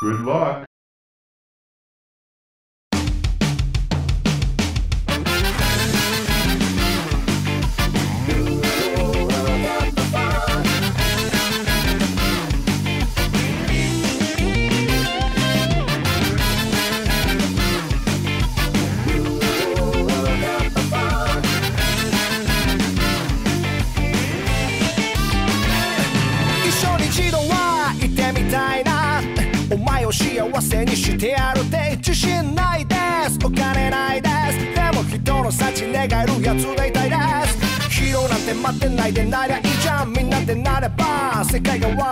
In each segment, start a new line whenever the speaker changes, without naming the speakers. Good luck.
「一緒に一度は行ってみたいな」「お前を幸せにしてやるって自信ないです」「お金ないです」「でも人の幸願えるやつでいたいです」「ヒーローなんて待ってないでなりゃいいじゃん」「みんなでなれば世界が笑う」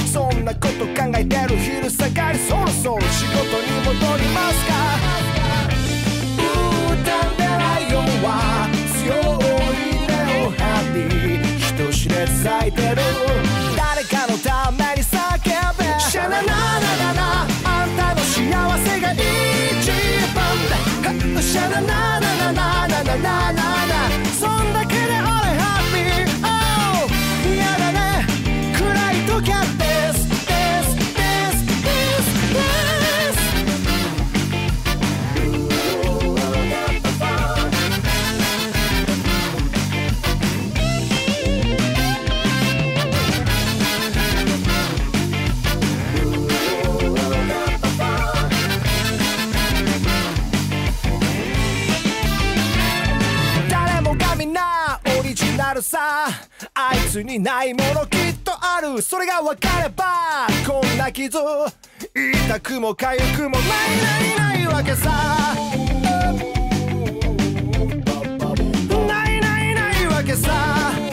「そんなこと考えてる昼下がりそろそろ仕事に戻りますか」「歌んでないよは強い根を張り」「人知れず咲いてる」「誰かのために叫べ」「シャナナナナナあんたの幸せが一番だ」「シャナナナナナナナナナそんだけで俺ハッピー」「Oh 嫌だね暗い時は This This This This This」誰もがみんなオリジナルさあいつにないものきっとあるそれが分かればこんな傷痛くも痒くもないないないわけさないないないわけさ嫌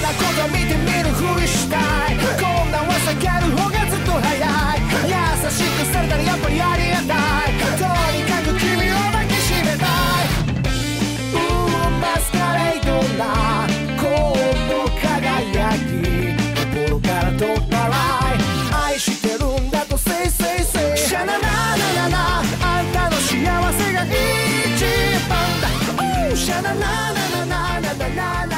なこと見て見るふりしたいこんなんは避ける方がずっと早い優しくされたらやっぱりありがたいとにかく君を抱きしめたいうんマスカレードな高度輝き心から取っ払い愛してるんだと Say say say シャナナナナナあんたの幸せが一番だ Oh シャナナナナナナナナナ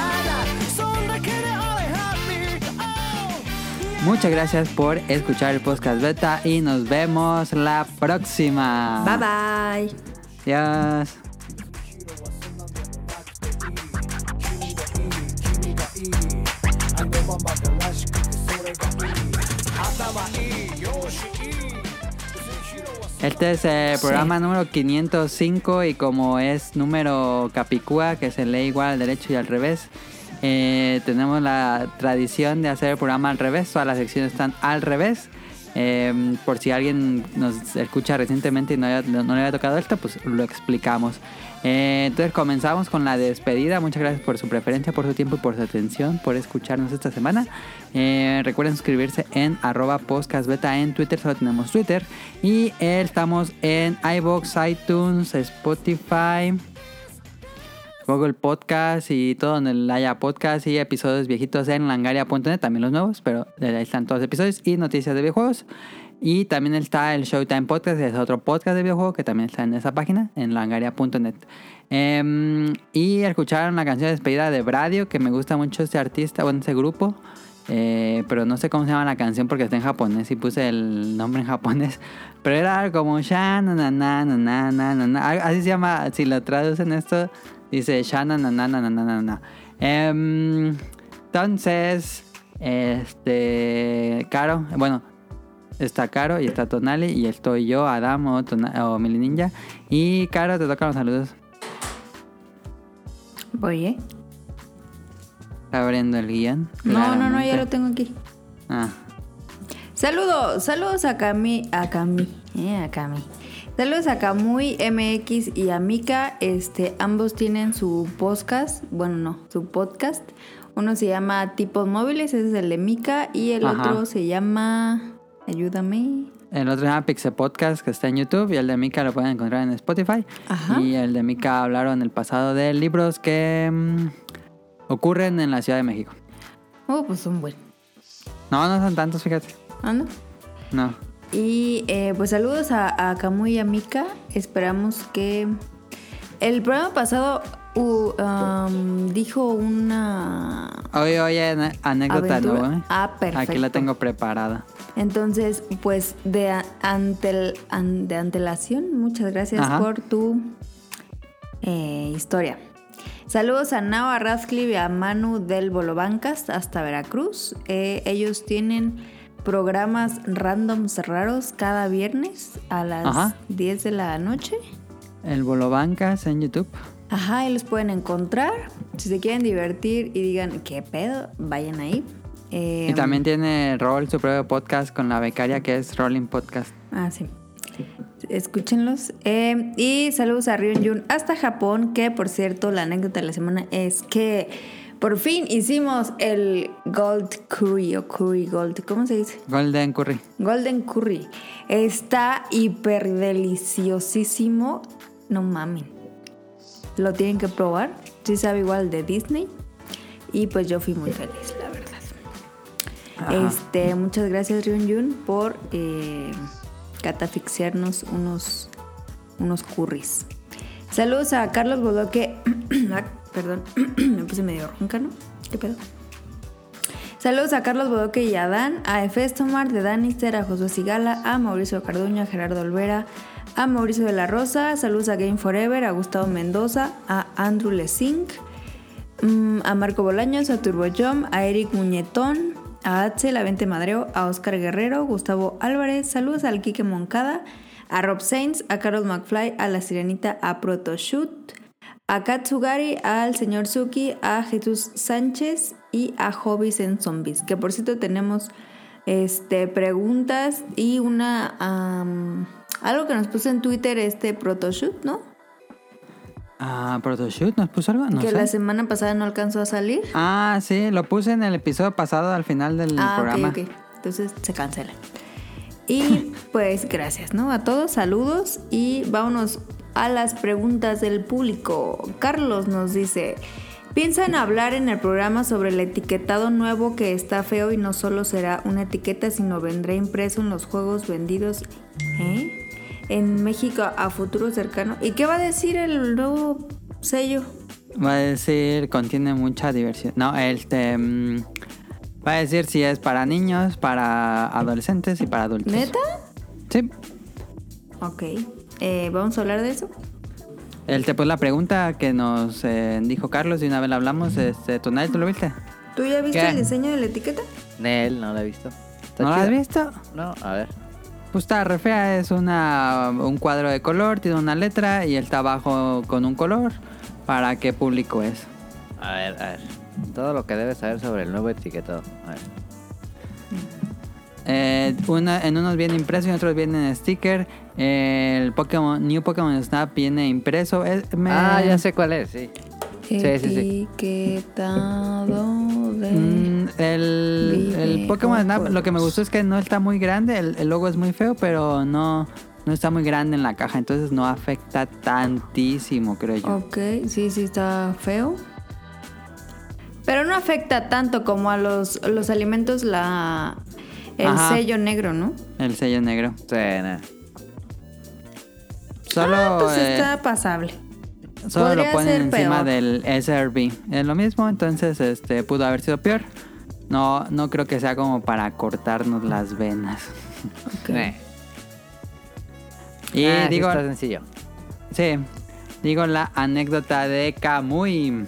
そんだけで俺ハッピー Oh
Muchas gracias por escuchar el podcast beta y nos vemos la próxima.
Bye bye.
Adiós.
君がいい君がいいあんたはいいよしいい別に拾わせ
Este es el programa número 505 y como es número capicúa, que se lee igual al derecho y al revés, eh, tenemos la tradición de hacer el programa al revés, todas las secciones están al revés. Eh, por si alguien nos escucha recientemente y no, haya- no- no le había tocado esto, pues lo explicamos. Eh, entonces comenzamos con la despedida. Muchas gracias por su preferencia, por su tiempo y por su atención, por escucharnos esta semana. Eh, recuerden suscribirse en arroba podcastbeta en Twitter, solo tenemos Twitter. Y eh, estamos en iBox, iTunes, Spotify. Google Podcast y todo donde haya podcast y episodios viejitos en langaria.net, también los nuevos, pero ahí están todos los episodios y noticias de videojuegos. Y también está el Showtime Podcast, es otro podcast de videojuegos que también está en esa página, en langaria.net. Em, y escucharon la canción de despedida de Bradio, que me gusta mucho este artista, bueno, ese grupo. Eh, pero no sé cómo se llama la canción porque está en japonés y puse el nombre en japonés. Pero era algo como sha na na na na na na na na. Algo- Así se llama, si lo traducen esto, dice sha na na na na na na na na. Em, entonces, este, Caro, bueno, está Caro y está Tonali y estoy yo, Adamo o, Tona- o Mili Ninja. Y Caro, te tocan los saludos.
Voy, ¿eh?
Está abriendo el guión.
No, no, no, ya
claramente.
lo tengo aquí.
Ah,
Saludos, saludos a Cami, a Cami, eh, a Cami. Saludos a Kamui, MX y a Mika. Este, ambos tienen su podcast, bueno, no, su podcast. Uno se llama Tipos Móviles, ese es el de Mika, y el
Ajá.
otro se llama Ayúdame.
El otro se llama Pixel Podcast, que está en YouTube, y el de Mika lo pueden encontrar en Spotify.
Ajá.
Y el de Mika hablaron el pasado de libros que mm, ocurren en la Ciudad de México.
Oh, pues un buen.
No, no son tantos, fíjate.
¿Ah, no?
No.
Y eh, pues saludos a, a Camu y a Mika. Esperamos que. El programa pasado u- um, dijo una...
Hoy, hoy hay ane- anécdota
Aventura.
nueva. ¿eh?
Ah, perfecto.
Aquí la tengo preparada.
Entonces, pues de, a- antel- an- de antelación, muchas gracias
Ajá.
por tu eh, historia. Saludos a Nao, a Radcliffe y a Manu del Bolobancas hasta Veracruz. Eh, ellos tienen programas randoms raros cada viernes a las
Ajá.
10 de la noche.
El Bolobancas en YouTube.
Ajá, ahí los pueden encontrar. Si se quieren divertir y digan, ¿qué pedo? Vayan ahí. Eh,
Y también tiene Rol, su propio podcast con la becaria que es Rolling Podcast.
Ah, sí. Escúchenlos. Eh, y saludos a Ryun Jun hasta Japón, que por cierto, la anécdota de la semana es que por fin hicimos el Gold Curry o Curry Gold. ¿Cómo se dice?
Golden Curry.
Golden Curry. Está hiper deliciosísimo. No mamen. Lo tienen que probar. Sí sabe igual de Disney. Y pues yo fui muy feliz, la verdad.
Ajá.
Este, muchas gracias Ryun por eh, catafixiarnos unos, unos curris. Saludos a Carlos Bodoque. Ah, Perdón, me puse medio ronca, ¿no? ¿Qué pedo? Saludos a Carlos Bodoque y a Dan, a Efestomar de Danister, a Josué Sigala, a Mauricio Carduño, a Gerardo Olvera, a Mauricio de la Rosa, saludos a Game Forever, a Gustavo Mendoza, a Andrew Lesink, mm, a Marco Bolaños, a Turbo Jom, a Eric Muñetón, a Axel Avente Madreo, a Oscar Guerrero, Gustavo Álvarez, saludos al Quique Moncada, a Rob Sainz, a Carol McFly, a La Sirenita, a Protoshoot, a Katsugari, al señor Suki, a Jesús Sánchez y a Hobbies en Zombies. Que por cierto tenemos este, preguntas y una am, algo que nos puso en Twitter este protoshoot, ¿no?
Ah, Protoshoot nos puso algo. No
que em-
sé.
la semana pasada no alcanzó a salir.
Ah, sí, lo puse en el episodio pasado al final del
Ah, ok,
programa.
ok. Entonces se cancela. Y pues gracias, ¿no? A todos, saludos y vámonos a las preguntas del público. Carlos nos dice, ¿piensan hablar en el programa sobre el etiquetado nuevo que está feo y no solo será una etiqueta, sino vendrá impreso en los juegos vendidos ¿eh? en México a futuro cercano? ¿Y qué va a decir el nuevo sello?
Va a decir, contiene mucha diversión. No, este. mm, va a decir si es para niños, para adolescentes y para adultos.
¿Neta?
Sí.
Ok. Eh, ¿Vamos a hablar de eso?
Este, pues la pregunta que nos eh, dijo Carlos y una vez la hablamos, este, ¿tú, Nadie, ¿tú lo viste?
¿Tú ya viste
¿Qué?
el diseño de la etiqueta?
Nel, no la he visto. Está
¿No la has
chida.
visto?
No, a ver.
Pues está re fea, es una, un cuadro de color, tiene una letra y está abajo con un color. ¿Para qué público es?
A ver, a ver. Todo lo que debes saber sobre el nuevo etiquetado. A ver.
Eh, una- en unos viene impreso y en otros viene en sticker. Eh, el Pokémon, New Pokémon Snap viene impreso. Es- me-
Ah, ya sé cuál es, sí. Sí, sí, sí.
Etiquetado de...
Mm, el,
Vive
el Pokémon
con
Snap, lo que me
juegos.
gustó es que no está muy grande. El, el logo es muy feo, pero no, no está muy grande en la caja. Entonces no afecta tantísimo, creo yo.
Ok, sí, sí está feo. Pero no afecta tanto como a los, los alimentos la el
Ajá.
sello negro, ¿no?
El sello negro.
Sí, nada.
Solo,
ah, pues
eh,
está pasable.
solo lo
podría
ponen
ser
encima
peor.
del SRB. Es lo mismo, entonces este pudo haber sido peor. No, no creo que sea como para cortarnos las venas.
Ok.
Neh.
Y
Ah, sí
digo,
está sencillo.
sí, digo la anécdota de Kamui.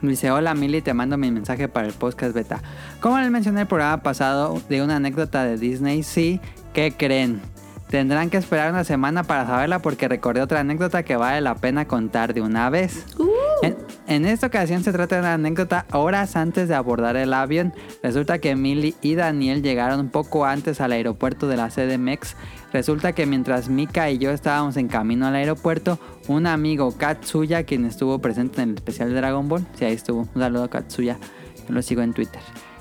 Me Dice, hola Mili, te mando mi mensaje para el podcast beta. Como les mencioné el programa pasado de una anécdota de Disney, sí, ¿qué creen? Tendrán que esperar una semana para saberla porque recordé otra anécdota que vale la pena contar de una vez.
Uh.
En, en esta ocasión se trata de una anécdota horas antes de abordar el avión. Resulta que Millie y Daniel llegaron un poco antes al aeropuerto de la CDMX. Resulta que mientras Mika y yo estábamos en camino al aeropuerto, un amigo Katsuya, quien estuvo presente en el especial de Dragon Ball, sí, ahí estuvo, un saludo a Katsuya, yo lo sigo en Twitter,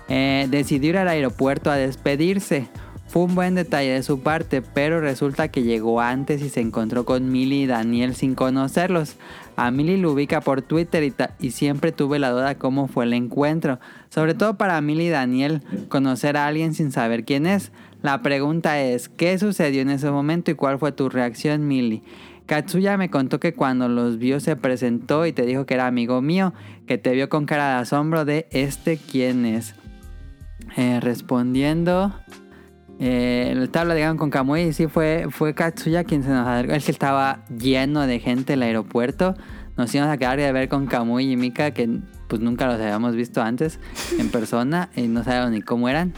eh, decidió ir al aeropuerto a despedirse. Fue un buen detalle de su parte, pero resulta que llegó antes y se encontró con Millie y Daniel sin conocerlos. A Millie lo ubica por Twitter y, ta- y siempre tuve la duda cómo fue el encuentro. Sobre todo para Millie y Daniel, conocer a alguien sin saber quién es. La pregunta es, ¿qué sucedió en ese momento y cuál fue tu reacción, Millie? Katsuya me contó que cuando los vio se presentó y te dijo que era amigo mío, que te vio con cara de asombro de este quién es. Eh, respondiendo, eh, estaba platicando con Kamui y sí fue, fue Katsuya quien se nos acercó. Es que estaba lleno de gente el aeropuerto. Nos íbamos a quedar de ver con Kamui y Mika, que pues nunca los habíamos visto antes en persona y no sabíamos ni cómo eran.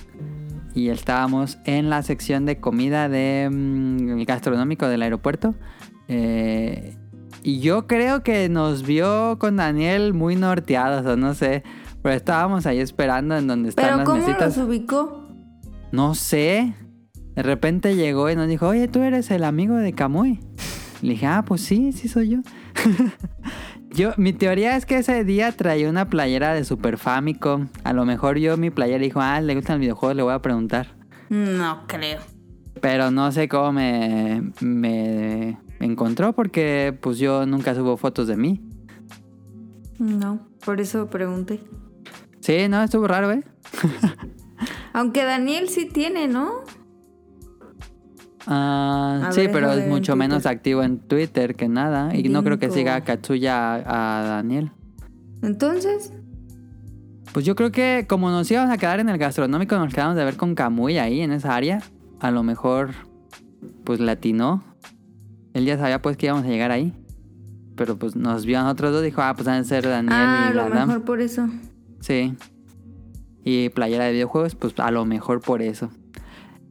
Y estábamos en la sección de comida de, mm, gastronómico del aeropuerto. Eh, y yo creo que nos vio con Daniel muy norteados, o no sé. Pero estábamos ahí esperando en donde están
Pero
las
¿cómo
mesitas.
los ubicó?
No sé. De repente llegó y nos dijo, oye, tú eres el amigo de Kamui. Le dije, ah, pues sí, sí soy yo. yo, mi teoría es que ese día traía una playera de Super Famicom. A lo mejor yo mi playera y dijo, ah, le gustan los videojuegos, le voy a preguntar.
No creo.
Pero no sé cómo me, me encontró porque pues yo nunca subo fotos de mí.
No, por eso pregunté.
Sí, no, estuvo raro, ¿eh?
Aunque Daniel sí tiene, ¿no?
Ah,
A
sí,
ver,
pero
déjame
es
ver en
mucho menos
Twitter.
activo en Twitter que nada. Y no creo que
Cinco.
siga a Katsuya a, a Daniel.
Entonces,
Pues yo creo que como nos íbamos a quedar en el gastronómico, nos quedamos de ver con Kamui ahí en esa área. A lo mejor, pues latinó. Él ya sabía pues que íbamos a llegar ahí. Pero pues nos vio a nosotros dos y dijo, ah, pues han de ser Daniel
ah, a
y
lo
Adam.
mejor por eso.
Sí. Y playera de videojuegos, pues a lo mejor por eso.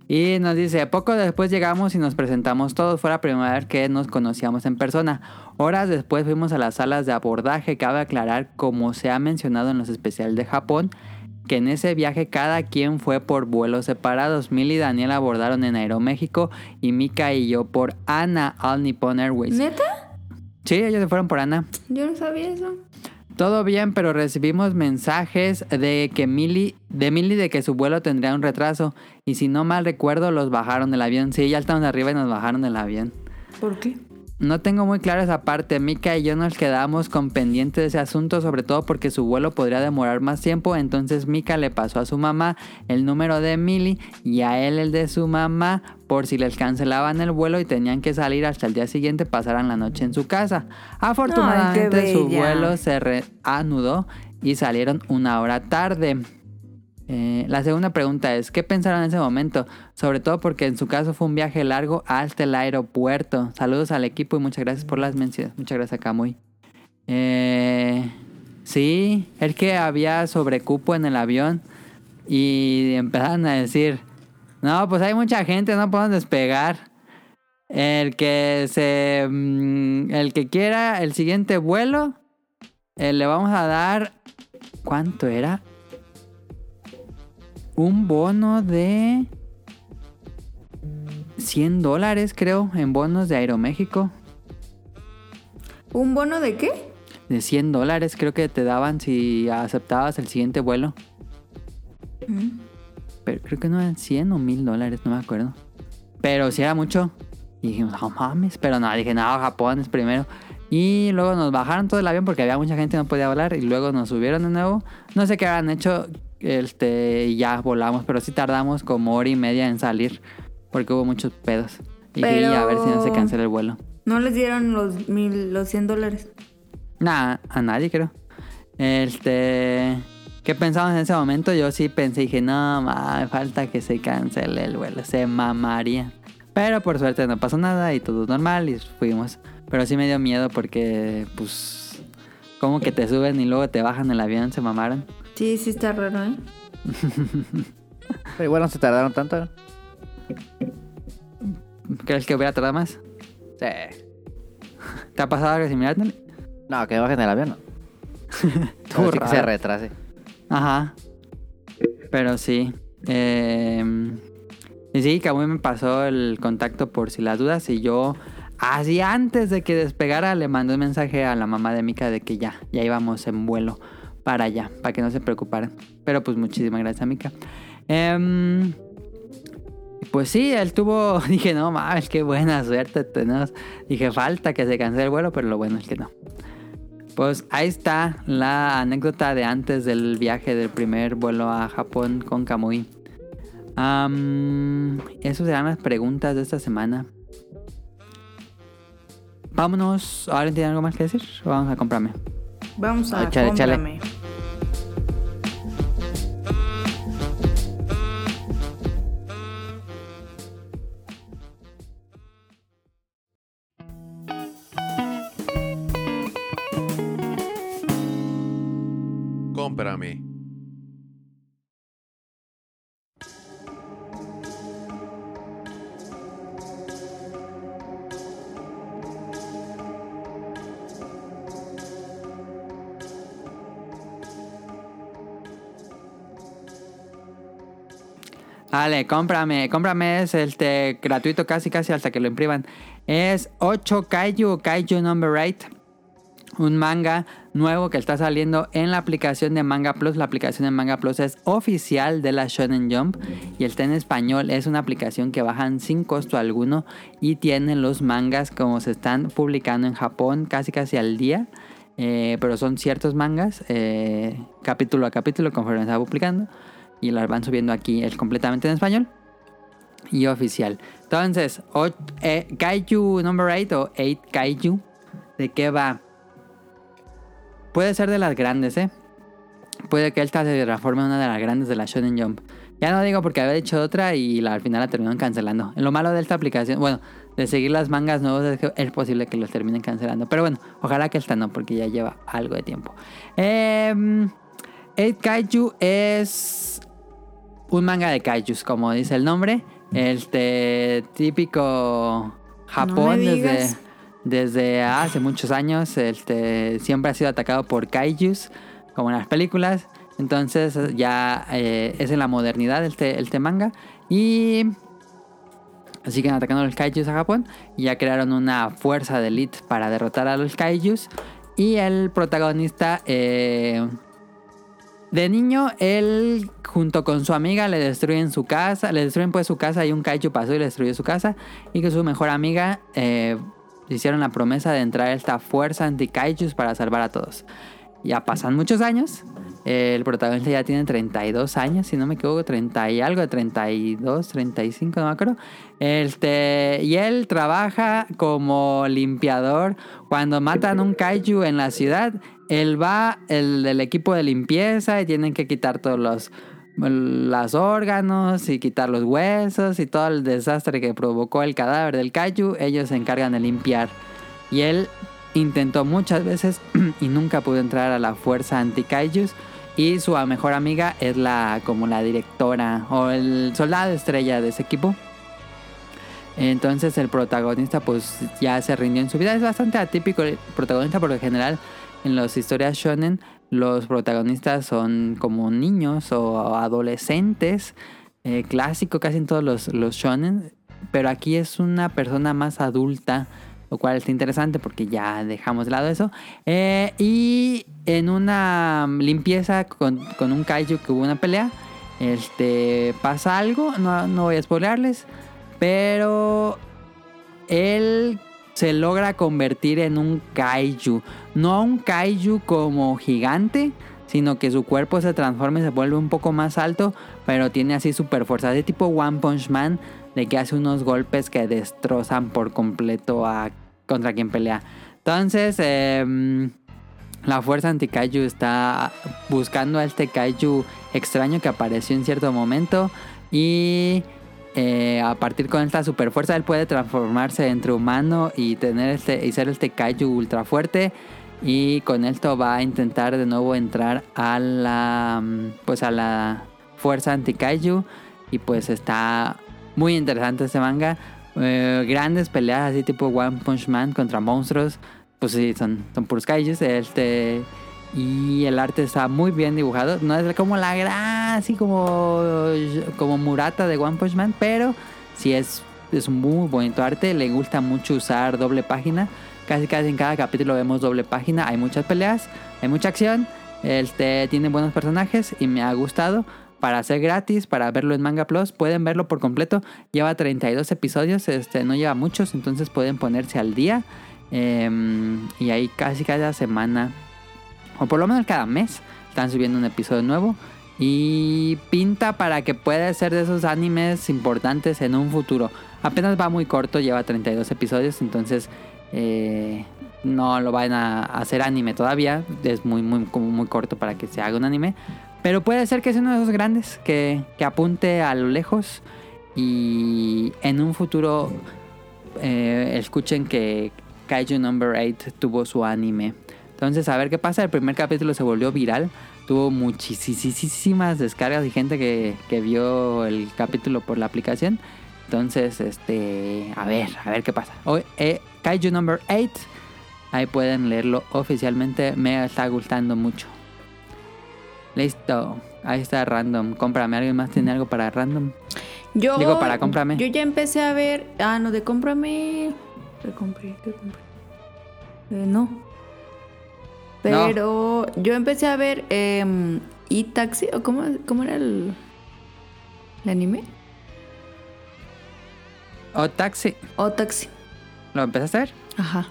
Y nos dice, poco después llegamos y nos presentamos todos. Fue la primera vez que nos conocíamos en persona. Horas después fuimos a las salas de abordaje. Cabe aclarar, como se ha mencionado en los especiales de Japón, que en ese viaje cada quien fue por vuelos separados. Mil y Daniel abordaron en Aeroméxico y Mika y yo por Ana All Nippon Airways.
¿Neta?
Sí, ellos se fueron por Ana.
Yo no sabía eso.
Todo bien, pero recibimos mensajes de que Mili, de Mili de que su vuelo tendría un retraso. Y si no mal recuerdo, los bajaron del avión. Sí, ya estamos arriba y nos bajaron del avión.
¿Por qué?
No tengo muy claro esa parte. Mika y yo nos quedamos con pendiente de ese asunto, sobre todo porque su vuelo podría demorar más tiempo. Entonces Mika le pasó a su mamá el número de Mili y a él el de su mamá por si les cancelaban el vuelo y tenían que salir hasta el día siguiente, pasaran la noche en su casa. Afortunadamente su
bella.
vuelo se reanudó y salieron una hora tarde. Eh, la segunda pregunta es, ¿qué pensaron en ese momento? Sobre todo porque en su caso fue un viaje largo hasta el aeropuerto. Saludos al equipo y muchas gracias por las menciones. Muchas gracias, Kamui. Eh, sí, es que había sobrecupo en el avión y empezaron a decir, no, pues hay mucha gente, no podemos despegar. El que se... mm, El que quiera el siguiente vuelo, eh, le vamos a dar... ¿Cuánto era? un bono de 100 dólares, creo, en bonos de Aeroméxico.
¿Un bono de qué?
De 100 dólares creo que te daban si aceptabas el siguiente vuelo. Pero creo que no eran 100 o 1000 dólares, no me acuerdo. Pero sí era mucho. Y dijimos, no mames. Pero no, dije, no, Japón es primero. Y luego nos bajaron todo el avión porque había mucha gente que no podía volar. Y luego nos subieron de nuevo. No sé qué habrán hecho. Este, y ya volamos. Pero sí tardamos como hora y media en salir. Porque hubo muchos pedos. Y dije,
Pero-
"Y a ver si no se cancela el vuelo.
No les dieron los, mil, los 100 dólares.
Nada, a nadie creo. Este. ¿Qué pensamos en ese momento? Yo sí pensé, dije, no, ma, me falta que se cancele el vuelo, se mamaría. Pero por suerte no pasó nada y todo normal y fuimos. Pero sí me dio miedo porque, pues, como que te suben y luego te bajan el avión, se mamaron.
Sí, sí está raro, ¿eh?
Pero igual no se tardaron tanto.
¿Crees que hubiera tardado más?
Sí.
¿Te ha pasado algo similar? Nelly?
No, que bajen el avión, no. Pero sí que se
raro.
retrase.
Ajá. Pero sí. Eh, y sí, Kamui me pasó el contacto por si las dudas y yo, así antes de que despegara, le mandé un mensaje a la mamá de Mika de que ya, ya íbamos en vuelo para allá, para que no se preocuparan. Pero pues muchísimas gracias, Mika. Em, pues sí, él tuvo, dije, no mames, qué buena suerte tenemos. Dije, falta que se cancele el vuelo, pero lo bueno es que no. Pues ahí está la anécdota de antes del viaje del primer vuelo a Japón con Kamui. Am, esas serán las preguntas de esta semana. Vámonos. ¿Ahora tiene algo más que decir? ¿O vamos a comprarme?
Vamos
Ah,
a
Échale, échale.
cómprame.
Cómprame.
Dale, cómprame. Cómprame es este gratuito casi casi hasta que lo impriman. Es 8 Kaiju, Kaiju Number 8. Un manga nuevo que está saliendo en la aplicación de Manga Plus. La aplicación de Manga Plus es oficial de la Shonen Jump y está en español. Es una aplicación que bajan sin costo alguno y tiene los mangas como se están publicando en Japón casi casi al día. Eh, pero son ciertos mangas, eh, capítulo a capítulo, conforme se va publicando. Y las van subiendo aquí, es completamente en español y oficial. Entonces, o- eh, Kaiju Number 8 o 8 Kaiju, ¿de qué va? Puede ser de las grandes, ¿eh? Puede que esta se transforme en una de las grandes de la Shonen Jump. Ya no digo porque había dicho otra y la- al final la terminaron cancelando. Lo malo de esta aplicación, bueno, de seguir las mangas nuevas es que es posible que los terminen cancelando. Pero bueno, ojalá que esta no, porque ya lleva algo de tiempo. Eh, 8 Kaiju es un manga de kaijus, como dice el nombre. Este típico Japón desde,
digas.
desde hace muchos años. Este siempre ha sido atacado por kaijus, como en las películas. Entonces ya eh, es en la modernidad este, este manga. Y siguen atacando a los kaijus a Japón. Y ya crearon una fuerza de elite para derrotar a los kaijus. Y el protagonista eh, de niño, él junto con su amiga le destruyen su casa, le destruyen pues su casa y un kaiju pasó y le destruyó su casa y que su mejor amiga eh, hicieron la promesa de entrar a esta fuerza anti-kaijus para salvar a todos. Ya pasan muchos años, eh, el protagonista ya tiene 32 años, si no me equivoco, 30 y algo, 32, 35, no me acuerdo. Este, y él trabaja como limpiador. Cuando matan un kaiju en la ciudad, él va, el del equipo de limpieza, y tienen que quitar todos los los órganos y quitar los huesos y todo el desastre que provocó el cadáver del kaiju, ellos se encargan de limpiar. Y él intentó muchas veces y nunca pudo entrar a la fuerza anti-kaijus. Y su mejor amiga es la como la directora o el soldado estrella de ese equipo. Entonces el protagonista pues ya se rindió en su vida. Es bastante atípico el protagonista porque en general en las historias shonen los protagonistas son como niños o adolescentes. eh, clásico casi en todos los, los shonen. Pero aquí es una persona más adulta. Lo cual está interesante porque ya dejamos de lado eso. Eh, y en una limpieza con, con un kaiju que hubo una pelea. Este pasa algo. No, no voy a spoilearles. Pero él se logra convertir en un kaiju. No un kaiju como gigante, sino que su cuerpo se transforma y se vuelve un poco más alto, pero tiene así super fuerza. De tipo One Punch Man, de que hace unos golpes que destrozan por completo a contra quien pelea. Entonces, em, la fuerza anti-kaiju está buscando a este kaiju extraño que apareció en cierto momento. Y eh, a partir con esta super fuerza, él puede transformarse entre humano y, tener este, y ser este kaiju ultra fuerte. Y con esto va a intentar de nuevo entrar a la, mm, pues a la fuerza anti-kaiju. Y pues está muy interesante este manga. Eh, grandes peleas así tipo One Punch Man contra monstruos. Pues sí, son, son puros kaijus. Este, y el arte está muy bien dibujado. No es como la gran, así como, como Murata de One Punch Man, pero sí es, es un muy bonito arte. Le gusta mucho usar doble página. Casi casi en cada capítulo vemos doble página. Hay muchas peleas, hay mucha acción. Este, tiene buenos personajes y me ha gustado. Para ser gratis, para verlo en Manga Plus, pueden verlo por completo. Lleva 32 episodios, este, no lleva muchos, entonces pueden ponerse al día. Em, y ahí casi cada semana o por lo menos cada mes están subiendo un episodio nuevo y pinta para que pueda ser de esos animes importantes en un futuro. Apenas va muy corto, lleva 32 episodios, entonces eh, no lo van a hacer anime todavía. Es muy, muy, como muy corto para que se haga un anime. Pero puede ser que sea uno de esos grandes que, que apunte a lo lejos y en un futuro eh, escuchen que Kaiju Number 8 tuvo su anime. Entonces, a ver qué pasa. El primer capítulo se volvió viral. Tuvo muchísimas descargas y gente que, que vio el capítulo por la aplicación. Entonces, este, a ver, a ver qué pasa. Hoy, eh, Kaiju Number 8. Ahí pueden leerlo oficialmente. Me está gustando mucho. Listo. Ahí está Random. Cómprame. ¿Alguien más tiene algo para Random?
Yo,
Digo, para cómprame.
Yo ya empecé a ver. Ah, no, de cómprame. De compré, de compré. Eh, no. Pero yo empecé a ver eh, E-Taxi. ¿o ¿Cómo, ¿Cómo era el, el anime?
O Oh, Taxi.
O Taxi.
¿Lo empezaste a ver?
Ajá.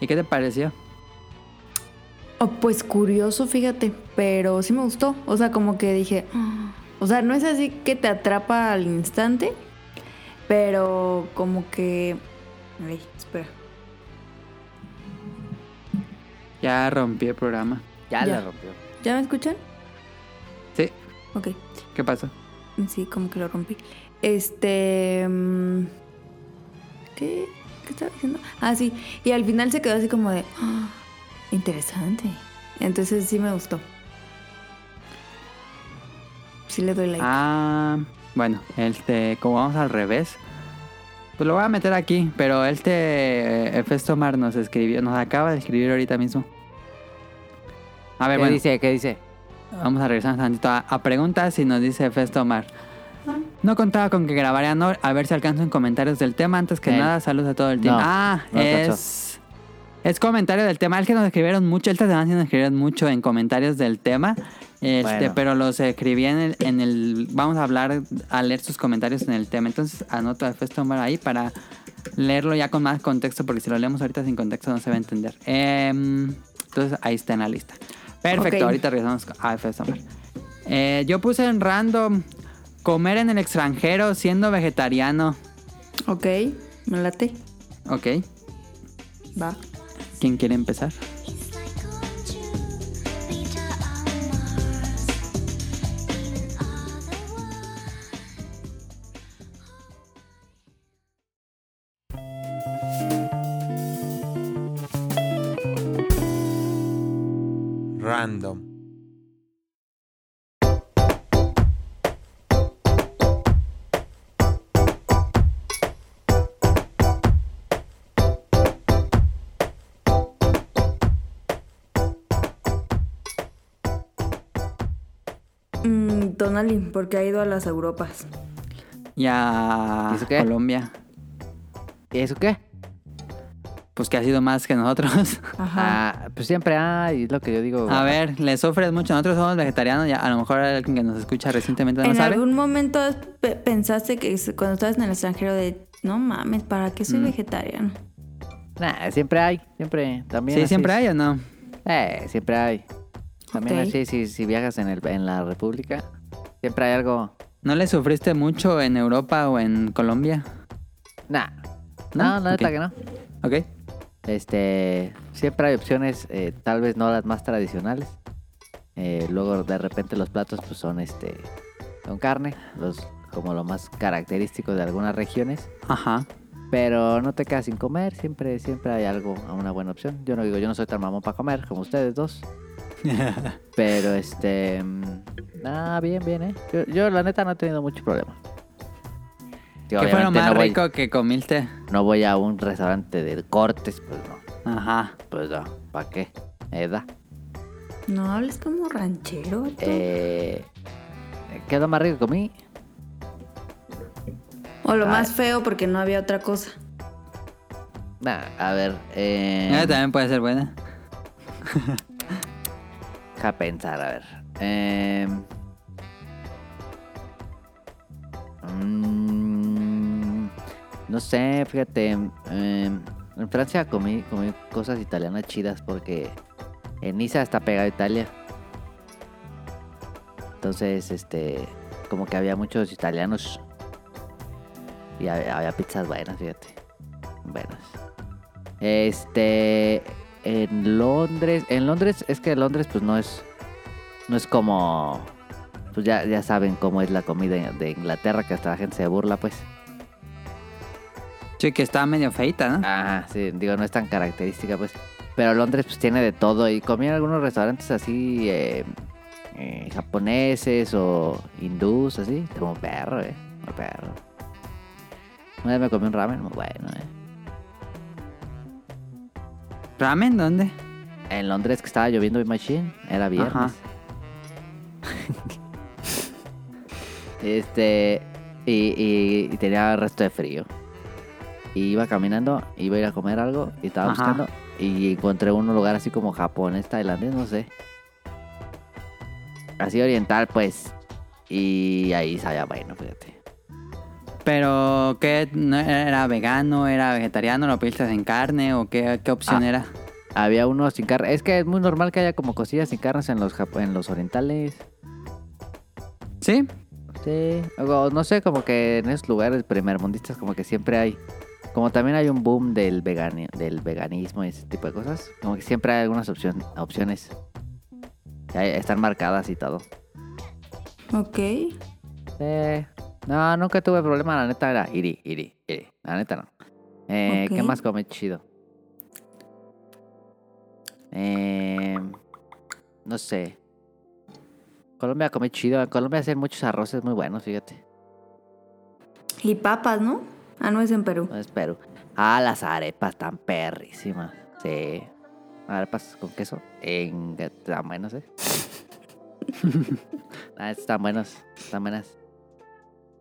¿Y qué te pareció?
Oh, pues curioso, fíjate, pero sí me gustó. O sea, como que dije, "Ah". o sea, no es así que te atrapa al instante, pero como que... Ay, espera.
Ya rompí el programa.
Ya,
Ya.
la rompió.
¿Ya me escuchan?
Sí.
Ok,
¿Qué pasó?
sí, como que lo rompí. Este... mm, ¿Qué? ¿Qué estaba diciendo? Ah, sí. Y al final se quedó así como de... "Ah, interesante. Entonces sí me gustó. Sí le doy like.
Ah, bueno, este, como vamos al revés, pues lo voy a meter aquí, pero este eh, Hefesto Mar nos escribió, nos acaba de escribir ahorita mismo. A ver,
¿Qué
bueno,
dice? ¿Qué dice?
vamos a regresar un tantito a, a preguntas y nos dice Hefesto Mar. No contaba con que grabarían hoy, a ver si alcanzo en comentarios del tema. Antes que
Él.
nada, saludos a todo el team.
Eh, No,
ah,
no alcanzó.
es... Es comentario del tema. Es que nos escribieron mucho. Esta semana sí nos escribieron mucho en comentarios del tema. Este,
Bueno.
pero los escribí en el, en el- Vamos a hablar, a leer sus comentarios en el tema. Entonces anoto a Festomar ahí para leerlo ya con más contexto, porque si lo leemos ahorita sin contexto no se va a entender. Em, entonces ahí está en la lista. Perfecto,
Ok.
ahorita regresamos a Festomar. Eh, yo puse en random comer en el extranjero siendo vegetariano.
Ok, me late.
Ok,
Va.
¿quién quiere empezar?
Random.
Mm, Tonali, porque ha ido a las Europas.
Y a
¿Y eso qué?
Colombia.
¿Y eso qué?
Pues que ha sido más que nosotros.
Ajá.
Ah, pues siempre hay, es lo que yo digo.
A ver, le sufres mucho. Nosotros somos vegetarianos. Ya, a lo mejor alguien que nos escucha recientemente no
¿En
sabe.
algún momento pe- pensaste que es- cuando estabas en el extranjero de, no mames, ¿para qué soy vegetariano?
Nah, siempre hay, siempre. También
Sí,
así
siempre
es.
hay o no.
Eh, siempre hay. También
Ok.
así, si, si viajas en, el, en la República, siempre hay algo.
¿No le sufriste mucho en Europa o en Colombia?
Nah.
¿No?
No, no, neta
Ok.
que no.
¿Ok?
Este, siempre hay opciones, eh, tal vez no las más tradicionales. Eh, luego de repente los platos pues son este con carne, los como lo más característico de algunas regiones,
Ajá.
pero no te quedas sin comer, siempre siempre hay algo, una buena opción. Yo no digo, yo no soy tan mamón para comer como ustedes dos. pero este, mm, ah, bien, bien, eh. Yo, yo, la neta no he tenido mucho problema. Digo,
¿Qué fue lo
obviamente
más
no voy-
rico que comiste?
no voy a un restaurante de cortes, pues no.
Ajá.
Pues no, ¿para qué? Eh, Edad.
No hables como ranchero. vato.
Eh, ¿Qué es lo más rico que comí?
o lo
ah.
más feo porque no había otra cosa.
Nah, a ver, eh,
Esa también puede ser buena.
deja pensar, a ver. Eh, mm, no sé, fíjate. eh, en Francia comí, comí cosas italianas chidas porque en Niza está pegado a Italia. Entonces, este, como que había muchos italianos y había, había pizzas buenas, fíjate. Buenas. Este. En Londres. En Londres, es que Londres, pues no es. No es como. Pues ya, ya saben cómo es la comida de Inglaterra, que hasta la gente se burla, pues.
Sí, que está medio feita, ¿no?
Ajá, sí, digo, no es tan característica, pues. Pero Londres, pues tiene de todo. Y comí en algunos restaurantes así. eh, eh, japoneses o hindús, así. Como perro, eh. Como perro. Una vez me comí un ramen muy bueno, eh.
¿Ramen dónde?
En Londres que estaba lloviendo y machine, era viernes.
Ajá.
este y, y- y tenía resto de frío. Y iba caminando, iba a ir a comer algo y estaba
Ajá.
buscando y encontré un lugar así como japonés, tailandés, no sé. Así oriental, pues. Y ahí sabía bueno, fíjate.
Pero, ¿qué? ¿No ¿Era vegano? ¿Era vegetariano? ¿Lo pediste en carne? ¿O qué, qué opción
Ah.
era?
Había uno sin carne. Es que es muy normal que haya como cosillas sin carnes en los japo- en los orientales.
¿Sí?
Sí, o no sé, como que en esos lugares primermundistas como que siempre hay, como también hay un boom del, vegani- del veganismo y ese tipo de cosas, como que siempre hay algunas opción- opciones. Ya están marcadas y todo.
Ok.
Sí. No, nunca tuve problema, la neta era iri, iri, iri. La neta no. Eh, ¿Qué
Ok.
más come chido? Eh, no sé. Colombia come chido. En Colombia hacen muchos arroces muy buenos, fíjate.
Y papas, ¿no? Ah, no es en Perú.
No es Perú. Ah, las arepas tan perrísimas. Sí. Arepas con queso. En... Tan buenos, ¿eh? ah, están buenos. Están buenas.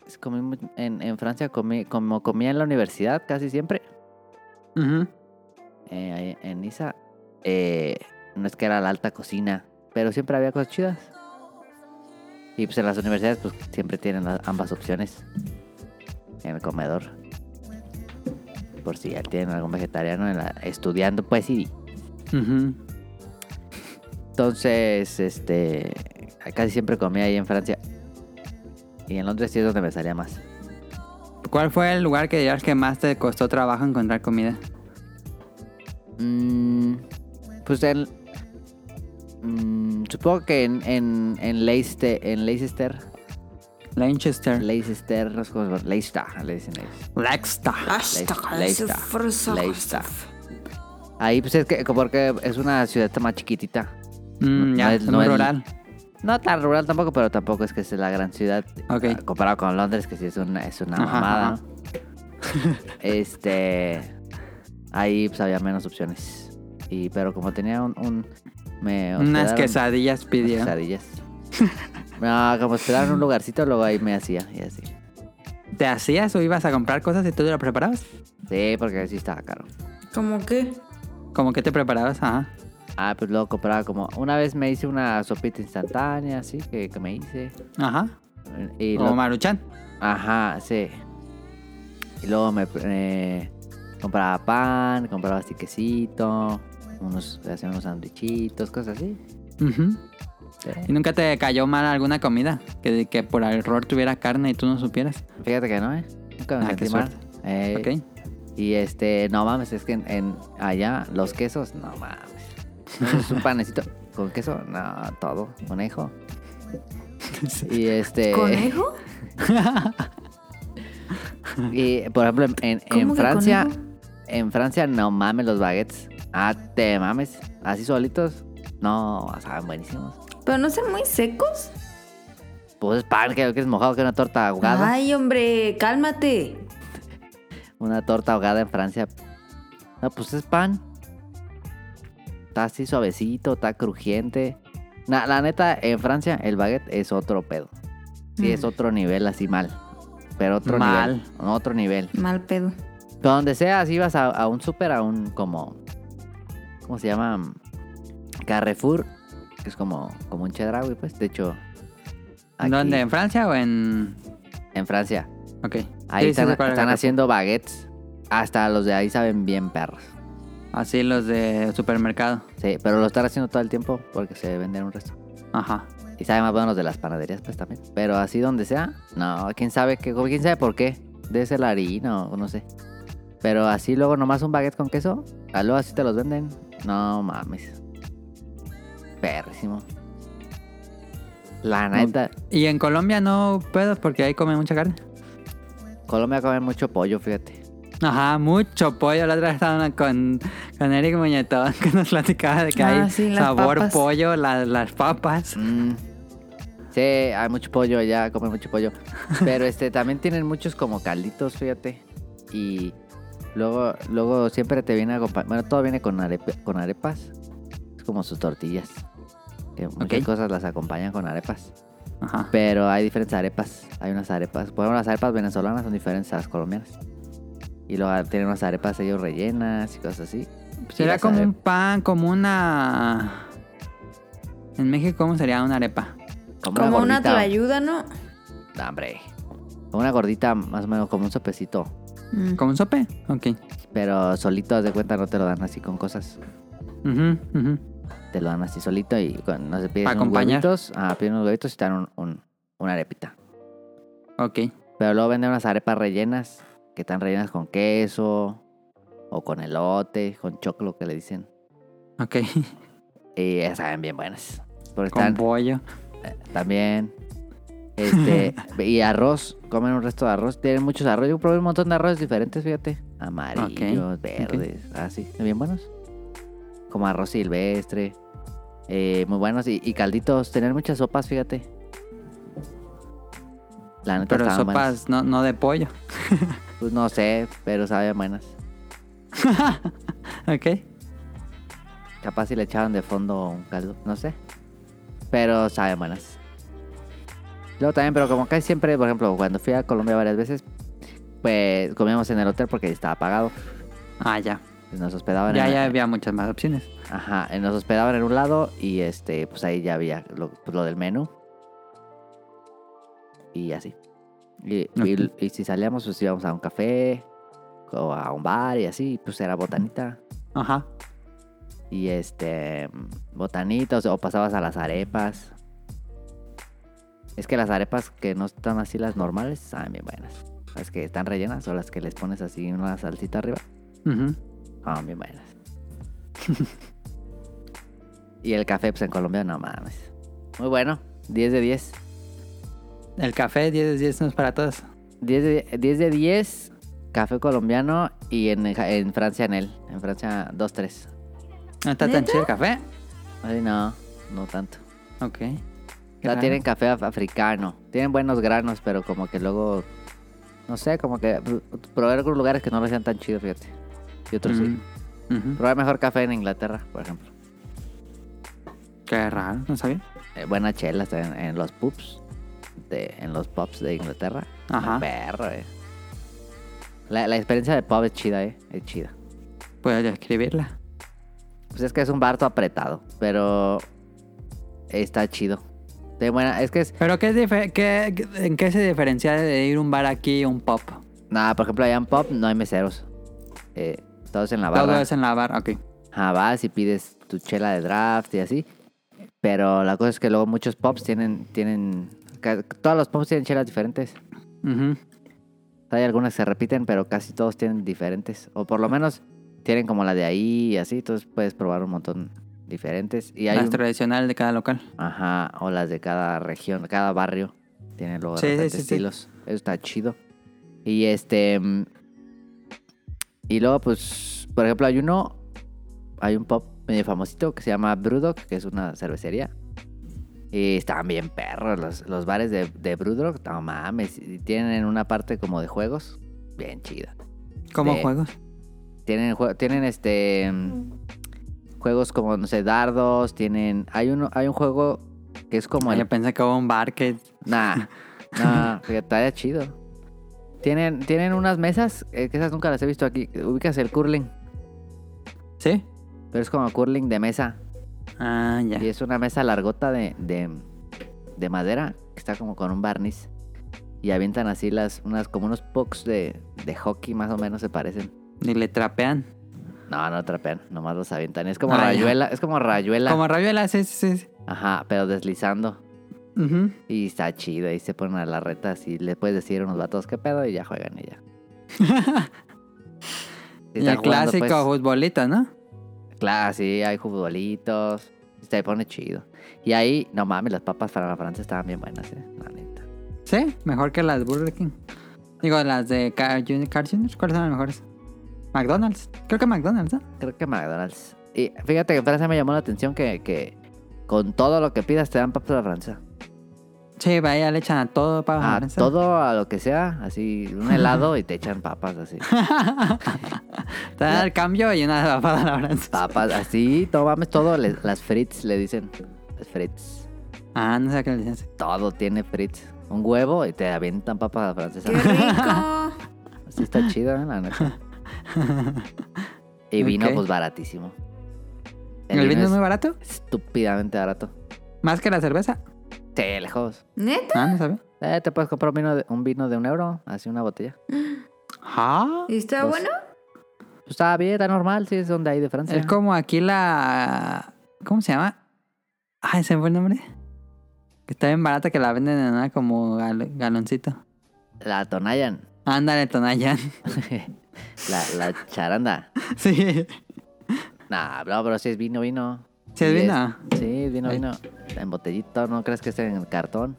Es- comí mu- en, en Francia, comí, como comía en la universidad casi siempre,
Ujú.
eh, ahí en Niza, eh, no es que era la alta cocina, pero siempre había cosas chidas. Y pues en las universidades pues siempre tienen las- ambas opciones en el comedor. Por si ya tienen algún vegetariano en la- estudiando, pues sí.
Ujú.
Entonces, este, casi siempre comía ahí en Francia. Y en Londres sí es donde me salía más.
¿Cuál fue el lugar que dirías que más te costó trabajo encontrar comida?
Mm, pues el. mm, supongo que en, en, en, Leicester, en Leicester.
Lanchester.
Leicester, no sé cómo se llama, Leicester, le dicen ellos.
Leicester.
Ah. Leicester. Leicester. Ahí, pues es que, porque es una ciudad más chiquitita.
Mm,
No-
ya,
no
es
es-
muy
no es-
rural.
No tan rural tampoco, pero tampoco es que sea la gran ciudad.
Ok.
eh, Comparado con Londres, que sí es una, es una
Ajá,
mamada,
ajá.
¿no? este. Ahí pues había menos opciones. Y, pero como tenía un. un- me
Unas
hospedaron-
quesadillas
unas
pidió.
quesadillas. no, como hospedaron un lugarcito, luego ahí me hacía y así.
¿Te hacías o ibas a comprar cosas y tú ya lo preparabas?
Sí, porque sí estaba caro.
¿Cómo qué?
Como que te preparabas, ajá.
Ah, pues luego compraba como. Una vez me hice una sopita instantánea, así que, que me hice.
Ajá.
Y
o
luego-
Maruchan.
Ajá, sí. Y luego me eh, compraba pan, compraba así quesito, unos, hacía unos sandwichitos, cosas así.
Ujú.
Sí.
¿Y nunca te cayó mal alguna comida? Que, que por error tuviera carne y tú no supieras.
Fíjate que no, ¿eh? Nunca me
Ah,
sentí
qué
mal.
suerte.
Eh,
Ok.
Y este, no mames, es que en, en- allá los quesos, no mames. Es un panecito con queso, no, todo, conejo. Y este.
¿Conejo?
Y por ejemplo, en- en, en
¿Cómo que
Francia,
conejo?
en Francia no mames los baguettes. Ah, te mames. Así solitos. No, saben buenísimos.
¿Pero no son muy secos?
Pues pan, creo que es mojado, que una torta ahogada.
Ay, hombre, cálmate.
Una torta ahogada en Francia. No, pues es pan. Está así suavecito, está crujiente. Na- la neta, en Francia el baguette es otro pedo. Sí,
Mm.
es otro nivel así mal. Pero otro
Mal.
nivel. Otro nivel.
Mal pedo.
Pero donde sea, si vas a, a un súper, a un como. ¿Cómo se llama? Carrefour, que es como, como un chedraui, pues. De hecho, aquí
¿Dónde? ¿En Francia o en...?
En Francia.
Ok.
Ahí
Sí, sí,
están,
sé cuál es
están
la-
haciendo baguettes. Hasta los de ahí saben bien perros.
Así los de supermercado.
Sí, pero lo están haciendo todo el tiempo porque se venden un resto.
Ajá.
Y saben más bueno los de las panaderías, pues también. Pero así donde sea, no, quién sabe qué, quién sabe por qué. Debe ser la harina o no sé. Pero así luego nomás un baguette con queso. Aló, así te los venden. No mames. Perrísimo. La neta.
Y en Colombia no puedo porque ahí comen mucha carne.
Colombia come mucho pollo, fíjate.
Ajá, mucho pollo. La otra vez estaban con, con Eric Muñetón que nos platicaba de que
Ah,
hay
sí, las
sabor
papas.
pollo, la- las papas.
Mm. Sí, hay mucho pollo allá, comen mucho pollo. Pero este, también tienen muchos como calditos, fíjate. Y luego, luego siempre te viene acompañado. Bueno, todo viene con, arepe- con arepas. Es como sus tortillas. Que muchas
Ok.
cosas las acompañan con arepas.
Ajá.
Pero hay diferentes arepas. Hay unas arepas. Por ejemplo, las arepas venezolanas son diferentes a las colombianas. Y luego tienen unas arepas ellos rellenas y cosas así. Y
Sería
las
como un
arep-
pan, como una... En México, ¿cómo sería una arepa?
Como una
gordita.
tlayuda, ¿no?
No, hombre. Como una gordita, más o menos como un sopecito.
Mm.
¿Como un sope? Ok.
Pero solito, haz de cuenta, no te lo dan así con cosas.
Ujú, ujú.
Te lo dan así solito y con, no se piden
Pa'
unos
acompañar.
huevitos. Ah, piden unos huevitos y te dan un- un- una arepita.
Ok.
Pero luego venden unas arepas rellenas que están rellenas con queso o con elote, con choclo que le dicen.
Ok.
Y esas saben bien buenas. Porque
Con
están
pollo.
también. Este, y arroz, comen un resto de arroz. Tienen muchos arroz. Yo probé un montón de arroz diferentes, fíjate. Amarillos,
Ok,
verdes, así. Bien buenos. Como arroz silvestre. eh, muy buenos. Y, y calditos. Tenían muchas sopas, fíjate. La neta
Pero
estaban buenas.
sopas no, no de pollo.
Pues no sé, pero sabían buenas.
Ok.
Capaz si le echaban de fondo un caldo, no sé. Pero saben buenas. Luego también, pero como casi siempre, por ejemplo, cuando fui a Colombia varias veces, pues comíamos en el hotel porque estaba pagado.
Ah, ya.
Nos hospedaban
Ya,
en,
ya había muchas más opciones.
Ajá, eh, nos hospedaban en un lado y este, pues ahí ya había lo, pues, lo del menú. Y así. Y, y-
Ok.
y si salíamos, pues íbamos a un café o a un bar y así, pues era botanita.
Ajá.
y este botanitos o pasabas a las arepas. Es que las arepas que no están así las normales saben bien buenas. Las que están rellenas o las que les pones así una salsita arriba,
Ujú.
saben bien buenas. y el café pues en Colombia no mames. Muy bueno, 10 de 10.
El café 10 de 10 no es para todos.
10 de 10, de 10, café colombiano y en, en Francia en él, en Francia 2 3.
No está tan
¿Neta?
chido el café.
Ay no, no tanto.
Ok.
O sea,
Ajá.
tienen café af- africano. Tienen buenos granos, pero como que luego. No sé, como que. pr- Probé algunos lugares que no lo sean tan chido, fíjate. Y otros
Mm.
sí.
Ujú. Ujú.
Probé mejor café en Inglaterra, por ejemplo.
Qué raro, no sabía.
Eh, buena chela está en, en los pubs. de- en los pubs de Inglaterra.
Ajá.
Perro, eh. La, la experiencia de pub es chida, eh. Es chida.
Puedo describirla.
Pues es que es un barto apretado, pero. Está chido. De buena, es que es.
Pero qué es dife- qué- ¿en qué se diferencia de ir a un bar aquí a un pop?
Nada, por ejemplo, allá en pub no hay meseros. Eh, todos en la barra.
Todo es en la bar, ok.
Ajá, vas y pides tu chela de draft y así. Pero la cosa es que luego muchos pubs tienen, tienen, ca- todos los pubs tienen chelas diferentes.
Ujú.
Hay algunas que se repiten, pero casi todos tienen diferentes. O por lo menos tienen como la de ahí y así, entonces puedes probar un montón diferentes. Y hay
Las
un-
tradicional de cada local.
ajá, o las de cada región, cada barrio. Tienen luego
Sí, sí,
de repente
sí, sí.
estilos. Eso está chido. Y este. mm, Y luego, pues, por ejemplo, hay uno. Hay un pop medio famosito que se llama Brewdog, que es una cervecería. Y están bien perros los, los bares de, de Brewdog. No mames. y Tienen una parte como de juegos. Bien chida.
¿Cómo
Sí.
juegos?
Tienen, jue- tienen este mm, juegos como, no sé, dardos. Tienen. Hay uno, hay un juego que es como el
Yo pensé que hubo un bar que...
Nah, nah, que estaría chido. Tienen, tienen unas mesas, eh, que esas nunca las he visto aquí. Ubicas el curling,
¿Sí?
pero es como curling de mesa.
Ah, ya.
Y es una mesa largota de, de, de madera, que está como con un barniz. Y avientan así las, unas, como unos pucks de, de hockey más o menos se parecen.
Y le trapean.
No, no trapean, nomás los avientan. Es como
Ah, ya.
rayuela, es como rayuela.
Como rayuela, sí, sí, sí.
Ajá, pero deslizando.
Ujú.
Y está chido, y se ponen a las retas y le puedes decir a unos vatos qué pedo y ya juegan y ya.
Y el clásico
Claro,
futbolito, ¿no?
pues, sí, hay futbolitos. Se pone chido. Y ahí, no mames, las papas para la Francia estaban bien buenas, eh. La neta.
Sí, mejor que las Burger King. Digo, las de Carl Jr. Carl Jr., ¿Cuáles son las mejores? McDonald's. Creo que McDonald's, ¿no?
Creo que McDonald's. Y fíjate que en Francia me llamó la atención que, que con todo lo que pidas te dan papas a la Francia.
Sí, vaya, le echan a todo para
A todo, a lo que sea, así, un helado y te echan papas así.
Te dan el cambio y una papada a la francesa.
Papas así, no mames, todo, le- las frits le dicen. Las frits.
Ah, no sé qué le dicen. así.
Todo tiene frits. Un huevo y te avientan papas a la francesa.
¡Qué rico!
Así está chido, ¿eh? la neta. Y vino,
Ok.
pues, baratísimo.
¿El vino es muy barato?
Estúpidamente barato.
¿Más que la cerveza?
Sí, lejos.
¿Neta?
Ah, no sabía.
Eh, te puedes comprar un vino, de, un vino de un euro, así una botella.
Ah.
¿Y está
Dos.
bueno?
Pues está bien, está normal, sí, es donde hay de Francia.
Es como aquí la... ¿Cómo se llama? Ah, ese fue el nombre. Que está bien barata que la venden en una como gal- galoncito.
La Tonayan.
Ándale, Tonayán.
la, la charanda.
sí.
Nah, no, pero si es vino, vino.
¿Sí es
Y
vino?
Sí, es vino,
Ay.
vino. En botellito, no crees que esté en cartón.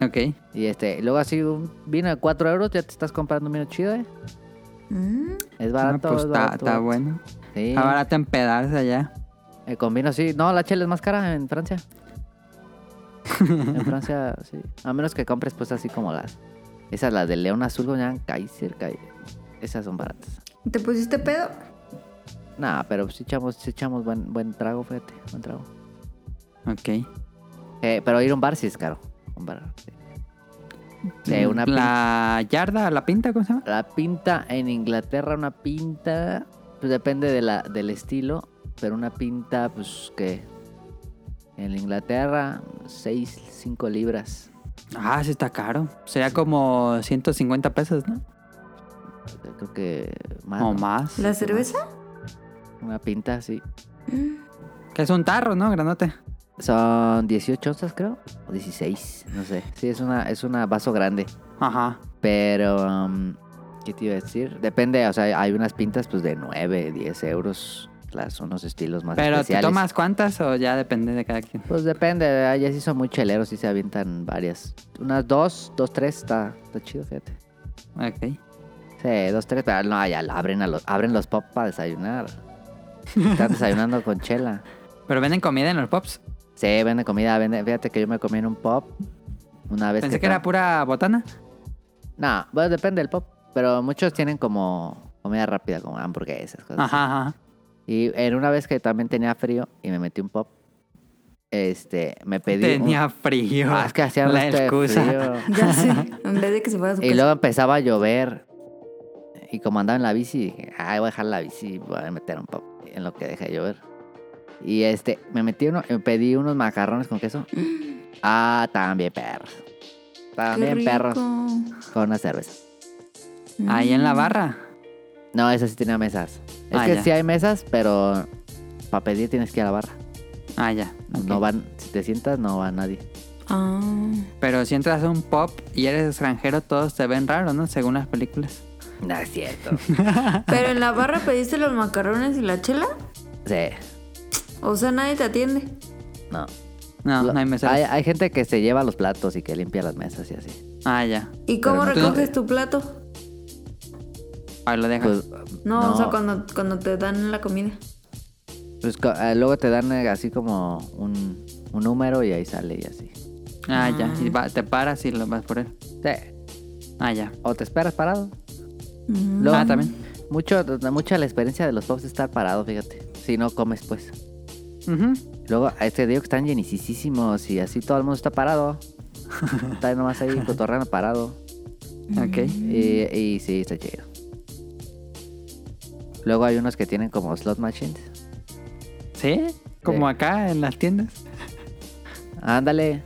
Ok.
Y este, luego así un vino de 4 euros, ya te estás comprando un vino chido, ¿eh?
Mm.
Es
Ah,
barato,
pues
es
está,
barato.
está bueno.
Sí.
Está barato empedarse allá.
Eh, con vino sí. No, la chela es más cara en Francia. en Francia, sí. A menos que compres pues así como las... Esas, las de León Azul, o Kaiser, Kai- Esas son baratas.
¿Te pusiste pedo?
Nah, pero sí echamos, sí echamos buen, buen trago, fíjate, buen trago.
Ok.
Eh, pero ir a un bar sí es caro. Un bar, sí. Sí,
Mm,
una pinta,
La yarda, la pinta, ¿cómo se llama?
la pinta en Inglaterra, una pinta, pues depende de la, del estilo, pero una pinta, pues que en Inglaterra, 6, 5 libras.
Ah, sí está caro. Sería como 150 pesos, ¿no?
Creo que más.
o
¿no?
más.
¿La cerveza?
Una pinta, sí.
Que es un tarro, ¿no? Granote.
Son 18 onzas, creo. O 16, no sé. Sí, es una, es una vaso grande.
Ajá.
Pero, um, ¿qué te iba a decir? Depende, o sea, hay unas pintas pues de 9, 10 euros. Las, son los estilos más
Pero
especiales.
¿te tomas cuántas o ya depende de cada quien?
Pues depende, ¿verdad? ya sí son muy cheleros y se avientan varias. Unas dos, dos, tres, está, está chido, fíjate.
Ok.
Sí, dos, tres, pero no, ya la abren, a los, abren los pop para desayunar. Están desayunando con chela.
Pero venden comida en los pops.
Sí, vende comida, vende. Fíjate que yo me comí en un pop una vez
Pensé que
estaba-
era pura botana.
No, bueno, depende del pop. Pero muchos tienen como comida rápida, como hamburguesas, cosas así.
Ajá, ajá.
Y en una vez que también tenía frío y me metí un pop, este, me pedí. un-
Tenía frío.
Ah, es que hacía
la
este
excusa.
frío.
Ya sé. En vez de que se fuera a su
Y
casa.
luego empezaba a llover. Y como andaba en la bici, dije, ay, voy a dejar la bici y voy a meter un pop en lo que deja de llover. Y este, me metí uno, me pedí unos macarrones con queso. Ah, también perros.
¡Qué
También
rico! Mm.
perros con una cerveza.
Ahí en la barra.
No, esa sí tenía mesas. Es
Ah,
que
ya.
sí hay mesas, pero para pedir tienes que ir a la barra.
Ah, ya. ok.
No van, si te sientas, no va nadie.
Ah.
Pero si entras a un pop y eres extranjero, todos te ven raro, ¿no? Según las películas.
No es cierto.
¿Pero en la barra pediste los macarrones y la chela?
sí,
O sea, nadie te atiende.
no.
No,
Lo-
no hay meseros.
Hay, hay gente que se lleva los platos y que limpia las mesas y así.
Ah, ya.
¿Y cómo
Pero no te-
recoges tu plato?
Ahí lo dejas.
Pues,
No, o sea, cuando, cuando te dan la comida.
pues, co- eh, luego te dan eh, así como un, un número y ahí sale y así.
ah, ya. Y va- te paras y lo vas por él.
Sí.
Ah, ya.
O te esperas parado.
Mm.
Luego-
Ah, también.
Mucho, mucha la experiencia de los pubs es estar parado, fíjate. Si no comes, pues.
Ujú.
Luego, a este digo que están llenicísimos y así todo el mundo está parado. está nomás ahí cotorreando parado.
Ok.
Y, y sí, está chido. Luego hay unos que tienen como slot machines.
¿Sí? Como acá en las tiendas.
Ándale.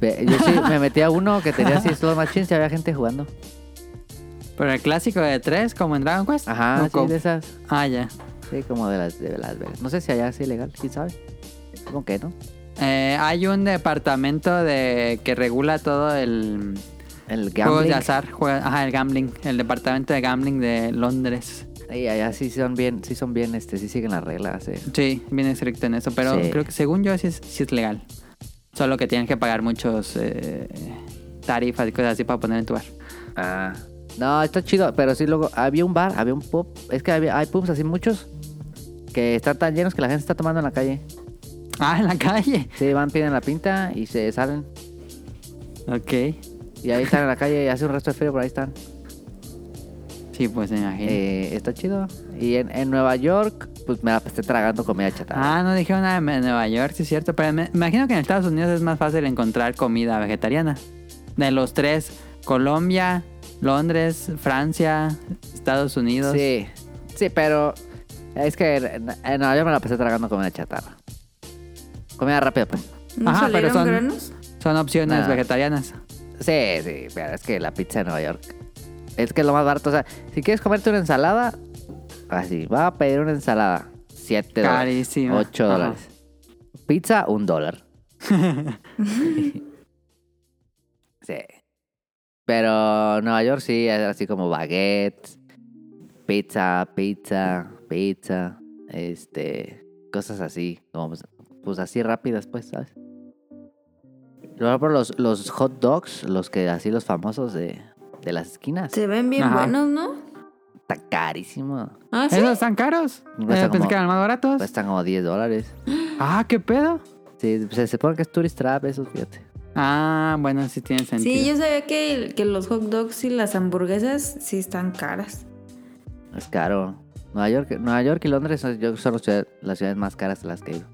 Ve- Yo sí me metí a uno que tenía así slot machines y había gente jugando.
Pero el clásico de tres, como en Dragon Quest.
Ajá,
¿O
sí,
cómo?
de esas.
Ah, ya.
Sí, como de las de Las Vegas. No sé si allá es ilegal, quién sabe. Supongo que no.
Eh, hay un departamento de que regula todo el
El
juegos
gambling.
de azar. jue- ajá, el gambling. El departamento de gambling de Londres.
Y allá sí son bien, sí son bien, este, sí siguen las reglas, eh.
Sí, bien estricto en eso, pero
Sí.
creo que según yo sí es, sí es legal. Solo que tienen que pagar muchos eh, tarifas y cosas así para poner en tu bar.
Ah. No, está chido, pero sí luego había un bar, había un pub. Es que había- hay pubs así muchos que están tan llenos que la gente está tomando en la calle.
Ah, en la calle.
Sí, van, piden la pinta y se salen.
Ok.
Y ahí están en la calle y hace un resto de frío, pero ahí están.
Sí, pues me imagino.
Eh, está chido. Y en, en Nueva York, pues me la pasé tragando comida chatarra.
Ah, no dijeron nada de Nueva York, sí es cierto, pero me imagino que en Estados Unidos es más fácil encontrar comida vegetariana. De los tres, Colombia, Londres, Francia, Estados Unidos.
sí, sí, pero es que en, en Nueva York me la pasé tragando comida chatarra. Comida rápida, pues.
¿No
Ajá, pero
salieron
son-
granos?
Son opciones
Nah.
vegetarianas.
Sí, sí, pero es que la pizza de Nueva York es que es lo más barato. O sea, si quieres comerte una ensalada, así, va a pedir una ensalada. 7 dólares.
Carísima.
8
Ajá.
dólares. Pizza, un dólar. sí. Pero Nueva York sí, es así como baguettes, pizza, pizza, pizza, este, cosas así, como pues, pues así rápidas, pues, ¿sabes? Luego por los, los hot dogs, los que así los famosos de, de las esquinas,
Se ven bien
Ajá.
buenos, ¿no?
está carísimo.
Ah, sí.
¿Esos están caros?
Cuesta
Eh, pensé
como-
que eran más baratos.
Cuestan como 10 dólares.
Ah, ¿qué pedo?
Sí, se supone que es tourist trap, eso, fíjate.
Ah, bueno, sí tiene sentido.
Sí, yo sabía que, que los hot dogs y las hamburguesas sí están caras.
Es caro. Nueva York, Nueva York y Londres son, yo- son las, ciudades, las ciudades más caras de las que he ido.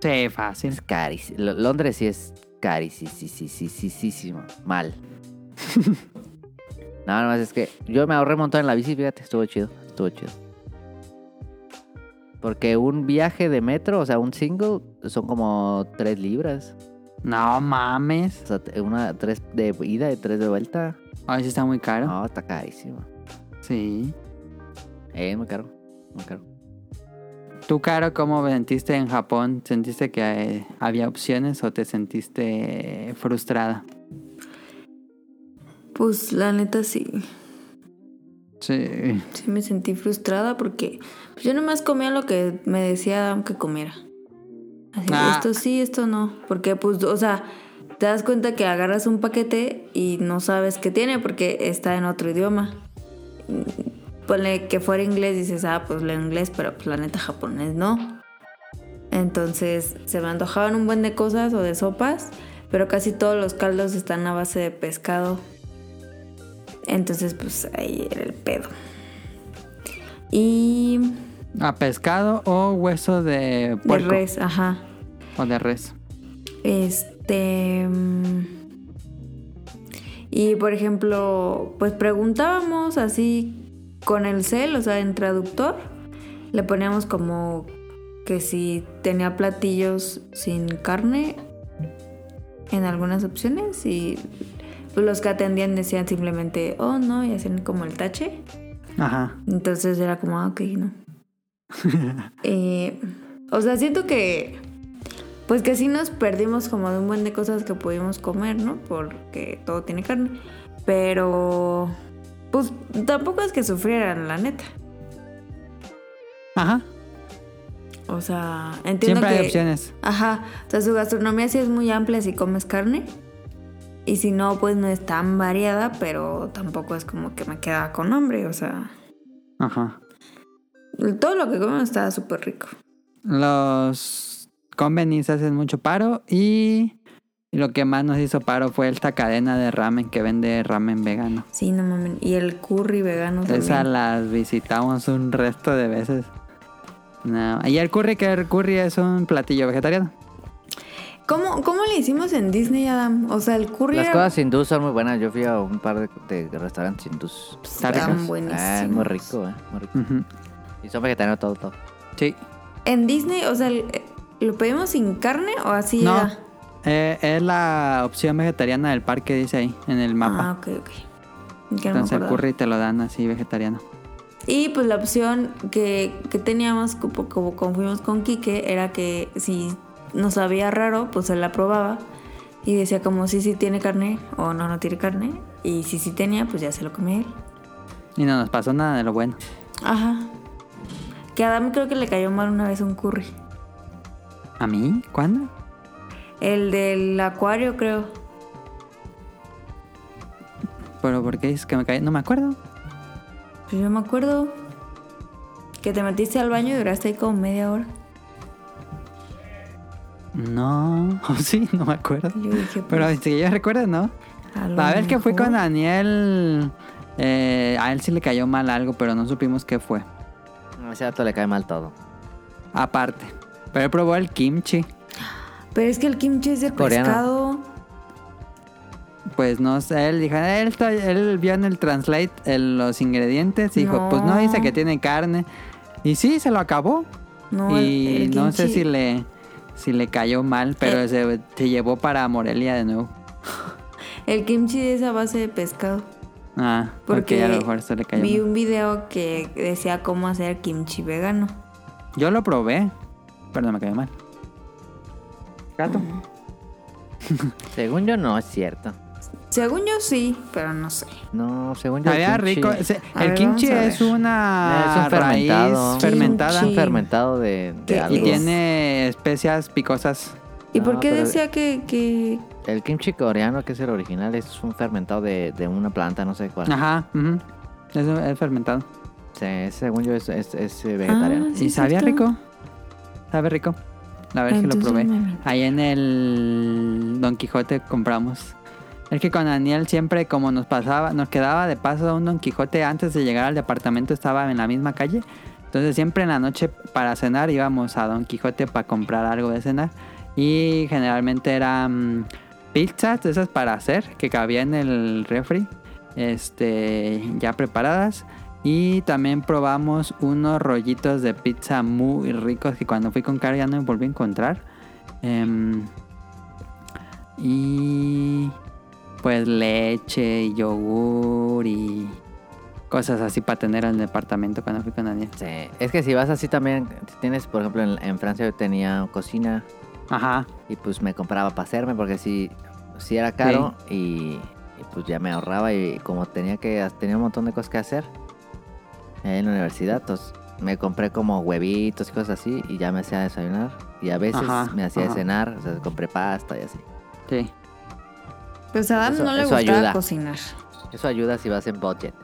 Sí, fácil.
Es carísimo. Londres sí es carísimo. Mal. Nada más es que yo me ahorré un montón en la bici, fíjate, estuvo chido, estuvo chido. Porque un viaje de metro, o sea, un single, son como 3 libras.
No mames.
O sea, una, 3 de ida y 3 de vuelta.
Ay, sí está muy caro.
No, está carísimo.
Sí.
Eh, muy caro, muy caro.
¿Tú, Caro, cómo sentiste en Japón? ¿Sentiste que eh, había opciones o te sentiste frustrada?
Pues la neta sí.
Sí.
Sí me sentí frustrada porque pues, yo nomás comía lo que me decía Adam que comiera. Así,
Ah.
esto sí, esto no. Porque, pues, o sea, te das cuenta que agarras un paquete y no sabes qué tiene porque está en otro idioma. Mm, Ponle que fuera inglés, dices, ah, pues leo inglés, pero pues la neta japonés no. Entonces se me antojaban un buen de cosas o de sopas, pero casi todos los caldos están a base de pescado. Entonces, pues ahí era el pedo. Y
¿A pescado o hueso de
de
puerco?
res, ajá.
O de res.
Este. mm, Y por ejemplo, pues preguntábamos así con el cel, o sea, en traductor, le poníamos como que si tenía platillos sin carne en algunas opciones y pues, los que atendían decían simplemente, oh no, y hacían como el tache.
Ajá.
Entonces era como, ah, ok, no. Eh, o sea, siento que. Pues que sí nos perdimos como de un buen de cosas que pudimos comer, ¿no? Porque todo tiene carne. Pero. Pues tampoco es que sufrieran, la neta.
Ajá.
O sea, entiendo
Siempre hay
que.
opciones.
Ajá. O sea, su gastronomía sí es muy amplia si comes carne. Y si no, pues no es tan variada, pero tampoco es como que me quedaba con hambre. O sea,
Ajá.
todo lo que comemos estaba súper rico.
Los convenies hacen mucho paro y lo que más nos hizo paro fue esta cadena de ramen que vende ramen vegano.
Sí, no mames. Y el curry vegano
Esa
también.
las visitamos un resto de veces. No. Y el curry, que el curry es un platillo vegetariano.
¿Cómo, ¿Cómo le hicimos en Disney, Adam? O sea, el curry
Las
era
cosas hindús son muy buenas. Yo fui a un par de, de restaurantes hindús.
Está
tan
ricas.
buenísimo.
Ah, es muy rico, eh. Muy rico.
Ujú.
Y son vegetarianos todo, todo.
Sí.
En Disney, o sea, el- eh, ¿lo pedimos sin carne o así
No.
era?
eh, es la opción vegetariana del parque, dice ahí, en el
Ah,
mapa.
ok, ok. Que no me
Entonces el
acordaba.
curry te lo dan así vegetariano.
Y pues la opción que, que teníamos, como, como, como fuimos con Quique, era que si nos sabía raro, pues él la probaba. Y decía como sí, sí tiene carne o no, no tiene carne. Y si sí tenía, pues ya se lo comía él.
Y no nos pasó nada de lo bueno.
Ajá. Que a Adam creo que le cayó mal una vez un curry.
¿A mí? ¿Cuándo?
El del acuario, creo.
¿Pero por qué dices que me caí? No me acuerdo.
Pues yo me acuerdo que te metiste al baño y duraste ahí como media hora.
No, oh, sí, no me acuerdo.
Yo dije,
Pero
pues,
si yo recuerdo, ¿no?
a lo
A ver que fue
mejor.
con Daniel. eh, a él sí le cayó mal algo, pero no supimos qué fue.
A ese dato le cae mal todo.
Aparte. Pero él probó el kimchi.
Pero es que el kimchi es de
Coreano.
pescado.
Pues no sé, él dijo, él, está- él vio en el translate el- los ingredientes y dijo, pues no dice
No.
que tiene carne. Y sí, se lo acabó.
No, el-
y
el
no sé
kimchi-
si le, si le cayó mal, pero
Eh.
se, se llevó para Morelia de nuevo.
El kimchi es a base de pescado.
Ah, porque
Porque
a lo mejor se le cayó
vi
mal.
un video que decía cómo hacer kimchi vegano.
Yo lo probé, pero no me cayó mal. Gato.
Según yo, no es cierto.
Según yo sí, pero no sé.
No, según yo. el
Había
kimchi-
rico. se-
A
el
ver,
kimchi
vamos a
es
ver.
una
Es un fermentado.
raíz fermentada
Kimchi.
fermentado de, de
¿Qué?
algo.
y tiene especias picosas.
¿Y
No,
por qué
pero-
decía que, que-
El kimchi coreano, que es el original, es un fermentado de, de una planta, no sé cuál.
Ajá, ujú. es, es fermentado.
Sí, según yo, es, es, es, eh, vegetariano.
Ah, sí,
y sabía
cierto.
rico. Sabe rico. La verdad es que lo
Entonces
probé.
me mentí.
Ahí en el Don Quijote compramos. Es que con Daniel siempre como nos pasaba, nos quedaba de paso a un Don Quijote antes de llegar al departamento estaba en la misma calle. Entonces siempre en la noche para cenar íbamos a Don Quijote para comprar algo de cenar. Y generalmente eran pizzas, de esas para hacer, que cabía en el refri, este, ya preparadas. Y también probamos unos rollitos de pizza muy ricos que cuando fui con Cara ya no volví a encontrar. Em, y pues leche y yogur y cosas así para tener en el departamento cuando fui con Daniel.
Sí, Es que si vas así también, tienes, por ejemplo, en, en Francia yo tenía cocina
Ajá.
y pues me compraba para hacerme porque si, si era caro y, y, pues ya me ahorraba y como tenía que tenía un montón de cosas que hacer ahí en la universidad, entonces me compré como huevitos y cosas así y ya me hacía desayunar y a veces
Ajá,
me hacía
ajá.
cenar, o sea, compré pasta y así.
Sí.
Pues a Adam
Eso-
no le
eso
gustaba
ayuda.
cocinar.
Eso ayuda si vas en budget.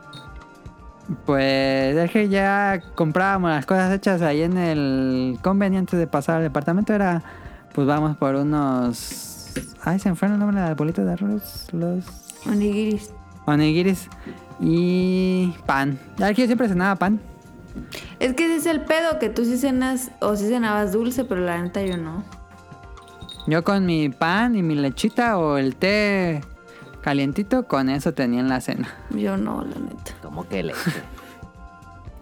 Pues es que ya comprábamos las cosas hechas ahí en el conveniente de pasar al departamento. Era, pues vamos por unos... Ay, se me fue el nombre de las bolitas de arroz. Los...
Onigiris.
Onigiris y pan. Ya que yo siempre cenaba pan.
Es que ese es el pedo, que tú sí cenas o sí cenabas dulce, pero la neta yo no.
Yo con mi pan y mi lechita o el té calientito, con eso tenía en la cena.
Yo no, la neta.
Como que leche.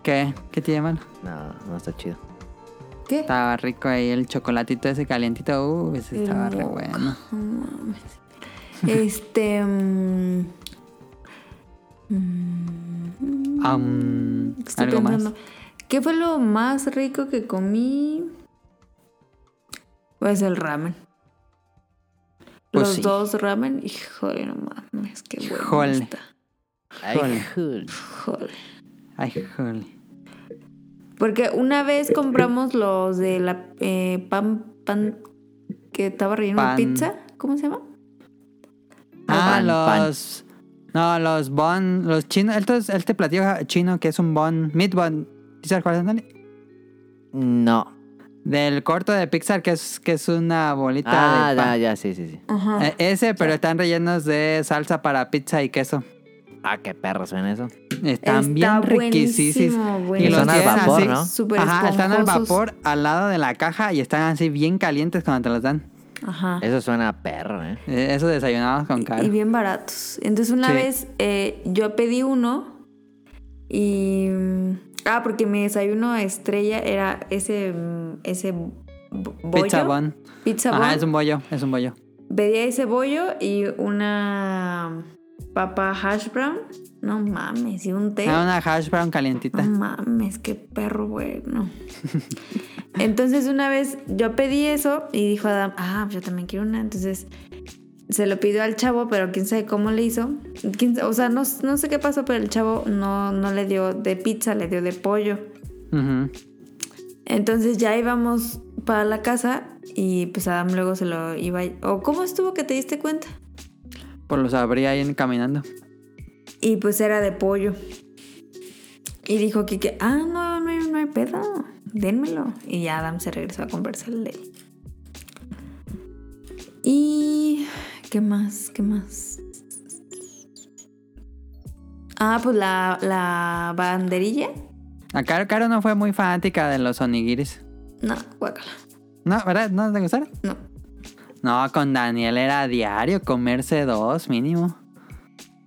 ¿Qué? ¿Qué tiene malo?
No, no está chido.
¿Qué?
Estaba rico ahí el chocolatito ese calientito. Uh, ese estaba re
Hermoso.
bueno.
No mames. Este... mm, mm,
Ah,
Am,
estoy
algo más.
pensando. ¿Qué fue lo más rico que comí? Pues el ramen.
Pues
Los
sí.
dos ramen. Híjole, no mames, qué bueno
Híjole.
está.
Ay,
Híjole.
jul.
Híjole.
Ay, jole.
Porque una
Eh,
vez compramos los de la eh, pan, pan que estaba relleno
Pan.
de pizza. ¿Cómo se llama?
Ah,
Pan, pan.
los. No, los bon. Los chinos. Este, es- este platillo chino que es un bon. Meat bon. ¿Sí sabes cuál es, Nelly?
No.
Del corto de Pixar que es, que es una bolita
Ah,
de pan.
ya, ya, sí, sí, sí.
Ajá.
Eh, ese, pero están rellenos de salsa para pizza y queso.
Ah, qué perros son eso.
Están bien
Está
riquísimos.
buenísimo,
Y los
Están al
tienen
vapor,
así.
¿no?
Súper
Ajá, están al
esponjosos.
vapor al lado de la caja y están así bien calientes cuando te los dan.
Ajá.
Eso suena a perro, ¿eh?
Eh, Eso desayunados con
Y
cara.
bien baratos. Entonces una
Sí.
vez eh, yo pedí uno y... mm, Ah, porque mi desayuno estrella era ese... mm, ese b- bollo.
Pizza bon.
Pizza
Ajá,
bun.
es un bollo, es un bollo.
Pedí ese bollo y una papa hash brown. No mames, y un té.
Ah, una hash brown calientita.
No mames, qué perro bueno. Entonces una vez yo pedí eso y dijo Adam, ah, yo también quiero una. Entonces se lo pidió al chavo, pero quién sabe cómo le hizo. Quién- o sea, no, no sé qué pasó, pero el chavo no, no le dio de pizza, le dio de pollo.
Ujú.
Entonces ya íbamos para la casa y pues Adam luego se lo iba... a- ¿O cómo estuvo que te diste cuenta?
Pues los abrí ahí en- caminando.
Y pues era de pollo. Y dijo Kike, ah, no, no hay, no hay pedo, dénmelo. Y ya Adam se regresó a comprarse el de él. Y... ¿Qué más? ¿Qué más? Ah, pues la, la banderilla.
A Ah, Caro, Caro no fue muy fanática de los onigiris.
No, guácala.
No, ¿verdad? ¿No te gustaron?
No.
No, con Daniel era diario comerse dos mínimo.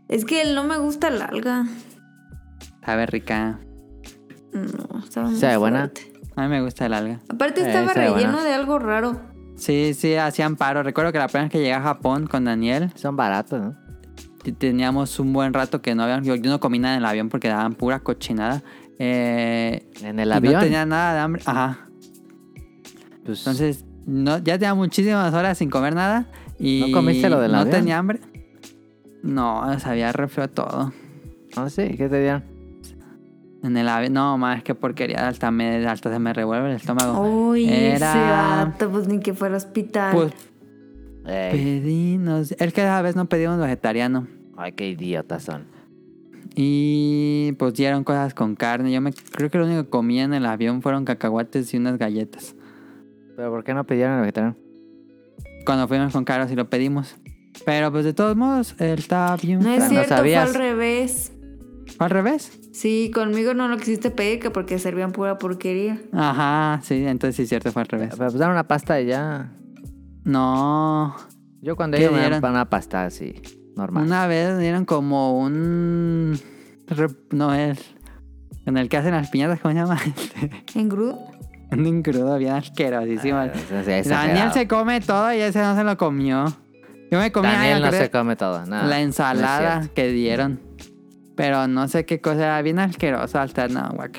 Es que no me gusta la alga.
Sabe rica.
No, estaba muy
¿Sabe buena?
fuerte.
A mí me gusta el alga.
Aparte
Eh,
estaba
sabe
relleno
buena.
de algo raro.
Sí, sí, hacían paro. Recuerdo que la primera vez que llegué a Japón con Daniel,
Son baratos, ¿no?
t- teníamos un buen rato que no habíamos... Yo, yo no comí nada en el avión porque daban pura cochinada. Eh,
En el
y
avión.
No tenía nada de hambre. Ajá.
pues,
Entonces, no, ya tenía muchísimas horas sin comer nada y...
¿No comiste lo del
No
avión?
tenía hambre. No, sabía re feo todo.
no sé, Ah, ¿qué te dieron?
En el avión, no, más que porquería, hasta, me, hasta se me revuelve el
Oh,
estómago.
Uy, ese
Era...
vato, pues ni que fuera hospital.
Pues
Ey,
pedí, no sé, es que esa vez no pedimos vegetariano.
Ay, qué idiotas son.
Y pues dieron cosas con carne. Yo me creo que lo único que comía en el avión fueron cacahuates y unas galletas.
¿Pero por qué no pidieron el vegetariano?
Cuando fuimos con Carlos y lo pedimos. Pero pues de todos modos, él estaba bien.
no es
flaco.
Fran, ¿no
cierto, fue
sabías?
al revés.
Al revés.
Sí, conmigo no lo quisiste pedir que porque servían pura porquería.
Ajá, sí, entonces sí, cierto, fue al revés.
Pero pues dan una pasta y ya.
No,
Yo cuando
¿Qué
ellos me dan
dieron?
pa- una pasta así, normal. Ah,
una vez dieron como un. rep- No es. En el que hacen las piñatas, ¿cómo se llama?
¿En grudo?
un engrudo bien asquerosísimo.
Ah, es- es- es
Daniel
exagerado.
se come todo y ese no se lo comió. Yo me comí
Daniel
ay, me
no se
acordé,
come todo, nada.
la ensalada
Ah, No es
que dieron. Pero no sé qué cosa era bien asquerosa. Hasta no, guac.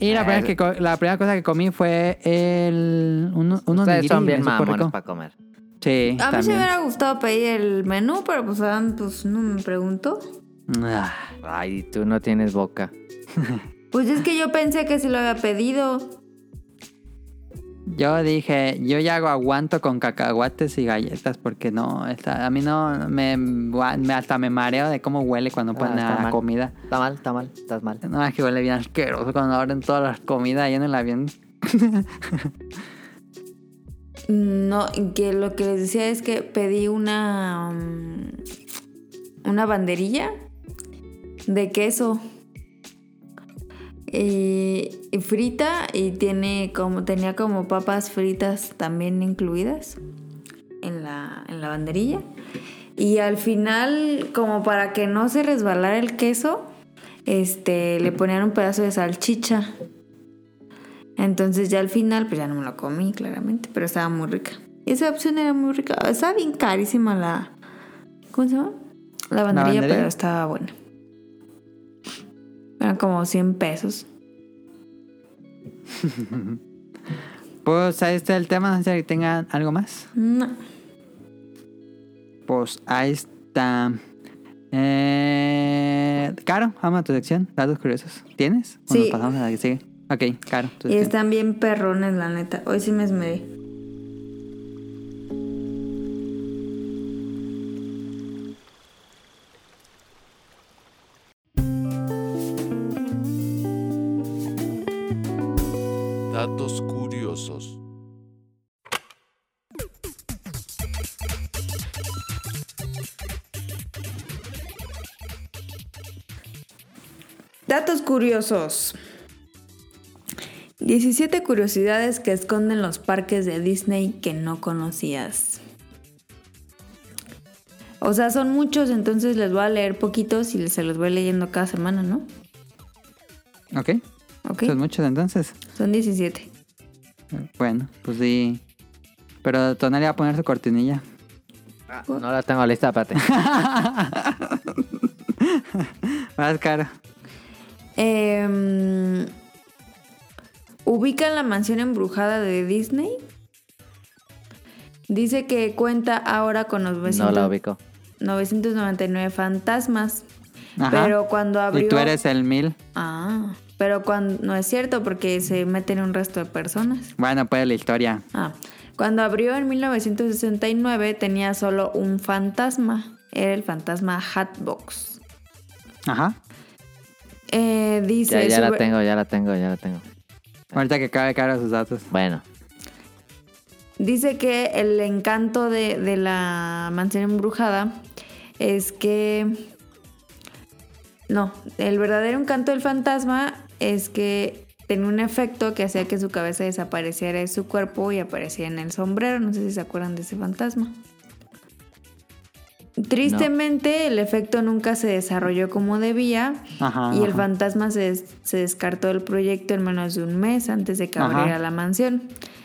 Y la
Ah,
primera,
es-
que co- la primera cosa que comí fue el. Un, un
Ustedes son
onigiri, me
bien
supo
mamones
rico.
para comer.
Sí,
A mí se me
también.
hubiera gustado pedir el menú, pero pues Adam pues no me preguntó.
Ah.
Ay, tú no tienes boca.
Pues es que yo pensé que sí lo había pedido.
Yo dije, yo ya hago aguanto con cacahuates y galletas porque no, está- a mí no, me, me- hasta me mareo de cómo huele cuando
Ah,
ponen a
está
la
mal.
comida.
Está mal, está mal, estás mal.
No, es que huele bien asqueroso cuando abren todas las comidas ahí en el avión.
No, que lo que les decía es que pedí una. mm, una banderilla de queso. Y, y frita y tiene como tenía como papas fritas también incluidas en la, en la banderilla y al final como para que no se resbalara el queso este le ponían un pedazo de salchicha entonces ya al final, pues ya no me lo comí, claramente, pero estaba muy rica. Esa opción era muy rica. Estaba bien carísima la... ¿Cómo se llama? La banderilla,
banderilla?
pero estaba buena. Eran como 100 pesos.
Pues ahí está el tema, no sé si tengan algo más.
No.
Pues ahí está. Eh, Caro, vamos a tu sección, datos curiosos. ¿Tienes? ¿O
Sí.
nos pasamos a la que sigue? Ok, Caro, tu
Y
sección.
están bien perrones, la neta. Hoy sí me esmeré.
Datos curiosos.
Datos curiosos. 17 curiosidades que esconden los parques de Disney que no conocías. O sea, son muchos, entonces les voy a leer poquitos y se los voy leyendo cada semana, ¿no?
Ok,
¿Ok?
son muchos entonces.
Son 17.
Bueno, pues sí. Pero Tonali va a poner su cortinilla.
Ah, No la tengo lista, espérate.
Más caro.
Eh, ¿Ubican la mansión embrujada de Disney? Dice que cuenta ahora con los
No
900
la ubico.
999 fantasmas.
Ajá.
Pero cuando abrió.
Y tú eres el mil.
Ah, pero cuando. No es cierto, porque se meten un resto de personas.
Bueno, pues la historia.
Ah, cuando abrió en 1969 tenía solo un fantasma. Era el fantasma Hatbox.
Ajá.
Eh, dice.
Ya, ya la
sobre-
tengo, ya la tengo, ya la tengo.
Ahorita que acabe Caro sus datos.
Bueno,
Dice que el encanto de, de la mansión embrujada es que... No, el verdadero encanto del fantasma es que tenía un efecto que hacía que su cabeza desapareciera de su cuerpo y aparecía en el sombrero. No sé si se acuerdan de ese fantasma. Tristemente, el efecto nunca se desarrolló como debía
Ajá,
y el
ajá.
fantasma se, des- se descartó del proyecto en menos de un mes antes de que
Ajá.
abriera la mansión.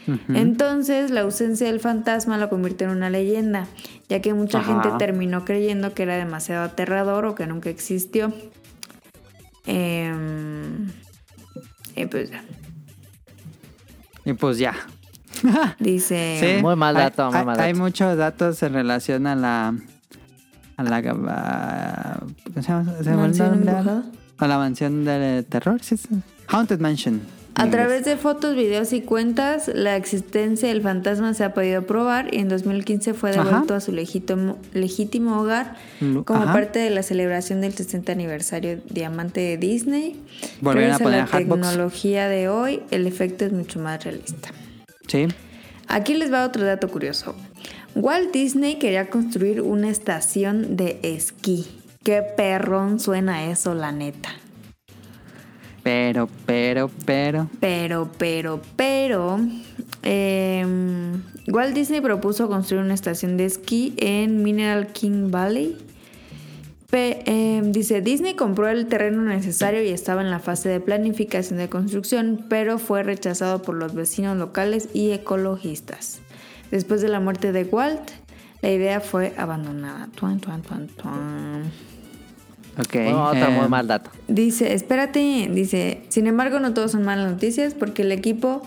Ujú.
Entonces, la ausencia del fantasma lo convirtió en una leyenda, ya que mucha
Ajá.
gente terminó creyendo que era demasiado aterrador o que nunca existió. Em, y pues ya.
Y pues ya.
Dice.
Ah, Sí.
Muy mal
Eh, Hay-
dato, muy
hay,
mal dato.
hay muchos datos en relación a la. A la. a- ¿Cómo se llama? ¿Se llama el
¿Mansión
nombre?
embrujada?
A la mansión del terror, sí. sí. Haunted Mansion.
A través de fotos, videos y cuentas, la existencia del fantasma se ha podido probar y en 2015 fue
Ajá.
devuelto a su legítimo, legítimo hogar
Lu-
como
ajá.
parte de la celebración del 60 aniversario diamante de Disney.
Volvieron a
Gracias
poner
la
a Hatbox.
tecnología de hoy, el efecto es mucho más realista.
Sí.
Aquí les va otro dato curioso. Walt Disney quería construir una estación de esquí. Qué perrón suena eso, la neta.
Pero, pero, pero.
Pero, pero, pero. em, Walt Disney propuso construir una estación de esquí en Mineral King Valley. Pe- em, dice, Disney compró el terreno necesario y estaba en la fase de planificación de construcción, pero fue rechazado por los vecinos locales y ecologistas. Después de la muerte de Walt, la idea fue abandonada. Tuan, tuan, tuan, tuan.
Ok.
bueno, otro
eh,
muy mal dato.
Dice, espérate, dice, sin embargo no todos son malas noticias porque el equipo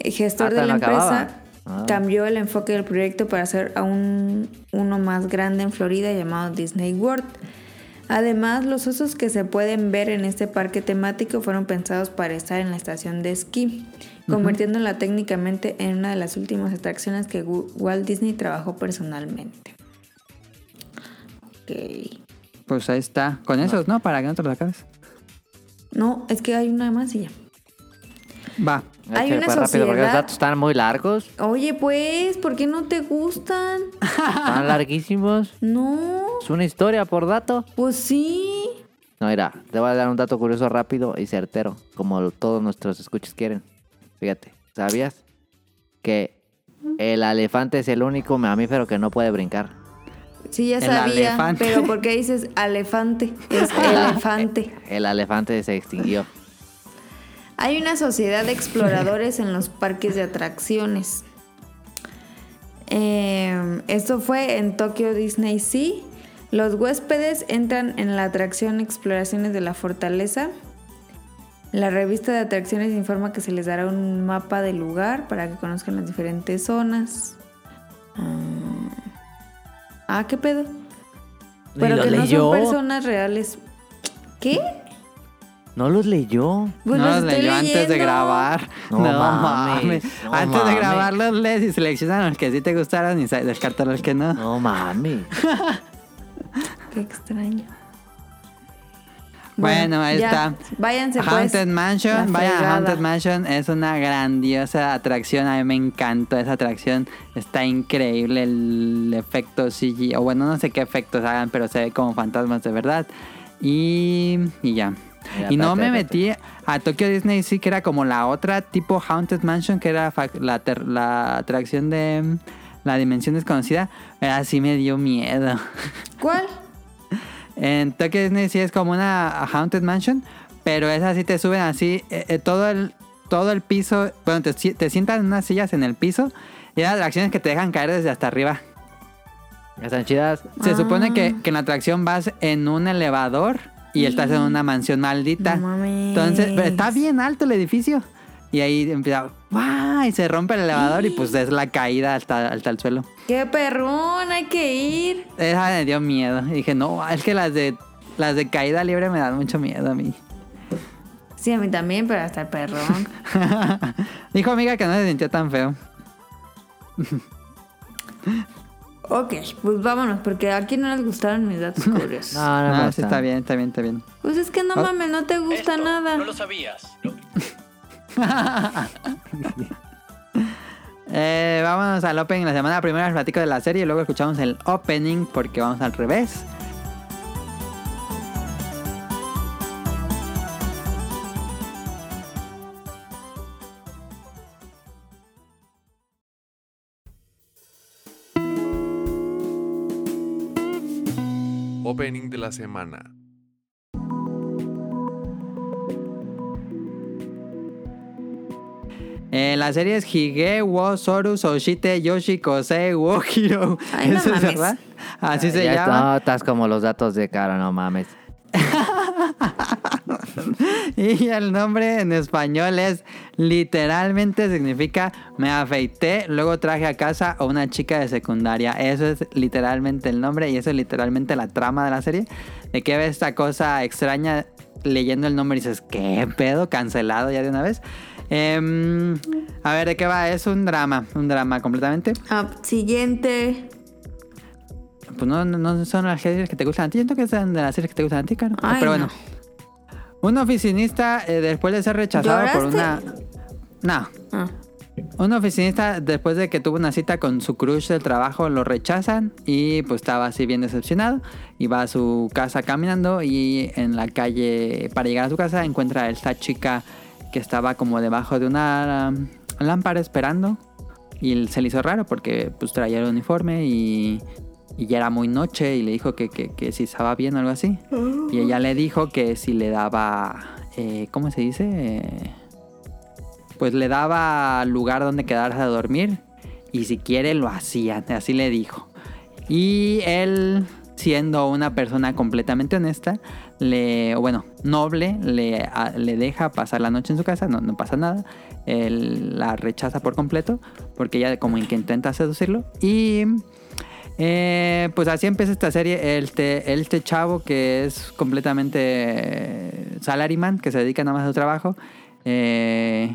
eh, gestor
Ah,
de la
todavía no
empresa
acababa. Ah.
cambió el enfoque del proyecto para hacer aún uno más grande en Florida llamado Disney World. Además, los osos que se pueden ver en este parque temático fueron pensados para estar en la estación de esquí, convirtiéndola técnicamente en una de las últimas atracciones que Gu- Walt Disney trabajó personalmente. Ok.
Pues ahí está. Con esos, ¿no? Para que no te los acabes.
No, es que hay una más y ya.
Va.
Hay
Échale,
una
pues, rápido, porque los
sociedad-
datos están muy largos,
Oye, pues, ¿por qué no te gustan?
están larguísimos.
No,
Es una historia por dato.
pues sí.
No, mira, te voy a dar un dato curioso rápido y certero, como lo- todos nuestros escuchas quieren. Fíjate, ¿sabías que el elefante es el único mamífero que no puede brincar?
Sí, ya
El
sabía.
elefante.
Pero ¿por qué dices elefante? Es elefante.
El elefante se extinguió.
Hay una sociedad de exploradores en los parques de atracciones. Eh, esto fue en Tokyo Disney Sea. Los huéspedes entran en la atracción Exploraciones de la Fortaleza. La revista de atracciones informa que se les dará un mapa del lugar para que conozcan las diferentes zonas. Ah, ah, ¿qué pedo?
Ni
Pero
lo
que
leyó.
no son personas reales. ¿Qué?
No los leyó.
Pues
no
los
los
estoy
leyó antes de
leyendo.
grabar.
No
No,
mames,
mames.
no
antes
mames.
de grabar los lees y seleccionan los que sí te gustaron y sa- descartan los que no.
No mami.
Qué extraño.
Bueno, ahí
ya.
está.
Váyanse pues.
Haunted Mansion,
La
vayan a
fregada.
Haunted Mansion, es una grandiosa atracción, a mí me encantó esa atracción, está increíble el efecto CG, o bueno, no sé qué efectos hagan, pero se ve como fantasmas de verdad. Y, y ya.
Mira,
y no
espérate,
me
espérate.
metí a Tokyo Disney, sí que era como la otra tipo Haunted Mansion, que era fa- la, ter- la atracción de mm, la dimensión desconocida, así me dio miedo.
¿Cuál?
En Tokyo Disney sí es como una Haunted Mansion, pero esa sí te suben así eh, eh, todo el todo el piso, bueno, te, si- te sientan en unas sillas en el piso y hay atracciones que te dejan caer desde hasta arriba.
Están chidas.
Se
Ah.
supone que, que en la atracción vas en un elevador y estás en una mansión maldita. pues,
No mames.
Entonces, pero está bien alto el edificio. Y ahí empieza, ¡guau! Y se rompe el elevador y pues es la caída hasta, hasta el suelo.
¡Qué perrón! Hay que ir.
Esa me dio miedo. Y dije, no, es que las de las de caída libre me dan mucho miedo a mí.
Sí, a mí también, pero hasta el perrón.
Dijo amiga que no se sintió tan feo.
ok, pues vámonos, porque aquí no les gustaron mis datos curiosos.
No, no,
No,
me
Ah, sí,
gusta.
está bien, está bien, está bien.
Pues es que no
Ah.
mames, no te gusta
Esto
nada.
No lo sabías. No.
Eh, vámonos al opening de la semana. Primero les platico de la serie, luego escuchamos el opening porque vamos al revés.
Opening de la semana.
Eh, la serie es Hige wo Soru Soshite Yoshi Kosei wo Hiro.
Ay, no
Eso es
mames.
verdad. Así
Ya
se
está-
llama.
No, estás como los datos de cara, no mames.
Y el nombre en español es literalmente significa me afeité, luego traje a casa a una chica de secundaria. Eso es literalmente el nombre y eso es literalmente la trama de la serie. De que ve esta cosa extraña leyendo el nombre y dices, ¿qué pedo? Cancelado ya de una vez. Em, a ver, ¿de qué va? Es un drama, un drama completamente.
Ah, siguiente.
Pues no, no- no son las series que te gustan a ti. Yo creo que son de las series que te gustan a ti, Caro.
Ay,
Ah, Pero bueno. Un oficinista, eh, después de ser rechazado por una.
¿Lloraste?
No.
Ah.
Un oficinista, después de que tuvo una cita con su crush del trabajo, lo rechazan y pues estaba así bien decepcionado. Y va a su casa caminando y en la calle, para llegar a su casa, encuentra a esta chica que estaba como debajo de una um, lámpara esperando. Y se le hizo raro porque pues traía el uniforme y, y ya era muy noche y le dijo que, que- que si estaba bien o algo así. Y ella le dijo que si le daba, eh, ¿cómo se dice? Eh, pues le daba lugar donde quedarse a dormir y si quiere lo hacían, así le dijo. Y él, siendo una persona completamente honesta, le, o bueno, noble, le, a- le deja pasar la noche en su casa, no, no pasa nada. Él la rechaza por completo porque ella como que intenta seducirlo y eh, pues así empieza esta serie. El te- el te chavo que es completamente eh, salaryman, que se dedica nada más a su trabajo, eh,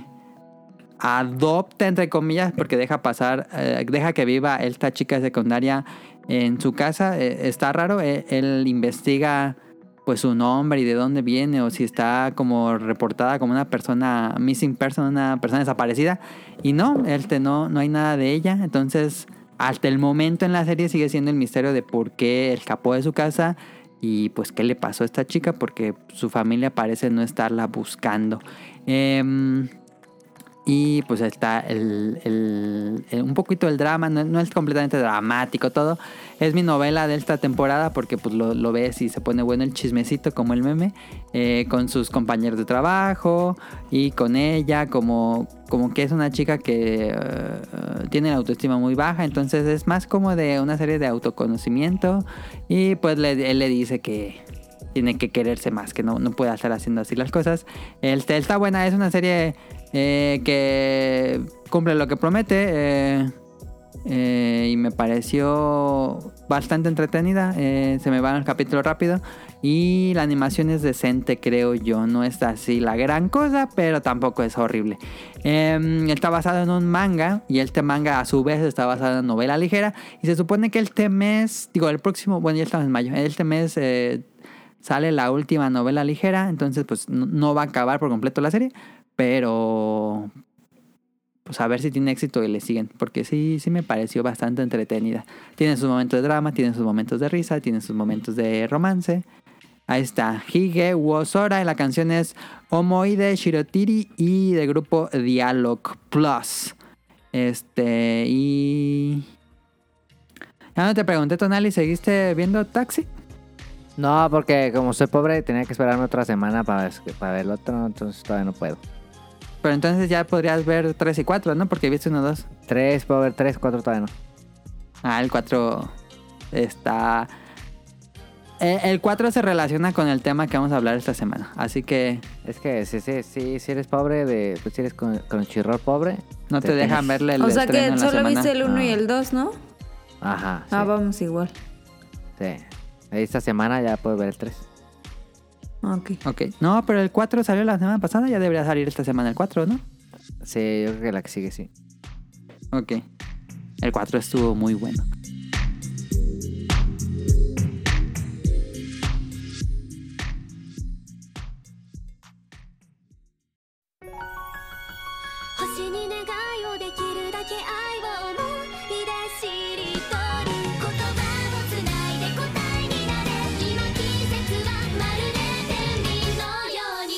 adopta, entre comillas, porque deja pasar, eh, deja que viva esta chica secundaria en su casa. Eh, está raro, eh, él investiga pues su nombre y de dónde viene o si está como reportada como una persona missing person, una persona desaparecida. Y no, este no, no hay nada de ella. Entonces, hasta el momento en la serie sigue siendo el misterio de por qué escapó de su casa y pues qué le pasó a esta chica porque su familia parece no estarla buscando. Em, y pues está el, el- el- un poquito el drama, no, no es completamente dramático todo. Es mi novela de esta temporada porque pues lo, lo ves y se pone bueno el chismecito como el meme, eh, con sus compañeros de trabajo y con ella, como, como que es una chica que eh, tiene la autoestima muy baja, entonces es más como de una serie de autoconocimiento y pues le- él le dice que, tiene que quererse más, que no, no puede estar haciendo así las cosas. El, está está buena, es una serie eh, que cumple lo que promete eh, eh, y me pareció bastante entretenida. eh, se me van los capítulos rápido y la animación es decente, creo yo. No es así la gran cosa, pero tampoco es horrible. Eh, está basado en un manga y este manga a su vez está basado en novela ligera y se supone que este mes, digo, el próximo, bueno, ya estamos en mayo, este mes... eh, sale la última novela ligera, entonces pues no, no va a acabar por completo la serie, pero pues a ver si tiene éxito y le siguen, porque sí, sí me pareció bastante entretenida. Tiene sus momentos de drama, tiene sus momentos de risa, tiene sus momentos de romance. Ahí está, Hige Wosora, y la canción es Omoide Shirotiri y del grupo Dialog Plus. Este, y... Ya no te pregunté, Tonali, ¿seguiste viendo Taxi?
No, porque como soy pobre, tenía que esperarme otra semana para, para ver el otro, entonces todavía no puedo.
Pero entonces ya podrías ver 3 y 4, ¿no? Porque viste uno, dos.
Tres, puedo ver tres, cuatro todavía no.
Ah, el 4 está Eh, El 4 se relaciona con el tema que vamos a hablar esta semana. Así que
Es que si, si, si, si eres pobre, de, pues si eres con, con el chirror pobre.
no te dejan
tienes-
verle el
o sea
estreno en
que
la
solo
semana.
viste el 1 y
Ah.
el 2, ¿no?
Ajá. Sí,
Ah, vamos igual.
sí. Esta semana ya puedes ver el 3.
Ok.
Ok. No, pero el 4 salió la semana pasada. Ya debería salir esta semana el 4, ¿no?
Sí, yo creo que la que sigue sí.
Ok. El 4 estuvo muy bueno.
「星に願いをできるだけ愛は思い出しりとり」「言葉をつないで答えになれ」「今季節はまるで天秤のように」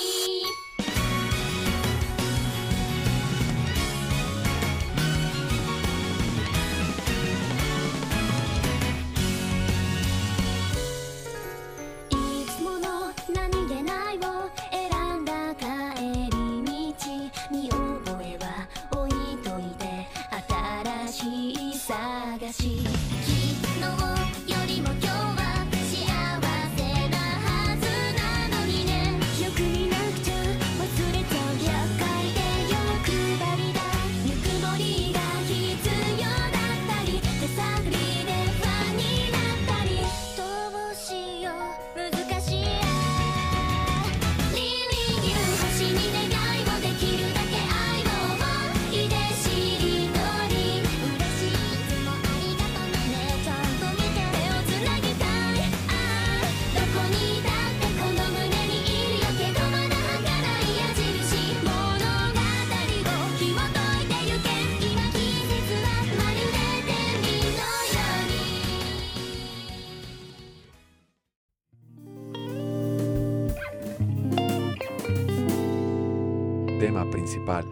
いつもの何気ないを選んだ帰り道見覚えは置いといて新しい探し昨日よりも今日は幸せなはずなのにねよく見なくちゃ忘れちゃう厄介で欲張りだぬくもりが必要だったり手探りでファンになったりどうしよう難しいや Living you 星に願いをできるだけ愛を思い出しりとり嬉しいいつもありがとうねちゃんと見て手をつなぎたいああどこにだってこの胸にいるよけどまだ儚い矢印物語を紐解いてゆけ今季節はまるで天秤のように
Tema principal.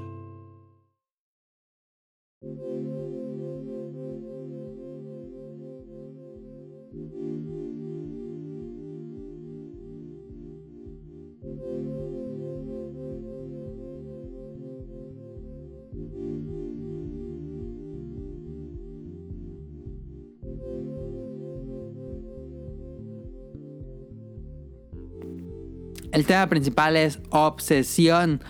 El tema principal es obsesión.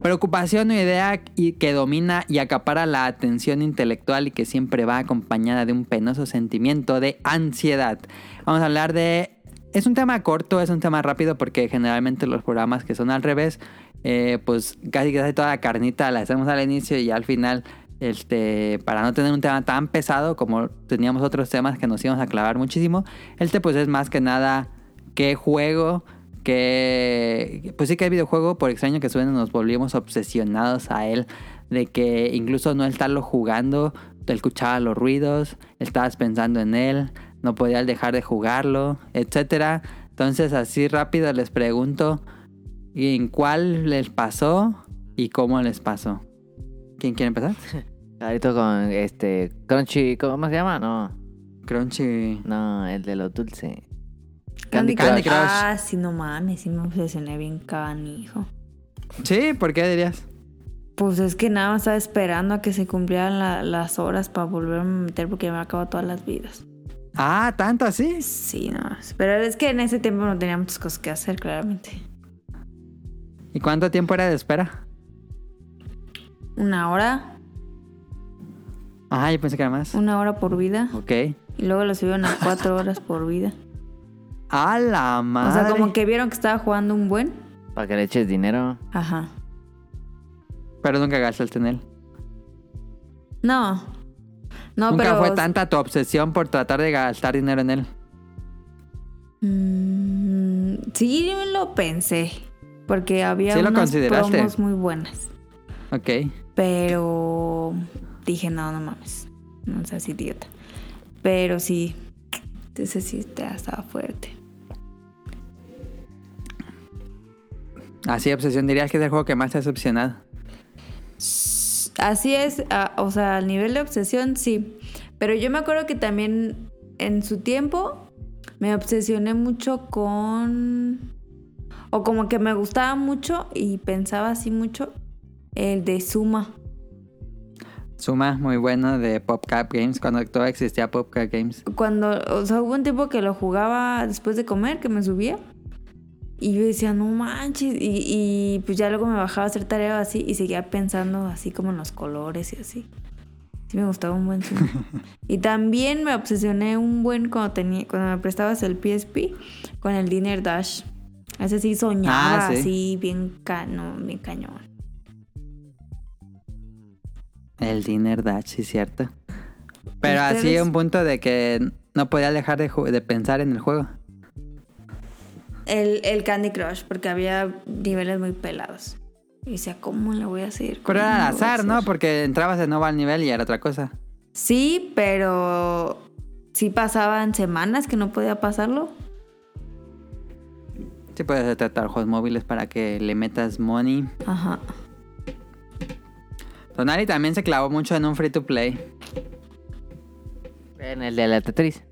Preocupación o idea y- que domina y acapara la atención intelectual y que siempre va acompañada de un penoso sentimiento de ansiedad. Vamos a hablar de... Es un tema corto, es un tema rápido porque generalmente los programas que son al revés, eh, pues casi casi toda la carnita la hacemos al inicio y al final, este, para no tener un tema tan pesado como teníamos otros temas que nos íbamos a clavar muchísimo, este pues es más que nada qué juego, que pues sí que el videojuego, por extraño que suene, nos volvimos obsesionados a él, de que incluso no estarlo jugando, te escuchaba los ruidos, estabas pensando en él, no podías dejar de jugarlo, etcétera. Entonces así rápido les pregunto, ¿en cuál les pasó y cómo les pasó? ¿Quién quiere empezar?
Ahorita con este. Crunchy. ¿Cómo se llama? No.
Crunchy.
No, el de los dulces.
Candy Crush.
Ah, sí, no mames, sí me obsesioné bien canijo.
Sí, ¿por qué dirías?
Pues es que nada más estaba esperando a que se cumplieran la- las horas para volverme a meter porque ya me acabado todas las vidas.
Ah, tanto así.
Sí, nada más. Pero es que en ese tiempo no tenía muchas cosas que hacer, claramente.
¿Y cuánto tiempo era de espera?
Una hora,
Ah, yo pensé que era más.
una hora por vida.
Ok.
Y luego lo subieron a cuatro horas por vida.
A la
Ah. O
madre.
sea, como que vieron que estaba jugando un buen.
Para que le eches dinero.
Ajá.
Pero nunca gastaste en él.
No. No,
nunca
pero.
fue tanta tu obsesión por tratar de gastar dinero en él.
Mm, sí, lo pensé. Porque había
Sí lo
unas
consideraste.
promos muy buenas.
Ok.
Pero dije, no, no mames. No seas idiota. Pero sí. Entonces sí te- estaba fuerte.
Así obsesión dirías que es el juego que más te has obsesionado.
Así es, ah, o sea, al nivel de obsesión, sí. Pero yo me acuerdo que también en su tiempo me obsesioné mucho con... O como que me gustaba mucho y pensaba así mucho el de Suma.
Suma, muy bueno de PopCap Games. Cuando todavía existía PopCap Games.
Cuando, o sea, hubo un tiempo que lo jugaba después de comer, que me subía. Y yo decía, no manches. Y, y pues ya luego me bajaba a hacer tarea o así y seguía pensando así como en los colores y así. Sí, me gustaba un buen Zuma. y también me obsesioné un buen cuando, tenía, cuando me prestabas el PSP con el Dinner Dash. Ese sí soñaba
Ah, sí.
así, bien, cano, bien cañón.
El Dinner Dash, sí, cierto. Pero así
¿Ustedes?
un punto de que no podía dejar de, ju- de pensar en el juego.
El, el Candy Crush, porque había niveles muy pelados. Y decía, ¿cómo le voy a hacer?
Pero
¿Cómo
era al
le voy a
azar, ¿no?
hacer?
Porque entrabas de nuevo al nivel y era otra cosa.
Sí, pero sí pasaban semanas que no podía pasarlo.
Sí puedes tratar juegos móviles para que le metas money.
Ajá.
Tonali también se clavó mucho en un free to play.
En el de la Tetris.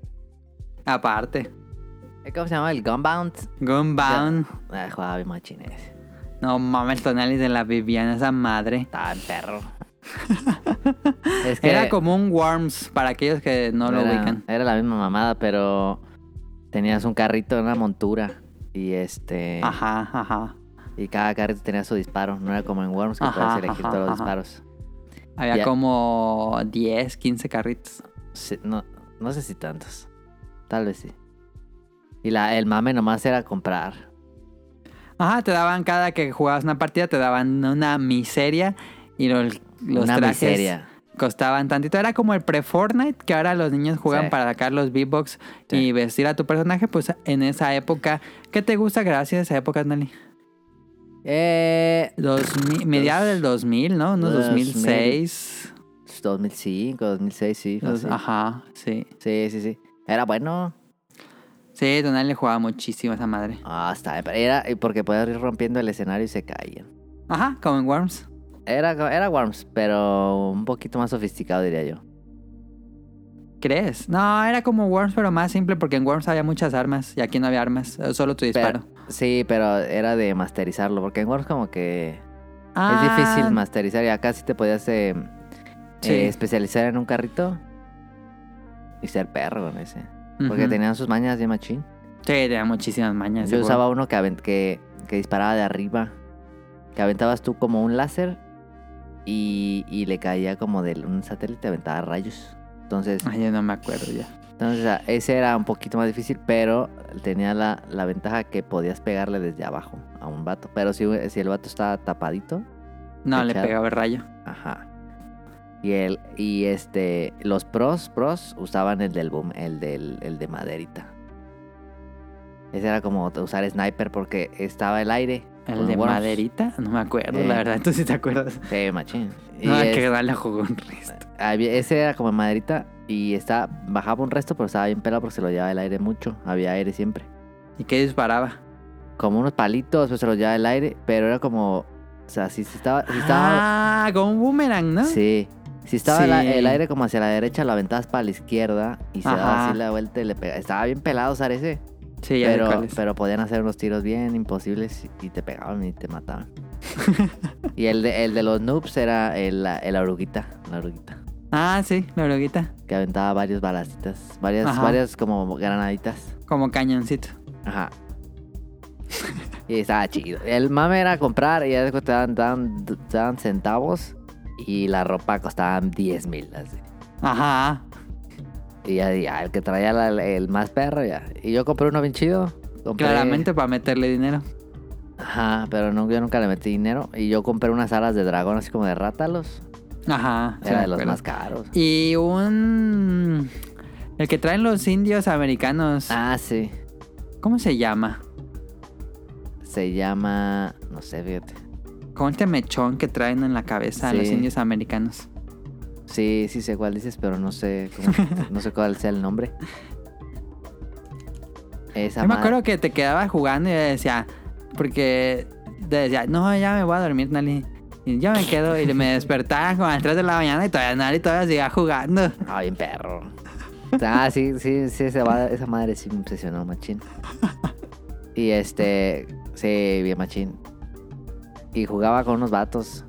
Aparte.
Eh, ¿Cómo se llama? El Gunbound.
Gunbound.
Ah, jugaba bien machines.
No mames, Tonali de la Viviana, esa madre.
Estaba en perro. es
Era como un Worms para aquellos que no lo
era,
ubican.
era la misma mamada, pero tenías un carrito, una montura. Y este.
Ajá, ajá.
Y cada carrito tenía su disparo. No era como en Worms que
Ajá,
puedes elegir
ajá,
todos los
ajá.
disparos.
Había
Ya.
como 10, 15 carritos.
Sí, no, no sé si tantos. Tal vez sí. Y la, el mame nomás era comprar.
Ajá, te daban cada que jugabas una partida, te daban una miseria y los, los
una
trajes
miseria.
costaban tantito. Era como el pre-Fortnite que ahora los niños juegan
Sí.
para sacar los V-Bucks
Sí.
y vestir a tu personaje. Pues en esa época, ¿qué te gusta gracias a esa época, Nelly?
Eh,
Dos mi- mediados del 2000, ¿no? Unos 2006.
Pues, 2005, 2006, sí.
Los-
fácil.
ajá, sí.
Sí, sí, sí. Era bueno.
Sí, Don le jugaba muchísimo a esa madre.
Ah, está. bien, pero Era porque podías ir rompiendo el escenario y se caían.
Ajá, como en Worms.
Era, co- era Worms, pero un poquito más sofisticado, diría yo.
¿Crees? No, era como Worms, pero más simple porque en Worms había muchas armas y aquí no había armas, eh, solo tu disparo.
Pero- sí, pero era de masterizarlo, porque en Worms como que
Ah,
es difícil masterizar y acá sí te podías eh,
Sí.
eh, especializar en un carrito y ser perro con ese.
ujú.
Porque tenían sus mañas de machín.
Sí, tenía muchísimas mañas.
Yo
ese
usaba
juego.
uno que, aven- que, que disparaba de arriba. Que aventabas tú como un láser y, y le caía como de un satélite, aventaba rayos. Entonces,
Ay, yo no me acuerdo ya.
entonces a- ese era un poquito más difícil, pero tenía la, la ventaja que podías pegarle desde abajo a un vato. Pero si, si el vato estaba tapadito,
No, le
Echado.
pegaba el rayo.
ajá. Y el, y este, los pros, pros usaban el del boom, el del, el de maderita. Ese era como usar sniper porque estaba el aire.
¿El
con
de
Worms.
maderita? No me acuerdo,
Eh.
la verdad. Tú sí te acuerdas.
Sí, machín. Y
No,
es-
que no la jugó un resto.
había- ese era como en maderita y está, bajaba un resto, pero estaba bien pelado porque se lo llevaba el aire mucho. Había aire siempre.
¿Y qué disparaba?
Como unos palitos, pues se lo llevaba el aire, pero era como. O sea, si, si estaba. Si estaba
Ah, con un boomerang, ¿no?
Sí. Si estaba la-
Sí.
el aire como hacia la derecha, lo aventabas para la izquierda y se daba
Ajá.
así la vuelta y le pegaba. Estaba bien pelado usar ese.
Sí, ya sé
Pero,
cuál es.
pero podían hacer unos tiros bien imposibles y te pegaban y te mataban. y el de, el de los noobs era el, la, el oruguita. La oruguita.
Ah, sí, la droguita.
que aventaba varios balacitas, varias,
Ajá.
varias como granaditas.
Como cañoncito.
Ajá. y estaba chido. El mame era comprar y ya después te daban, daban- te daban centavos y la ropa costaba 10 mil. así.
Ajá.
Y ya, ya, el que traía la- el más perro ya. Y yo compré uno bien chido. compré-
Claramente para meterle dinero.
Ajá, pero no, yo nunca le metí dinero. Y yo compré unas alas de dragón así como de rátalos.
Ajá. sí
Era
me
de los
acuerdo.
más caros.
Y un... El que traen los indios americanos.
Ah, sí.
¿Cómo se llama?
Se llama... No sé, fíjate.
Con este mechón que traen en la cabeza
Sí.
los indios americanos.
Sí, sí sé cuál dices, pero no sé cómo- no sé cuál sea el nombre. Esa
Yo me
madre-
acuerdo que te quedabas jugando y yo decía, porque te decía, no, ya me voy a dormir, Nali. Y yo me quedo y me despertaba como a las 3 de la mañana y todavía Nali todavía seguía jugando.
Ah, bien perro. Ah, sí, sí, sí, esa, va- esa madre sí me impresionó, machín. Y este, sí, bien machín. Y jugaba con unos vatos.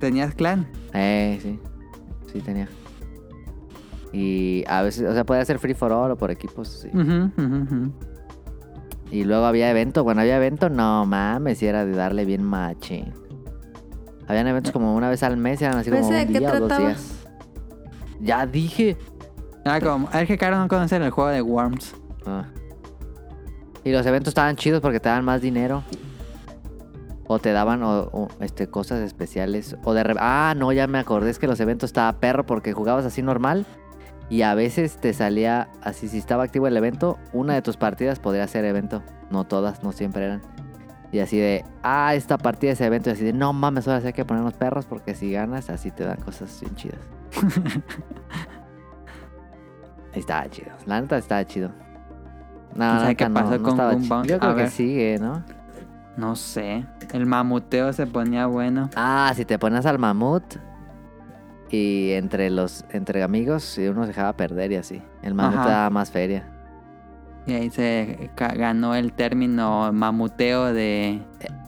Tenías clan.
Eh, sí. Sí tenía. Y a veces, o sea, podía ser free for all o por equipos. sí.
Ujú, ujú, ujú.
Y luego había evento. Cuando había evento, no mames, si era de darle bien machín. Habían eventos como una vez al mes, eran así
¿Pero
como
ese Pues,
un
de qué
día o dos
trataba?
días. Ya dije.
Era como, es que Caro no conoce el juego de Worms.
Ah. Y los eventos estaban chidos porque te daban más dinero. O te daban o- o, este, cosas especiales. O de re- Ah, no, ya me acordé. Es que los eventos estaba perro porque jugabas así normal. Y a veces te salía así. Si estaba activo el evento, una de tus partidas podría ser evento. No todas, no siempre eran. Y así de, ah, esta partida es evento. Y así de, no mames, ahora sí hay que ponernos perros porque si ganas, así te dan cosas bien chidas. estaba chido. La neta estaba chido. No,
¿Quién
la
sabe
neta
qué
no,
pasó
no
con
estaba
Boom
chido.
Bang?
Yo
A
creo que
ver.
sigue, ¿no?
No sé. El mamuteo se ponía bueno.
Ah, si te ponías al mamut y entre los entre amigos y uno se dejaba perder y así. El mamut
Ajá.
te daba más feria.
Y ahí se ca- ganó el término mamuteo de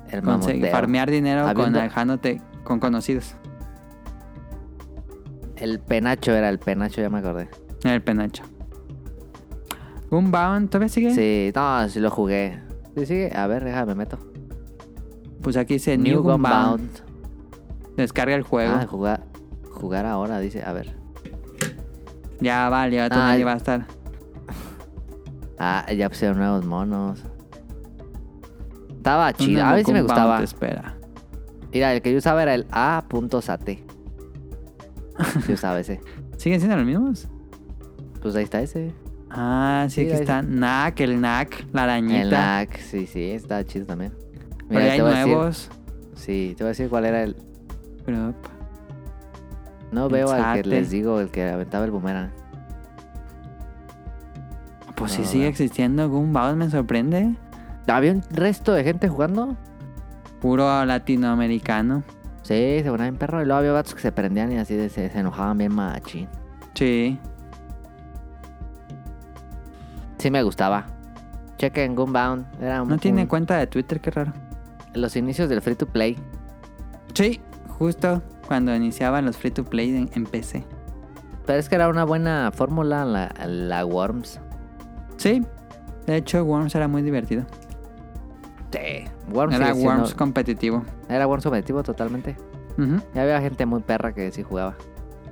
El
conse-
mamuteo.
farmear dinero con
Habiendo-
alejándote con conocidos.
El penacho era el penacho, ya me acordé.
El penacho. Bound ¿todavía sigue?
Sí, no, sí lo jugué. Sí, sigue. A ver, déjame meto.
Pues aquí dice New, Gunbound. Descarga el juego.
Ah, jugar, jugar ahora, dice. A ver.
ya valió, tú
Ah,
nadie
el-
va a estar.
Ah, ya pusieron nuevos monos. Estaba
Un
chido.
nuevo
A ver si me
Gunbound
gustaba.
te espera.
Mira, el que yo usaba era el A.sate. Yo usaba ese.
¿Siguen siendo los mismos?
Pues ahí está ese.
Ah, sí,
Sí,
aquí
ahí
está. Knack, el Knack, la arañita.
El NAC, sí, sí, está chido también.
Pero ya hay
voy a decir-
nuevos.
sí, te voy a decir cuál era el.
Pero-
No veo al
Pensate.
que les digo, el que aventaba el boomerang.
Pues sí
No,
sigue
no.
existiendo Gunbound, me sorprende.
¿Había un resto de gente jugando?
Puro latinoamericano.
Sí, se ponían perro. Y luego había vatos que se prendían y así de- se, se enojaban bien machín.
Sí.
Sí, me gustaba. Chequen Gunbound. Era un,
No tiene
un-
cuenta de Twitter, qué raro.
Los inicios del free to play.
Sí, justo cuando iniciaban los free to play en, en PC.
Pero es que era una buena fórmula la, la Worms.
Sí, de hecho Worms era muy divertido.
Sí. Worms
Era
sigue siendo-
Worms competitivo.
era Worms competitivo totalmente.
Ujú,
Ya había gente muy perra que sí jugaba.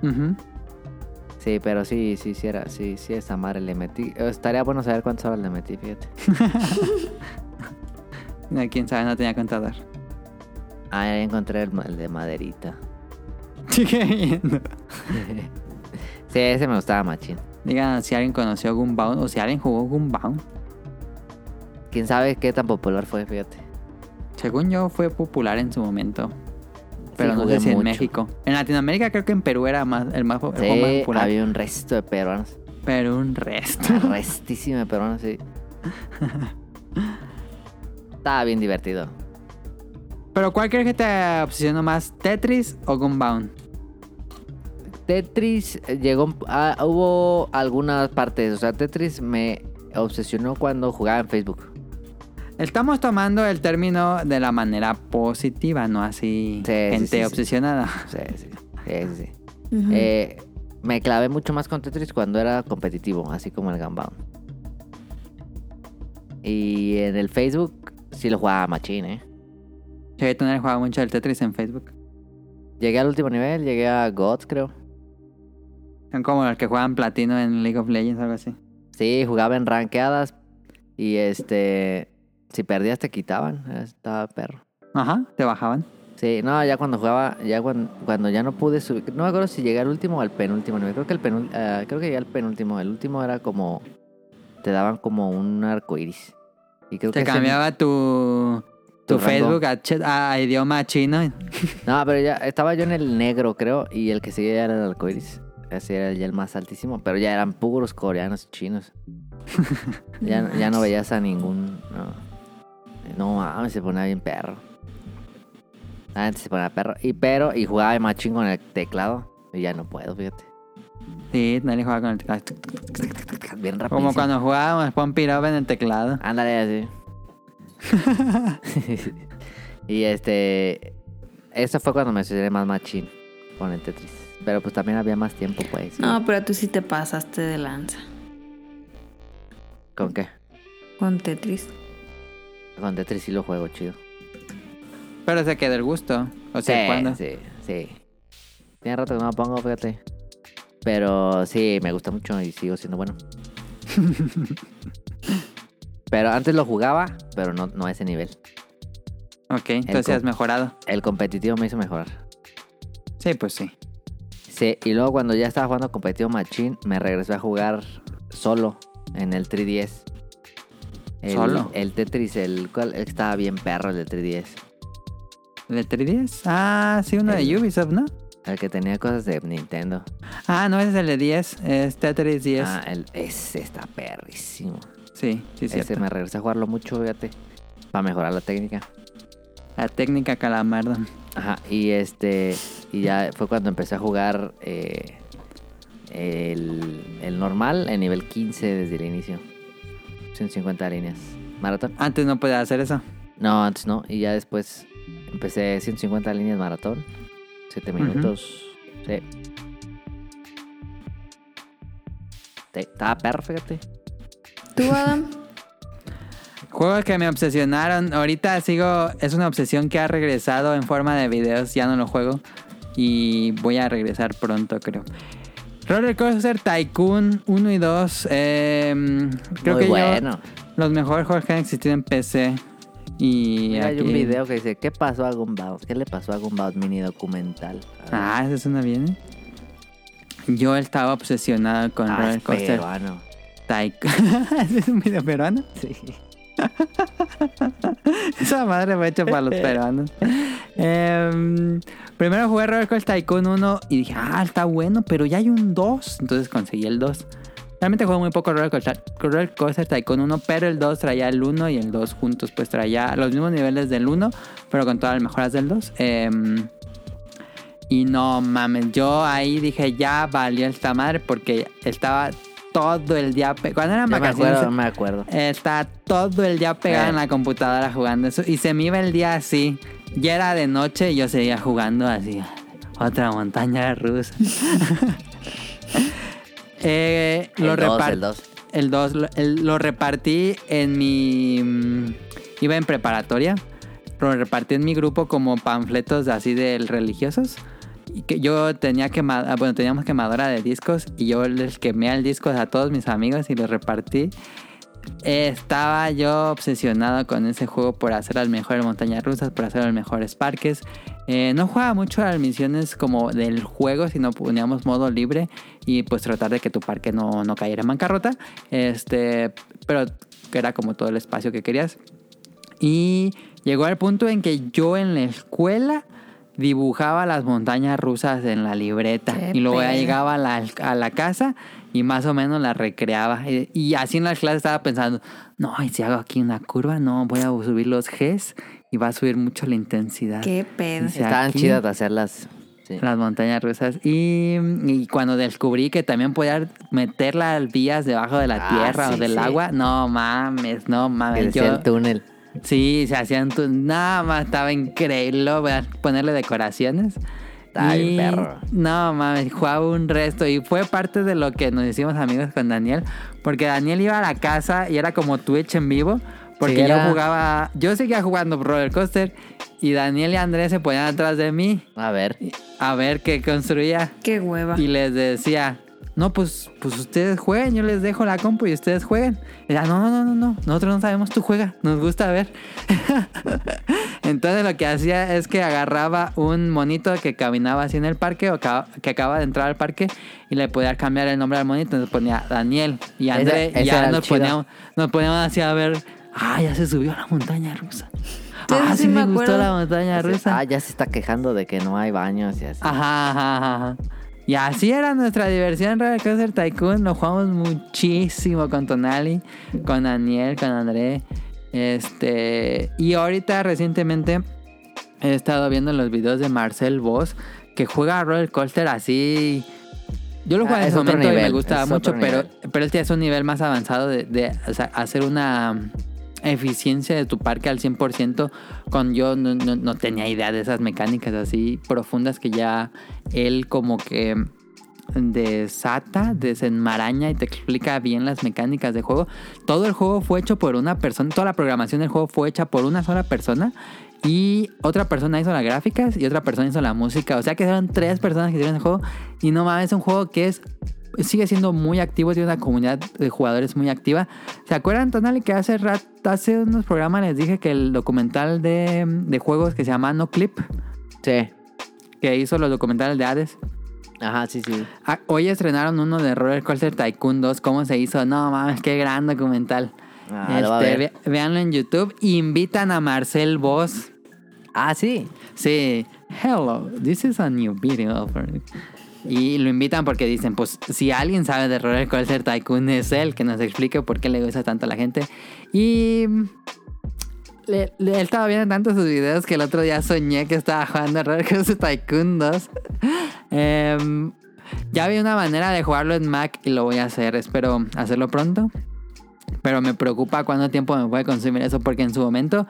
ujú.
Sí, pero sí, sí, sí, era, sí, sí, esa madre le metí. Eh, Estaría bueno saber cuántas horas le metí, fíjate.
Eh, Quién sabe, no tenía contador.
Ah, ya encontré el, ma- el de maderita.
Sigue viendo.
Sí, ese me gustaba machín.
Díganos si alguien conoció Gunbound o si alguien jugó Gunbound.
Quién sabe qué tan popular fue, fíjate.
Según yo, fue popular en su momento. Pero
Sí,
no sé
jugué
si en
mucho.
México. En Latinoamérica creo que en Perú era más, el, más, po- el juego más
Sí,
popular.
había un resto de peruanos.
Pero un resto.
Una restísima de peruanos, sí. Estaba bien divertido.
Pero ¿cuál crees que te obsesionó más? ¿Tetris o Gunbound?
Tetris eh, llegó. ah, hubo algunas partes. O sea, Tetris me obsesionó cuando jugaba en Facebook.
Estamos tomando el término de la manera positiva, no así
Sí, sí,
gente
sí, sí.
obsesionada.
Sí, sí. Sí, sí, sí.
Ujú.
Eh, me clavé mucho más con Tetris cuando era competitivo, así como el Gunbound. Y en el Facebook sí lo jugaba machín, ¿eh?
Yo he tener jugado mucho el Tetris en Facebook.
Llegué al último nivel, llegué a Gods, creo.
Son como los que juegan platino en League of Legends, algo así.
Sí, jugaba en ranqueadas y este... Si perdías te quitaban, estaba perro.
Ajá, te bajaban.
Sí, no, ya cuando jugaba, ya cuando, cuando ya no pude subir, no me acuerdo si llegué al último o al penúltimo nivel, creo que el penúltimo, creo que llegué al penúltimo, el último era como, te daban como un arco iris. Y creo
Te
ese-
cambiaba tu, tu,
Tu rango.
Facebook a, ch- a idioma chino.
No, pero ya estaba yo en el negro, creo, y el que seguía ya era el arcoiris. Ese era ya el más altísimo, pero ya eran puros coreanos, chinos. ya, no- ya no veías a ningún. No, no mames, se ponía bien perro. Antes se ponía perro. Y pero, y jugaba de machín con el teclado. Y ya no puedo, fíjate.
Sí, nadie jugaba con el teclado.
Bien rápido.
Como cuando jugábamos Pump It Up en el teclado.
Ándale así. y este. Eso fue cuando me obsesioné más machín con el Tetris. Pero pues también había más tiempo, pues.
No, pero tú sí te pasaste de lanza.
¿Con qué?
Con Tetris.
Con Tetris sí lo juego chido.
Pero se quedó el gusto. O sea, ¿cuándo?
sí, sí. Tiene rato que no lo pongo, fíjate. Pero sí, me gusta mucho y sigo siendo bueno. pero antes lo jugaba, pero no, no a ese nivel.
Ok, entonces has
com-
mejorado.
El competitivo me hizo mejorar.
Sí, pues sí.
Sí, y luego cuando ya estaba jugando competitivo machín, me regresé a jugar solo en el 3DS. El-
¿Solo?
El Tetris, el cual estaba bien perro el de 3DS.
¿El de 3DS? Ah, sí, uno
El-
de Ubisoft, ¿no?
El que tenía cosas de Nintendo.
Ah, no, ese es el de 10. Es Tetris 10.
Ah, el, ese está perrísimo.
sí, sí,
Ese
cierto.
me regresé a jugarlo mucho, fíjate. Para mejorar la técnica.
La técnica calamardo.
Ajá, y este. Y ya fue cuando empecé a jugar eh, el, el normal en nivel 15 desde el inicio. 150 líneas. Maratón.
Antes no podía hacer eso.
No, antes no. Y ya después empecé 150 líneas maratón. 7
Ujú.
minutos. Sí. Sí, Estaba perro, fíjate.
¿Tú, Adam?
Juegos que me obsesionaron. Ahorita sigo. Es una obsesión que ha regresado en forma de videos. Ya no lo juego. Y voy a regresar pronto, creo. Roller Coaster Tycoon 1 y 2. em, creo
Muy
que yo-
bueno.
los mejores juegos que han existido en PC. Y
Mira, hay un
aquí-
video que dice: ¿Qué pasó a Gumbound? ¿Qué le pasó a Gumbound? Mini documental. A ver.
Ah, eso suena bien. ¿eh? Yo estaba obsesionado con
Ah,
Roller
es
Coaster
peruano.
Tycoon. ¿Ese ¿Es un video peruano?
Sí.
Esa madre fue hecha para los peruanos. Em, primero jugué Roller Coaster Tycoon 1 y dije, ah, está bueno, pero ya hay un 2. Entonces conseguí el 2. Realmente jugué muy poco Roller Coaster, Roller Coaster Tycoon 1, pero el 2 traía el 1 y el 2 juntos, pues traía los mismos niveles del 1, pero con todas las mejoras del 2. Em, y no mames, yo ahí dije, ya valió esta madre porque estaba todo el día. pe- Cuando eran
No me
vacaciones,
acuerdo, no me acuerdo.
Está todo el día pegado
Eh.
en la computadora jugando eso. Y se me iba el día así. Ya era de noche y yo seguía jugando así. Otra montaña rusa. Eh, lo
el 2,
repar-
el 2.
el dos, lo, el- lo repartí en mi... mm, Iba en preparatoria. Lo repartí en mi grupo como panfletos así de religiosos. Y que yo tenía quema- ah, bueno, teníamos quemadora de discos y yo les quemé el disco a todos mis amigos y los repartí. Eh, Estaba yo obsesionado con ese juego por hacer las mejores montañas rusas, por hacer los mejores parques. Eh, no jugaba mucho a las misiones como del juego, sino poníamos modo libre y pues tratar de que tu parque no, no cayera en bancarrota. Este, pero que era como todo el espacio que querías. Y llegó al punto en que yo en la escuela dibujaba las montañas rusas en la libreta.
Qué
Y luego ya
pedo.
llegaba a la, a la casa y más o menos la recreaba. Y, y así en las clases estaba pensando, no, y si hago aquí una curva, no, voy a subir los Gs y va a subir mucho la intensidad.
¿Qué pedo?
Sí.
Estaban
aquí.
chidas de hacerlas. Sí.
Las montañas rusas. Y, y cuando descubrí que también podía meter las vías debajo de la
Ah,
tierra o
sí,
del
sí.
agua, no mames, no
Que
mames.
decía
Yo,
el túnel.
sí, se hacían tu- nada más, estaba increíble voy a ponerle decoraciones.
Estaba bien
Y-
perro.
No mames, jugaba un resto y fue parte de lo que nos hicimos amigos con Daniel, porque Daniel iba a la casa y era como Twitch en vivo, porque
Sí,
yo
era.
jugaba, yo seguía jugando roller coaster y Daniel y Andrés se ponían atrás de mí
A ver.
a ver qué construía.
Qué hueva.
Y les decía, no, pues, pues ustedes jueguen, yo les dejo la compu y ustedes jueguen. Y decía, no, no, no, no, no, nosotros no sabemos, tú juega, nos gusta ver. Entonces lo que hacía es que agarraba un monito que caminaba así en el parque o ca- que acaba de entrar al parque y le podía cambiar el nombre al monito. Entonces ponía Daniel y
Ese-
André
ese
y
era
ya
el
nos
chido.
poníamos, nos poníamos así a ver, ah, ya se subió a la montaña rusa.
Sí,
ah,
sí
sí, me,
me
gustó
acuerdo.
la montaña rusa. Ah.
Ah, ya se está quejando de que no hay baños y así.
Ajá, ajá, ajá, ajá. Y así era nuestra diversión Roller Coaster Tycoon. Lo jugamos muchísimo con Tonali, con Daniel, con André. Este. Y ahorita recientemente he estado viendo los videos de Marcel Voss que juega a Roller Coaster así. Yo lo
Ah,
jugaba en
es
su
otro
momento y me
nivel,
gustaba
es
mucho,
otro
pero,
nivel.
pero este es un nivel más avanzado de, de, o sea, hacer una eficiencia de tu parque al 100% con yo no, no- no tenía idea de esas mecánicas así profundas que ya él como que desata, desenmaraña y te explica bien las mecánicas de juego. Todo el juego fue hecho por una persona, toda la programación del juego fue hecha por una sola persona y otra persona hizo las gráficas y otra persona hizo la música. O sea que eran tres personas que hicieron el juego y no mames, es un juego que es sigue siendo muy activo, tiene una comunidad de jugadores muy activa. ¿Se acuerdan, Tonali, que hace rat- hace unos programas les dije que el documental de, de juegos que se llama No Clip,
Sí.
que hizo los documentales de Hades,
Ajá, sí, sí.
Ah, hoy estrenaron uno de Roller Coaster Tycoon 2, cómo se hizo, no mames, qué gran documental.
Ah, lo va a
Este,
ver.
ve- véanlo en YouTube, invitan a Marcel Boss.
Ah, sí.
Sí, hello, this is a new video offer. Y lo invitan porque dicen, pues si alguien sabe de Roller Coaster Tycoon es él, que nos explique por qué le gusta tanto a la gente. Y mm, le- le- él estaba viendo tanto sus videos que el otro día soñé que estaba jugando a Roller Coaster Tycoon 2. Em, ya vi una manera de jugarlo en Mac y lo voy a hacer, espero hacerlo pronto. Pero me preocupa cuánto tiempo me puede consumir eso porque en su momento,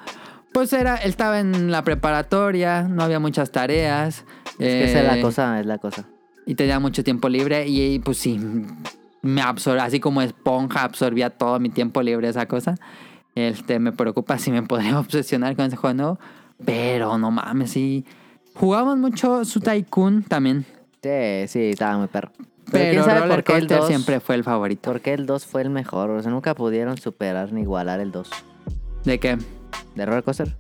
pues era, él estaba en la preparatoria, no había muchas tareas.
Es que esa es la
eh,
cosa, es la cosa.
y tenía mucho tiempo libre y, y, pues sí, me absorbe, así como esponja absorbía todo mi tiempo libre esa cosa. Este, me preocupa si me podría obsesionar con ese juego nuevo, pero no mames, sí. Jugamos mucho su Tycoon también,
Sí, sí, estaba muy perro. Pero,
pero,
quién sabe
Roller
por qué el
Coaster
2,
siempre fue el favorito.
por qué el 2 fue el mejor. O sea, nunca pudieron superar ni igualar el 2.
¿De qué?
¿De Roller Coaster?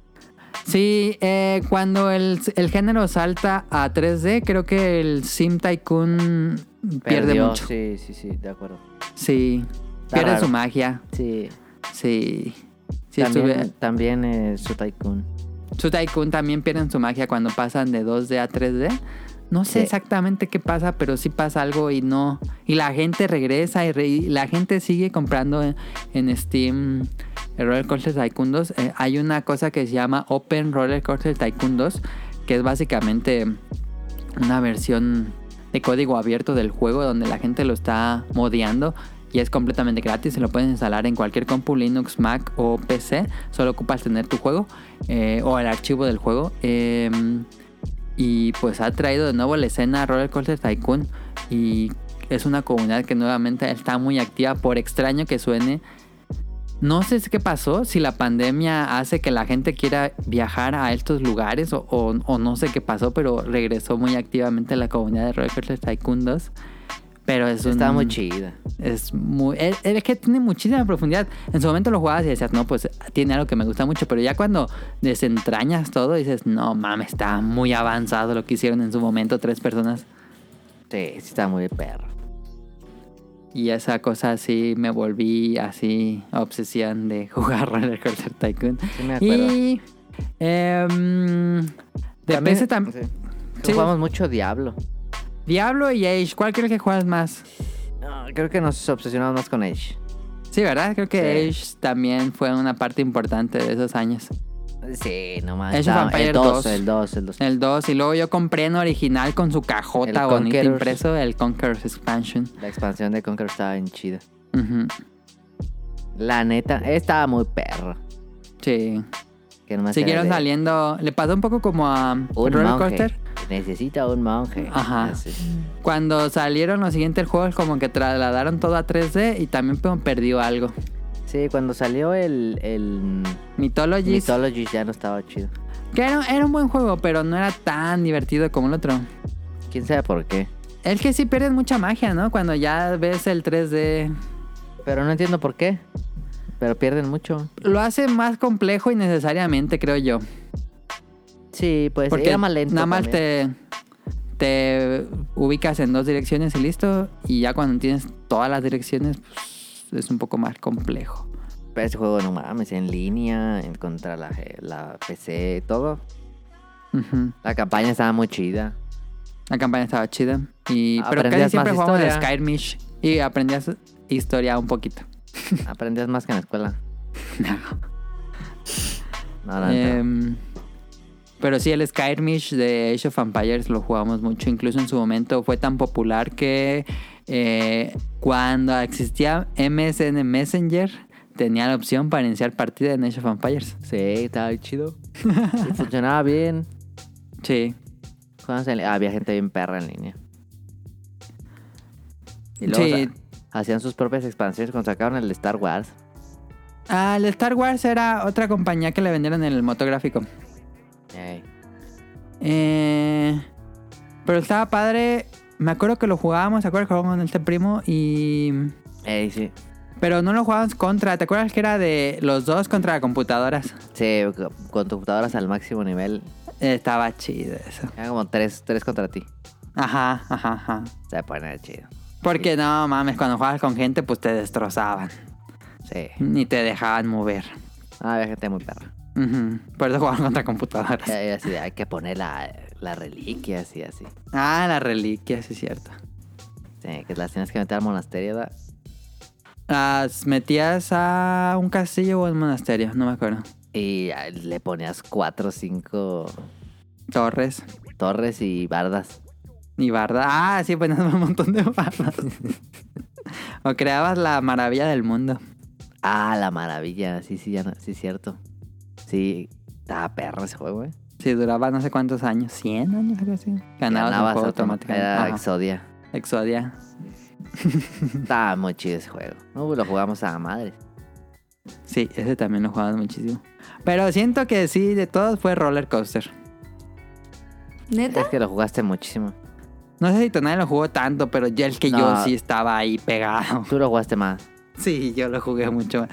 Sí, eh, cuando el, el género salta a 3D, creo que el Sim Tycoon pierde
Perdió,
mucho.
Sí, sí, sí, de acuerdo.
Sí,
Está
pierde
raro.
su magia.
Sí.
Sí, sí
también
estuve-
también eh, su Tycoon.
Su Tycoon también pierden su magia cuando pasan de 2D a 3D. No sé
Sí.
exactamente qué pasa, pero sí pasa algo y no. Y la gente regresa y, re- y la gente sigue comprando en, en Steam el Roller Coaster Tycoon 2. Eh, hay una cosa que se llama Open Roller Coaster Tycoon 2, que es básicamente una versión de código abierto del juego donde la gente lo está modeando y es completamente gratis. Se lo pueden instalar en cualquier compu, Linux, Mac o PC. Solo ocupas tener tu juego eh, o el archivo del juego. Eh, y pues ha traído de nuevo la escena Roller Coaster Tycoon y es una comunidad que nuevamente está muy activa, por extraño que suene. No sé si qué pasó, si la pandemia hace que la gente quiera viajar a estos lugares o, o- o no sé qué pasó, pero regresó muy activamente la comunidad de Roller Coaster Tycoon 2. Pero es un...
Estaba muy chida.
Es muy. Es, es que tiene muchísima profundidad. En su momento lo jugabas y decías, no, pues tiene algo que me gusta mucho. Pero ya cuando desentrañas todo, dices, no mames, está muy avanzado lo que hicieron en su momento tres personas.
Sí, sí, estaba muy de perro.
Y esa cosa así me volví así obsesión de jugar Roller Coaster Tycoon.
Sí, me acuerdo.
Y. em, de PC tam-
Sí.
Sí.
Jugamos mucho Diablo.
Diablo y Age, ¿cuál crees que juegas más?
No, creo que nos obsesionamos más con Edge.
Sí, ¿verdad? Creo que Age también fue una parte importante de esos años.
Sí, nomás.
Age of
estaba-
Empires
el 2,
2.
el 2, el 2.
El 2, y luego yo compré en original con su cajota
El
bonita
Conquerors.
impreso, el Conqueror's Expansion.
La expansión de Conqueror estaba bien chida.
Ujú,
La neta, estaba muy perro.
Sí.
Que nomás
Siguieron
era de-
saliendo. Le pasó un poco como a
Un
Roller
monje.
Coaster.
Necesita un monje. Ah,
Ajá.
Así.
Cuando salieron los siguientes juegos, como que trasladaron todo a 3D y también como perdió algo.
Sí, cuando salió el, el
Mythologies,
Mythology ya no estaba chido.
que era, era un buen juego, pero no era tan divertido como el otro.
¿Quién sabe por qué?
Es que sí pierden mucha magia, ¿no? Cuando ya ves el 3D.
Pero no entiendo por qué. Pero pierden mucho.
Lo hace más complejo innecesariamente, creo yo.
Sí, pues
Porque
era más lento.
Nada más
también.
te, te ubicas en dos direcciones y listo. Y ya cuando tienes todas las direcciones, pues, es un poco más complejo.
Pero ese juego, no mames, en línea, en contra la, la PC, todo.
Ujú.
La campaña estaba muy chida.
La campaña estaba chida. Y, pero casi
Aprendías
siempre
más
jugamos de
historia.
Skyrimish. Y aprendías historia un poquito.
Aprendías más que en la escuela. No, no, no.
Em, pero sí, el Skyrimish de Age of Empires lo jugamos mucho. Incluso en su momento fue tan popular que eh, cuando existía MSN Messenger, tenía la opción para iniciar partida en Age of Empires.
Sí, estaba bien chido. Y funcionaba bien.
Sí.
Juegos en li- ah, había gente bien perra en línea. Y luego
Sí.
sa- hacían sus propias expansiones cuando sacaron el de Star Wars.
Ah, el Star Wars era otra compañía que le vendieron el motográfico.
Ey.
Eh, pero estaba padre. Me acuerdo que lo jugábamos, ¿te acuerdas? que Jugábamos con este primo y...
Ey, sí.
Pero no lo jugábamos contra, ¿te acuerdas que era de los dos contra computadoras?
Sí, co- con computadoras al máximo nivel.
Estaba chido eso.
Eran como tres, tres contra ti.
Ajá, ajá, ajá.
Se pone chido.
Porque no mames, cuando jugabas con gente, pues te destrozaban.
Sí.
Ni te dejaban mover.
Ah, había gente muy perra.
Ujú. Por eso jugaban contra computadoras.
Y así de, hay que poner la, la reliquia, así, así.
Ah, la reliquia, sí es cierto.
Sí, que las tienes que meter al monasterio, ¿verdad?
Las metías a un castillo o a un monasterio, no me acuerdo.
Y ah, le ponías cuatro o cinco
Torres
torres y bardas.
y bardas. Ah, sí, ponías un montón de bardas. o creabas la maravilla del mundo.
Ah, la maravilla. Sí, sí, ya no- sí, cierto. Sí, estaba perro ese juego, ¿eh?
Si duraba no sé cuántos años, 100 años, algo así. Ganabas, un juego
autom- Era
automáticamente. Ajá.
Exodia.
Exodia.
Estaba muy chido ese juego. No, pues lo jugamos a madre.
Sí, ese también lo jugabas muchísimo. Pero siento que sí, de todos fue roller coaster.
¿Neta?
Es que lo jugaste muchísimo.
No sé si Tonali lo jugó tanto, pero ya el que yo
No.
sí estaba ahí pegado.
Tú lo jugaste más.
Sí, yo lo jugué mucho.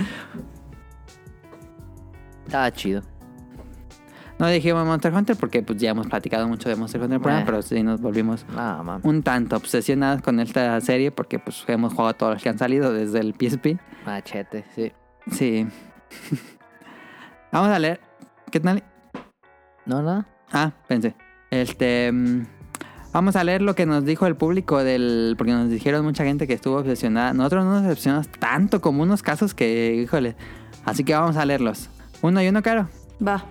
Estaba chido.
No dijimos Monster Hunter porque pues ya hemos platicado mucho de Monster Hunter, en el programa,
Eh.
pero sí nos volvimos
No, mames.
un tanto obsesionados con esta serie porque pues hemos jugado todos los que han salido desde el PSP.
Machete, sí.
Sí. Vamos a leer. ¿Qué tal?
No, no.
Ah, pensé. Este. mm, Vamos a leer lo que nos dijo el público del. Porque nos dijeron mucha gente que estuvo obsesionada. Nosotros no nos obsesionamos tanto como unos casos que, híjole. Así que vamos a leerlos. Uno y uno, claro.
Va.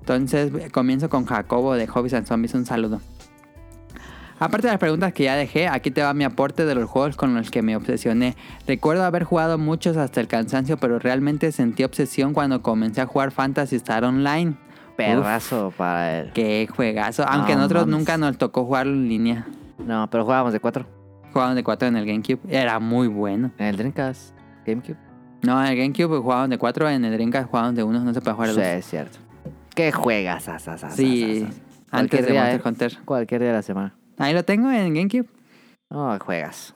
Entonces eh, comienzo con Jacobo de Hobbies and Zombies. Un saludo. Aparte de las preguntas que ya dejé, aquí te va mi aporte de los juegos con los que me obsesioné. Recuerdo haber jugado muchos hasta el cansancio, pero realmente sentí obsesión cuando comencé a jugar Fantasy Star Online.
Perrazo para él.
Qué juegazo. Aunque
No
nosotros
mames.
nunca nos tocó jugarlo en línea.
No, pero jugábamos de cuatro.
Jugaban de 4 en el GameCube. Era muy bueno.
En el Dreamcast, GameCube.
No, en el GameCube jugaban de 4, en el Dreamcast jugaban de 1, no se puede jugar de
Sí,
dos.
es cierto. ¿Qué juegas? as, as, as,
Sí,
as, as, as?
antes
Cualquier
de
día,
Monster
¿eh?
Hunter.
Cualquier día de la semana.
Ahí lo tengo en GameCube.
No, juegas.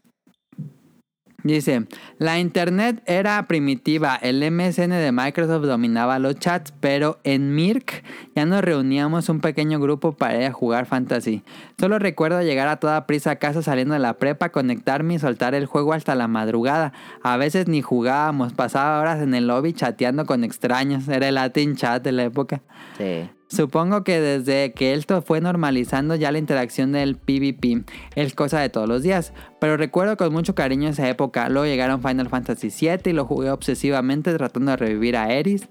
Dice, la internet era primitiva, el MSN de Microsoft dominaba los chats, pero en Mirk ya nos reuníamos un pequeño grupo para ir a jugar fantasy. Solo recuerdo llegar a toda prisa a casa saliendo de la prepa, conectarme y soltar el juego hasta la madrugada. A veces ni jugábamos, pasaba horas en el lobby chateando con extraños, era el Latin chat de la época.
Sí.
Supongo que desde que esto fue normalizando ya la interacción del PvP es cosa de todos los días, pero recuerdo con mucho cariño esa época. Luego llegaron Final Fantasy VII y lo jugué obsesivamente tratando de revivir a Eris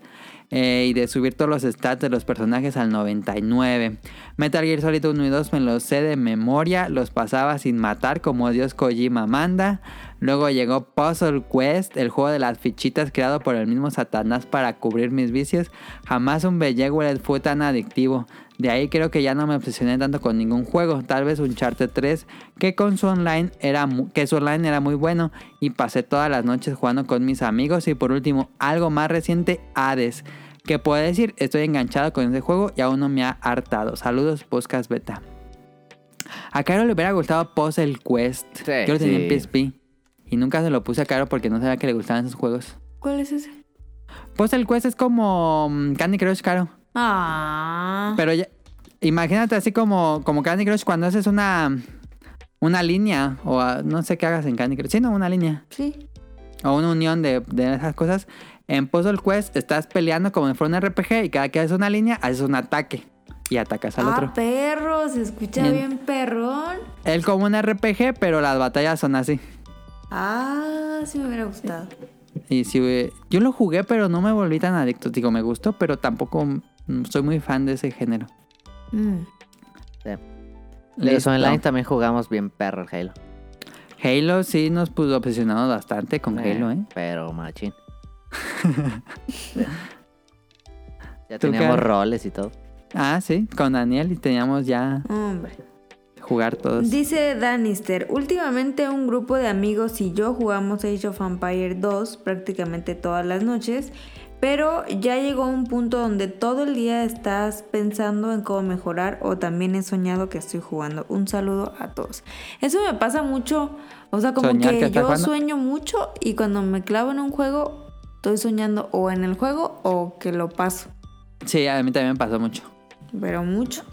eh, y de subir todos los stats de los personajes al 99. Metal Gear Solid 1 y 2 me los sé de memoria, los pasaba sin matar como Dios Kojima manda. Luego llegó Puzzle Quest, el juego de las fichitas creado por el mismo Satanás para cubrir mis vicios. Jamás un Bejeweled fue tan adictivo. De ahí creo que ya no me obsesioné tanto con ningún juego, tal vez un Charter 3, que con su online era mu- que su online era muy bueno y pasé todas las noches jugando con mis amigos y por último, algo más reciente, Hades, que puedo decir, estoy enganchado con ese juego y aún no me ha hartado. Saludos, Podcast Beta. A Caro le hubiera gustado Puzzle Quest.
Sí.
Yo lo tenía en
Sí.
PSP. Y nunca se lo puse a Caro porque no sabía que le gustaban esos juegos.
¿Cuál es ese?
Puzzle Quest es como mm, Candy Crush, Caro.
Ah.
Pero ya- imagínate así como, como Candy Crush cuando haces una, una línea o ah, no sé qué hagas en Candy Crush, sino una línea
Sí.
o una unión de, de esas cosas. En Puzzle Quest estás peleando como si fuera un RPG y cada que haces una línea haces un ataque y atacas al
ah,
otro.
perro. Se escucha
Bien.
bien, perrón.
Él como un RPG, pero las batallas son así.
Ah, sí me hubiera gustado.
Y si eh, yo lo jugué, pero no me volví tan adicto. Digo, me gustó, pero tampoco mm, soy muy fan de ese género.
Mm.
Los
Listo.
online también jugamos bien perro el Halo.
Halo sí nos puso obsesionados bastante con Halo, ¿eh?
Pero machín. Ya
¿Tú qué?
teníamos roles y todo.
Ah, sí, con Daniel y teníamos ya
Hombre.
jugar todos.
Dice Danister, últimamente un grupo de amigos y yo jugamos Age of Empire 2 prácticamente todas las noches, pero ya llegó un punto donde todo el día estás pensando en cómo mejorar o también he soñado que estoy jugando. Un saludo a todos. Eso me pasa mucho, o sea, como
Soñar
que,
que
yo
estás jugando.
sueño mucho y cuando me clavo en un juego, estoy soñando o en el juego o que lo paso,
Sí, a mí también me pasó mucho.
pero mucho.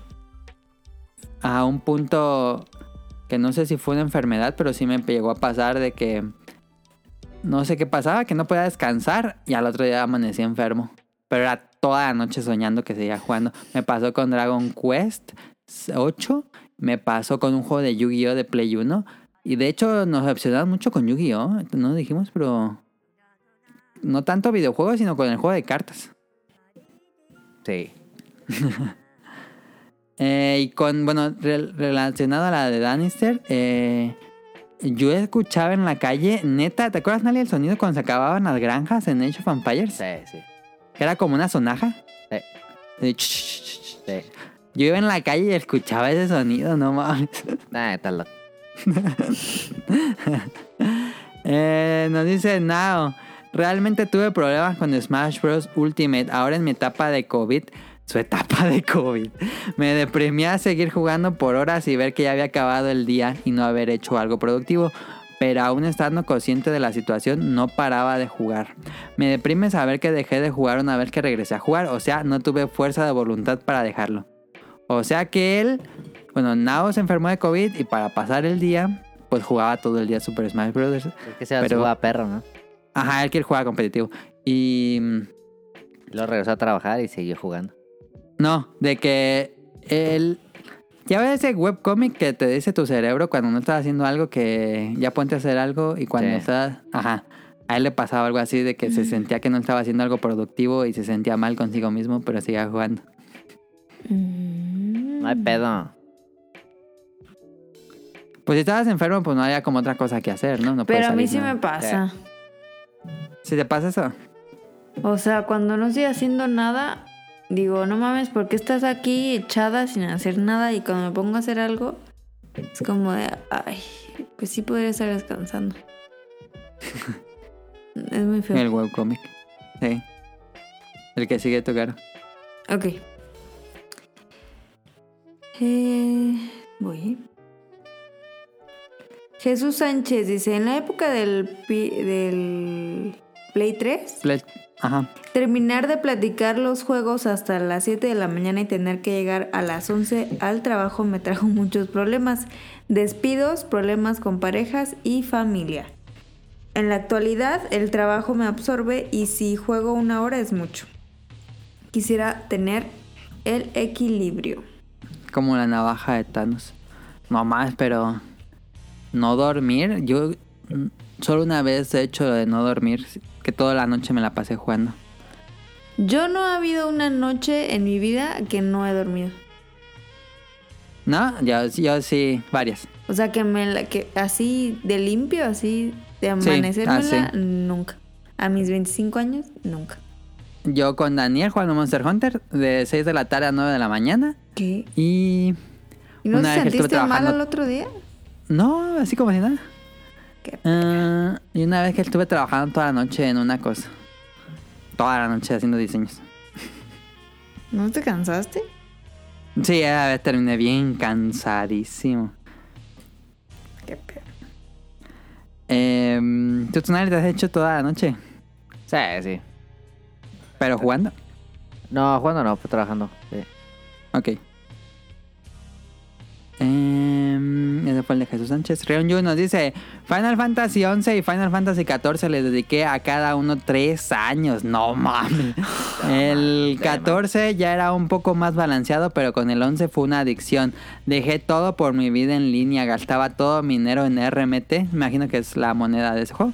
a un punto que no sé si fue una enfermedad, pero sí me llegó a pasar de que no sé qué pasaba, que no podía descansar y al otro día amanecí enfermo. Pero era toda la noche soñando que seguía jugando. Me pasó con Dragon Quest 8, me pasó con un juego de Yu-Gi-Oh de Play 1 y de hecho nos obsesionamos mucho con Yu-Gi-Oh, no lo dijimos, pero no tanto videojuegos, sino con el juego de cartas.
Sí.
Eh, y con, bueno, rel- relacionado a la de Danister, eh, yo escuchaba en la calle, neta, ¿te acuerdas, Nali, el sonido cuando se acababan las granjas en Age of Empires?
Sí, sí.
Que era como una sonaja.
Sí.
De ch- ch- ch- ch.
Sí.
Yo iba en la calle y escuchaba ese sonido, no mames.
Nah, está loco.
Eh, nos dice Nao, realmente tuve problemas con Smash Bros. Ultimate. Ahora en mi etapa de COVID, su etapa de COVID, me deprimía a seguir jugando por horas y ver que ya había acabado el día y no haber hecho algo productivo. Pero aún estando consciente de la situación, no paraba de jugar. Me deprime saber que dejé de jugar una vez que regresé a jugar, o sea, no tuve fuerza de voluntad para dejarlo. O sea que él, bueno, Nao se enfermó de COVID y para pasar el día, pues jugaba todo el día Super Smash Bros.
Es que se
Pero-
suba a perro, ¿no?
Ajá, él que jugaba competitivo. Y. mm,
Y luego regresó a trabajar y siguió jugando.
No, de que él. Ya ves ese webcomic que te dice tu cerebro cuando no estás haciendo algo que ya ponte a hacer algo y cuando
Sí.
estás. Ajá. A él le pasaba algo así de que se sentía que no estaba haciendo algo productivo y se sentía mal consigo mismo, pero seguía jugando.
No hay
Mm.
pedo.
Pues si estabas enfermo, pues no había como otra cosa que hacer, ¿no? No puedes
Pero a
salir,
mí
Eh,
sí
nada.
me pasa.
¿Sí te pasa eso?
O sea, cuando no estoy haciendo nada, digo, no mames, ¿por qué estás aquí echada sin hacer nada? Y cuando me pongo a hacer algo, es como de, ay, pues sí podría estar descansando. es muy feo.
El webcomic. Sí. El que sigue tu cara.
Ok. Eh, voy. Jesús Sánchez dice, en la época del, pi- del Play 3,
Fle- Ajá.
Terminar de platicar los juegos hasta las 7 de la mañana y tener que llegar a las 11 al trabajo me trajo muchos problemas, despidos, problemas con parejas y familia. En la actualidad el trabajo me absorbe y si juego una hora es mucho. Quisiera tener el equilibrio.
Como la navaja de Thanos. No más, pero no dormir. Yo mm, solo una vez he hecho lo de no dormir, que toda la noche me la pasé jugando.
Yo no ha habido una noche en mi vida que no he dormido.
No, yo, yo sí, varias.
O sea, que me la- que así de limpio, así de amanecérmela,
así.
nunca. A mis 25 años, nunca.
Yo con Daniel jugando Monster Hunter de 6 de la tarde a 9 de la mañana.
¿Qué?
Y
¿Y no
Una
te
vez que estuve
sentiste mal
trabajando-
al otro día?
no, así como si nada.
Qué
Ah, y una vez que estuve trabajando toda la noche en una cosa. Toda la noche haciendo diseños.
¿No te cansaste?
Sí, a vez terminé bien cansadísimo.
Qué pedo.
Eh, ¿Tú, Tonali, te has hecho toda la noche?
Sí, sí.
¿Pero jugando?
No, jugando no, pues trabajando. Sí.
Ok. Em, ese fue el de Jesús Sánchez. Reon Yu nos dice: Final Fantasy 11 y Final Fantasy 14 les dediqué a cada uno tres años. No mames. El 14 ya era un poco más balanceado, pero con el 11 fue una adicción. Dejé todo por mi vida en línea, gastaba todo mi dinero en RMT. Me Imagino que es la moneda de ese juego.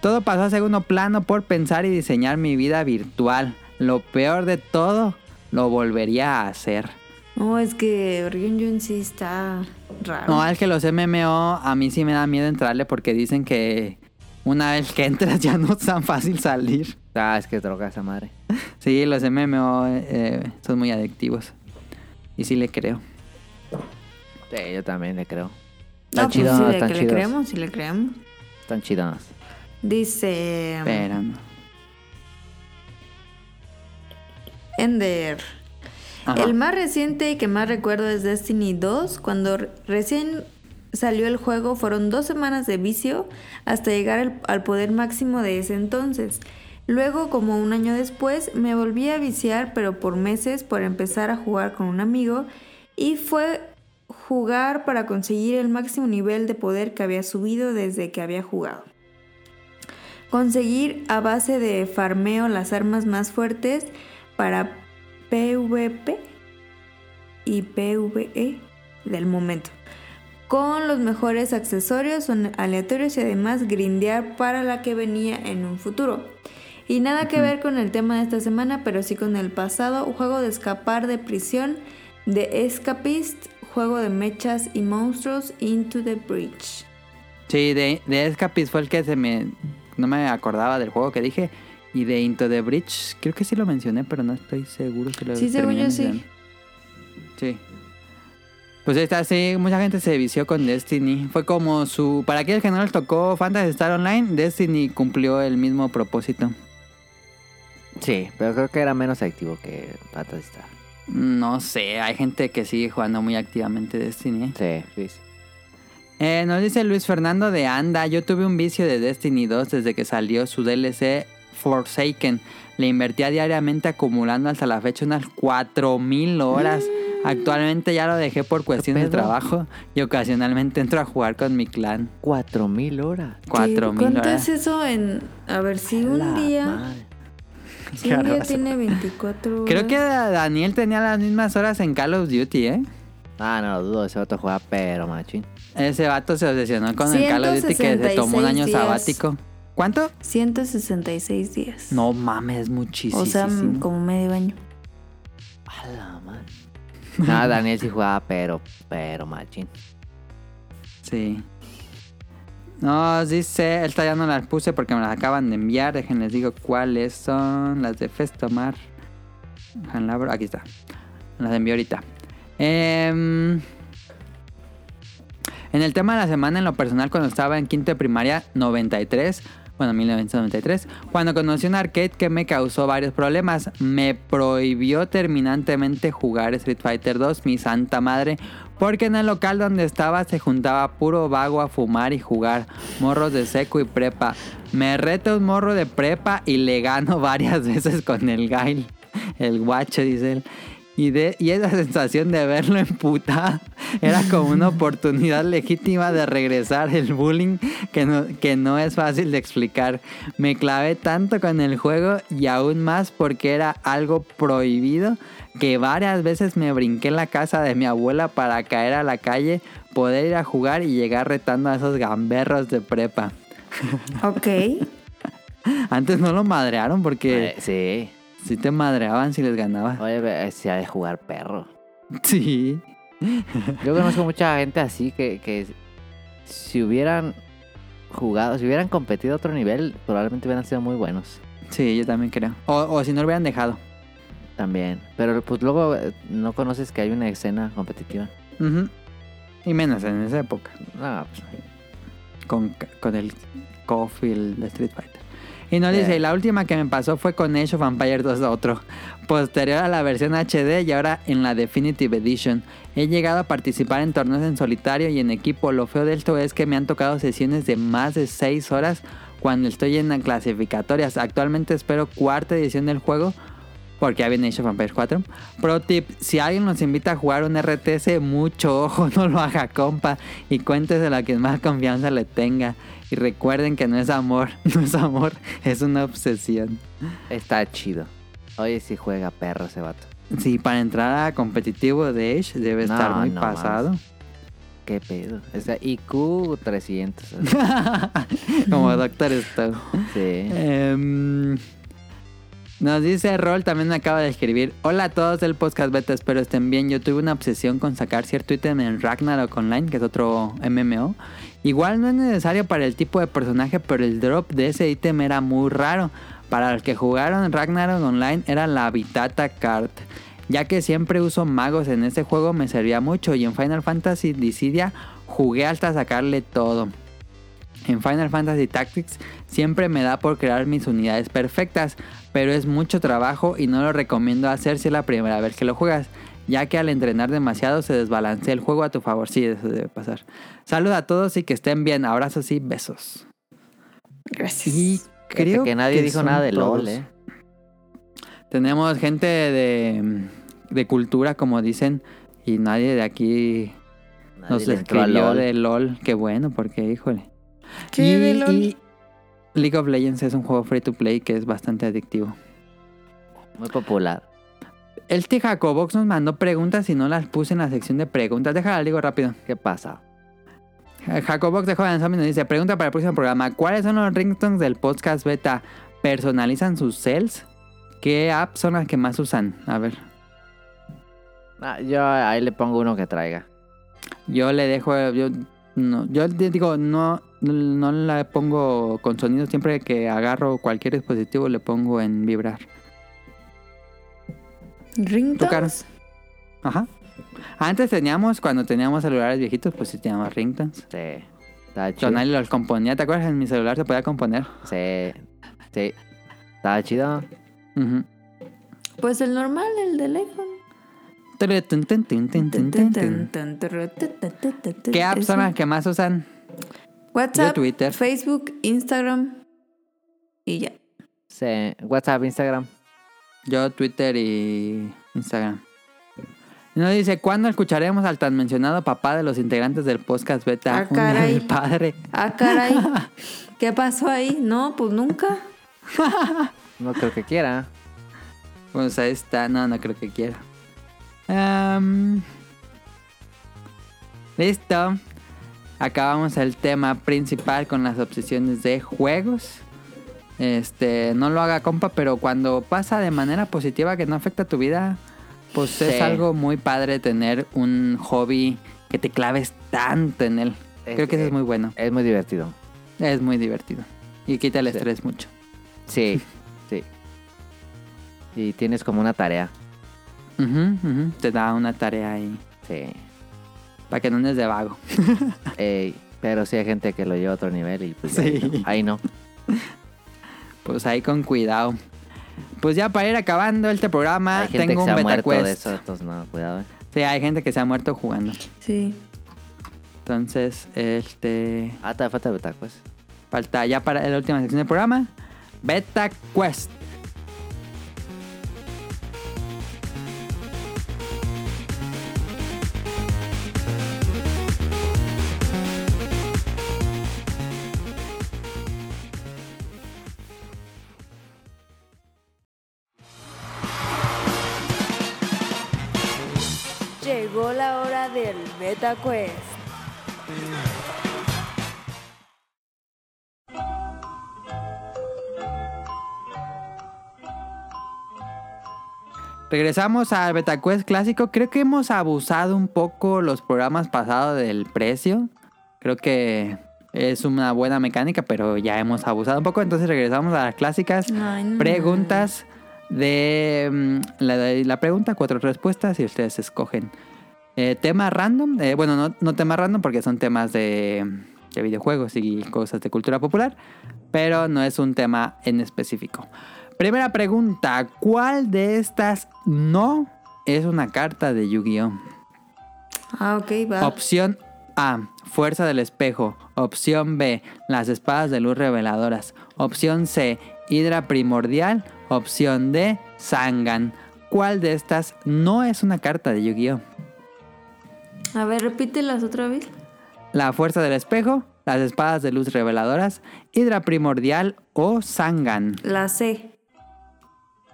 Todo pasó a segundo plano por pensar y diseñar mi vida virtual. Lo peor de todo, lo volvería a hacer.
No, es que Ryun Jun sí está raro.
No, es que los MMO a mí sí me da miedo entrarle porque dicen que una vez que entras ya no es tan fácil salir.
Ah, es que es droga esa madre.
Sí, los MMO eh, son muy adictivos. Y sí le creo.
Sí, yo también le creo.
No,
Están
pues
chidos,
sí, de
están
que le
chidos.
creemos, sí le creemos.
Están chidas.
Dice
Esperando.
Ender.
Ajá.
El más reciente y que más recuerdo es Destiny 2. Cuando re- recién salió el juego fueron dos semanas de vicio hasta llegar al, al poder máximo de ese entonces. Luego, como un año después, me volví a viciar, pero por meses, por empezar a jugar con un amigo. Y fue jugar para conseguir el máximo nivel de poder que había subido desde que había jugado. Conseguir a base de farmeo las armas más fuertes para PvP y PvE del momento. Con los mejores accesorios son aleatorios y además grindear para la que venía en un futuro. Y nada que ver con el tema de esta semana, pero sí con el pasado. Un juego de escapar de prisión, de escapist, juego de mechas y monstruos, Into the Breach.
Sí, de, de Escapist fue el que se me. No me acordaba del juego que dije. Y de Into the Bridge, creo que sí lo mencioné, pero no estoy seguro si lo
Sí, según
terminé
yo sí.
mencionando. Sí. Pues ahí está, sí, mucha gente se vició con Destiny. Fue como su. Para aquellos que no les tocó Fantasy Star Online, Destiny cumplió el mismo propósito.
Sí, pero creo que era menos activo que Fantasy Star.
No sé, hay gente que sigue jugando muy activamente Destiny. ¿eh?
Sí, Luis.
Eh, nos dice Luis Fernando de Anda, yo tuve un vicio de Destiny 2 desde que salió su DLC Forsaken. Le invertía diariamente acumulando hasta la fecha unas 4.000 horas.
Mm.
Actualmente ya lo dejé por cuestiones de
pedo?
trabajo y ocasionalmente entro a jugar con mi clan.
Cuatro mil horas.
¿Cuánto
4.000
es
horas.
eso en... A ver, si un
La
día...
madre.
Si
Qué
un día
horror.
tiene 24
Creo que
horas.
Daniel tenía las mismas horas en Call of Duty, ¿eh?
Ah, no lo dudo, ese otro jugaba pero machín.
Ese vato se obsesionó con el Call of Duty que se tomó un año
166 días.
sabático. ¿Cuánto?
166 días.
No mames, muchísimo.
O sea, m- como medio año.
A la madre. No, Daniel sí jugaba pero, pero machín.
Sí. Nos dice, esta ya no las puse porque me las acaban de enviar. Déjenles digo cuáles son las de Festomar. Ojalá abro- Aquí está. Las envió ahorita. Em, en el tema de la semana, en lo personal, cuando estaba en quinto de primaria, 93, bueno, 1993, cuando conocí un arcade que me causó varios problemas, me prohibió terminantemente jugar Street Fighter 2, mi santa madre, porque en el local donde estaba se juntaba puro vago a fumar y jugar, morros de seco y prepa. Me reta un morro de prepa y le gano varias veces con el gail, el guacho, dice él. Y, de, y esa sensación de verlo emputado era como una oportunidad legítima de regresar el bullying que no, que no es fácil de explicar. Me clavé tanto con el juego y aún más porque era algo prohibido que varias veces me brinqué en la casa de mi abuela para caer a la calle, poder ir a jugar y llegar retando a esos gamberros de prepa.
Ok.
Antes no lo madrearon
Eh,
porque
sí.
si te madreaban si les ganabas.
Oye, ve- se ha de jugar perro.
Sí.
Yo conozco mucha gente así que, que si hubieran jugado, si hubieran competido a otro nivel, probablemente hubieran sido muy buenos
Sí, yo también creo. O, o si no lo hubieran dejado.
también. Pero pues luego eh, no conoces que hay una escena competitiva.
Ujú. Y menos en esa época.
No, pues,
Con, con el KOF y el Street Fighter. Y nos
Sí.
dice, la última que me pasó fue con Age of Empires 2 otro. Posterior a la versión HD y ahora en la Definitive Edition. He llegado a participar en torneos en solitario y en equipo. Lo feo de esto es que me han tocado sesiones de más de 6 horas cuando estoy en clasificatorias. Actualmente espero cuarta edición del juego porque ya viene Age of Empires 4. Pro tip, si alguien nos invita a jugar un RTS, mucho ojo, no lo haga compa y cuéntese la que más confianza le tenga. Y recuerden que no es amor, no es amor, es una obsesión.
está chido. Oye, si juega perro ese vato.
Sí, para entrar a competitivo de Age debe
No,
estar muy
no
pasado.
¿Qué pedo? Está IQ 300.
Como Doctor Stone.
Sí.
Em, nos dice Rol, también me acaba de escribir. Hola a todos del podcast beta, espero estén bien. Yo tuve una obsesión con sacar cierto ítem en Ragnarok Online, que es otro MMO. Igual no es necesario para el tipo de personaje, pero el drop de ese ítem era muy raro. Para los que jugaron Ragnarok Online era la Vitata Card. Ya que siempre uso magos en este juego me servía mucho y en Final Fantasy Dissidia jugué hasta sacarle todo. En Final Fantasy Tactics siempre me da por crear mis unidades perfectas, pero es mucho trabajo y no lo recomiendo hacer si es la primera vez que lo juegas, ya que al entrenar demasiado se desbalancea el juego a tu favor. Sí, eso debe pasar. Saludos a todos y que estén bien. Abrazos y besos.
Gracias.
Y creo
Fíjate que nadie dijo
son
nada de
todos.
LOL, ¿eh?
Tenemos gente de, de cultura, como dicen, y nadie de aquí
Nadie
nos
le entró a
escribió
LOL.
de LOL. Qué bueno, porque híjole.
¿Qué de LOL?
League of Legends es un juego free to play que es bastante adictivo.
Muy popular.
El Tijacobox nos mandó preguntas y no las puse en la sección de preguntas. Déjala, digo rápido.
¿Qué pasa?
Jacobox de Joven Zombie nos dice, pregunta para el próximo programa, ¿cuáles son los ringtones del podcast beta? ¿Personalizan sus cells? ¿Qué apps son las que más usan? A ver,
Ah, yo ahí le pongo uno que traiga.
yo le dejo, yo, no, yo di- digo, no, no la pongo con sonido, siempre que agarro cualquier dispositivo le pongo en vibrar. ¿Tú, Caro?
¿Ringtones?
Ajá. Antes teníamos, cuando teníamos celulares viejitos, pues sí teníamos ringtones.
Sí. Está chido.
Tonali los componía, ¿te acuerdas? En mi celular se podía componer.
Sí. Sí. Está chido.
Ujú.
Pues el normal, el del iPhone.
Tun, tun, tun, tun, tun, tun, tun. ¿Qué
¿Qué
apps son las que más usan?
WhatsApp,
Yo Twitter.
Facebook, Instagram y ya.
Sí. WhatsApp, Instagram.
Yo Twitter y Instagram. Nos dice, ¿cuándo escucharemos al tan mencionado papá de los integrantes del podcast Beta?
Ah,
Un día
caray.
del padre.
Ah, caray. ¿Qué pasó ahí? No, pues nunca.
No creo que quiera.
Pues ahí está. No, no creo que quiera. Am, Listo. Acabamos el tema principal con las obsesiones de juegos. Este, no lo haga compa, pero cuando pasa de manera positiva que no afecta tu vida, pues es
Sí.
algo muy padre tener un hobby que te claves tanto en él.
Es
Creo que eso
que-
es muy bueno.
Es muy divertido.
Es muy divertido. Y quita el
Sí.
estrés mucho.
Sí. Sí. Y tienes como una tarea.
Ujú, ujú. Te da una tarea ahí.
Sí.
Para que no andes de vago.
Ey, pero sí hay gente que lo lleva a otro nivel y pues ya
Sí.
ahí no. ahí no.
Pues ahí con cuidado. Pues ya para ir acabando este programa,
hay gente
tengo
que se
un
ha
beta
muerto de
quest.
eso, entonces no, cuidado. eh.
Sí, hay gente que se ha muerto jugando.
Sí.
Entonces, este
Ah, te falta beta quest.
falta ya para la última sección del programa, beta quest.
Llegó la hora del Beta Quest.
Regresamos al beta quest clásico. Creo que hemos abusado un poco los programas pasados del precio. Creo que es una buena mecánica, pero ya hemos abusado un poco. Entonces regresamos a las clásicas
Ay, no.
preguntas de mm, la, de la pregunta, cuatro respuestas y ustedes escogen. Eh, tema random, eh, bueno, no, no tema random porque son temas de, de videojuegos y cosas de cultura popular, pero no es un tema en específico. Primera pregunta, ¿cuál de estas no es una carta de Yu-Gi-Oh?
Ah, ok, va.
Opción A, Fuerza del Espejo. Opción B, Las Espadas de Luz Reveladoras. Opción C, Hidra Primordial. Opción D, Sangan. ¿Cuál de estas no es una carta de Yu-Gi-Oh?
A ver, repítelas otra vez.
La Fuerza del Espejo, Las Espadas de Luz Reveladoras, Hidra Primordial o Sangan.
La C.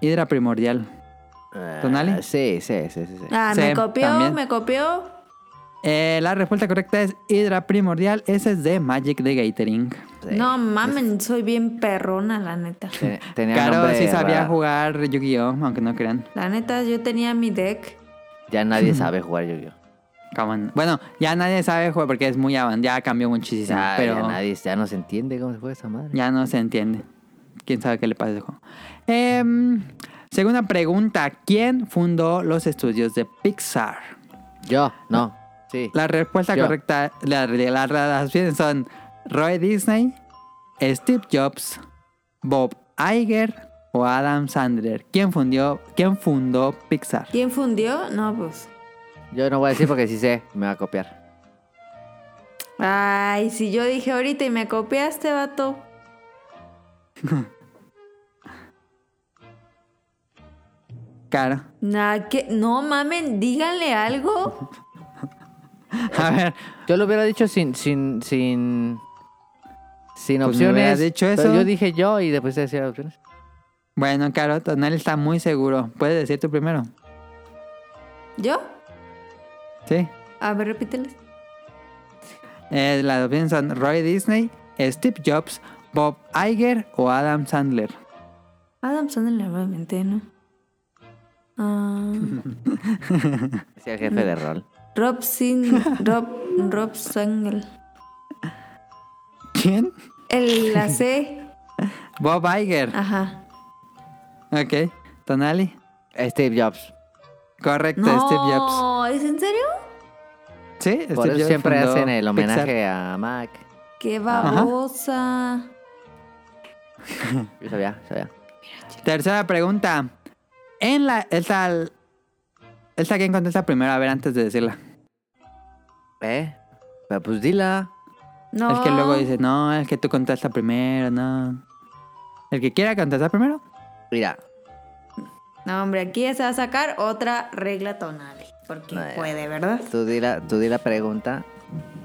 Hidra Primordial. ¿Tonali?
Ah, Sí, sí, sí, sí. sí.
Ah,
C,
me copió,
también.
me copió.
Eh, la respuesta correcta es Hidra Primordial. Ese es de Magic the Gathering.
Sí.
No mamen, soy bien perrona, la neta.
Ten- Tenía
Claro,
nombre
sí sabía
raro.
jugar Yu-Gi-Oh, aunque no crean.
La neta, yo tenía mi deck.
Ya nadie sabe jugar Yu-Gi-Oh.
Come on. Bueno, ya nadie sabe jugar porque es muy avanzado, ya cambió muchísimo,
Ya,
pero
ya nadie, ya no se entiende cómo se juega esa madre.
ya no se entiende. quién sabe qué le pasa a ese juego. Em, segunda pregunta: ¿Quién fundó los estudios de Pixar?
Yo, no. Sí.
La respuesta
Yo.
correcta, la- la- las opciones son Roy Disney, Steve Jobs, Bob Iger o Adam Sandler. ¿Quién fundió, quién fundó Pixar?
¿Quién fundió? No, pues.
Yo no voy a decir porque sí sé, me va a copiar.
Ay, si yo dije ahorita y me copiaste, vato.
Claro.
Nah, que no mamen, díganle algo.
A ver,
Yo lo hubiera dicho sin, sin, sin, sin
Pues me
opciones.
hubieras dicho
pero
eso.
yo dije yo y después te decía las opciones.
bueno, Caro, Tonel está muy seguro. ¿Puedes decir tú primero?
¿Yo?
Sí.
A ver, repíteles.
Eh, las opciones son Roy Disney, Steve Jobs, Bob Iger o Adam Sandler.
Adam Sandler, obviamente, ¿no? Ah,
Decía el jefe de
Mm.
rol.
Rob Sin. Rob. Rob Sangel.
¿Quién?
El la C.
Bob Iger.
Ajá.
Ok. Tonali.
Steve Jobs.
Correcto,
No,
Steve Jobs.
¿es en serio?
Sí,
Por
Steve
eso
Jobs
siempre
fundó
hacen el
Pixar.
homenaje a Mac.
Qué babosa.
Yo sabía, sabía.
Tercera pregunta. En la. Esta. Esta quien contesta primero, a ver, antes de decirla.
¿Eh? Pero pues dila.
No.
Es que luego dice, no, es que tú contestas primero, no. El que quiera contestar primero.
Mira,
No, hombre, aquí ya se va a sacar otra regla tonal. Porque
No, ya.
puede, ¿verdad?
tú di la, tú di la pregunta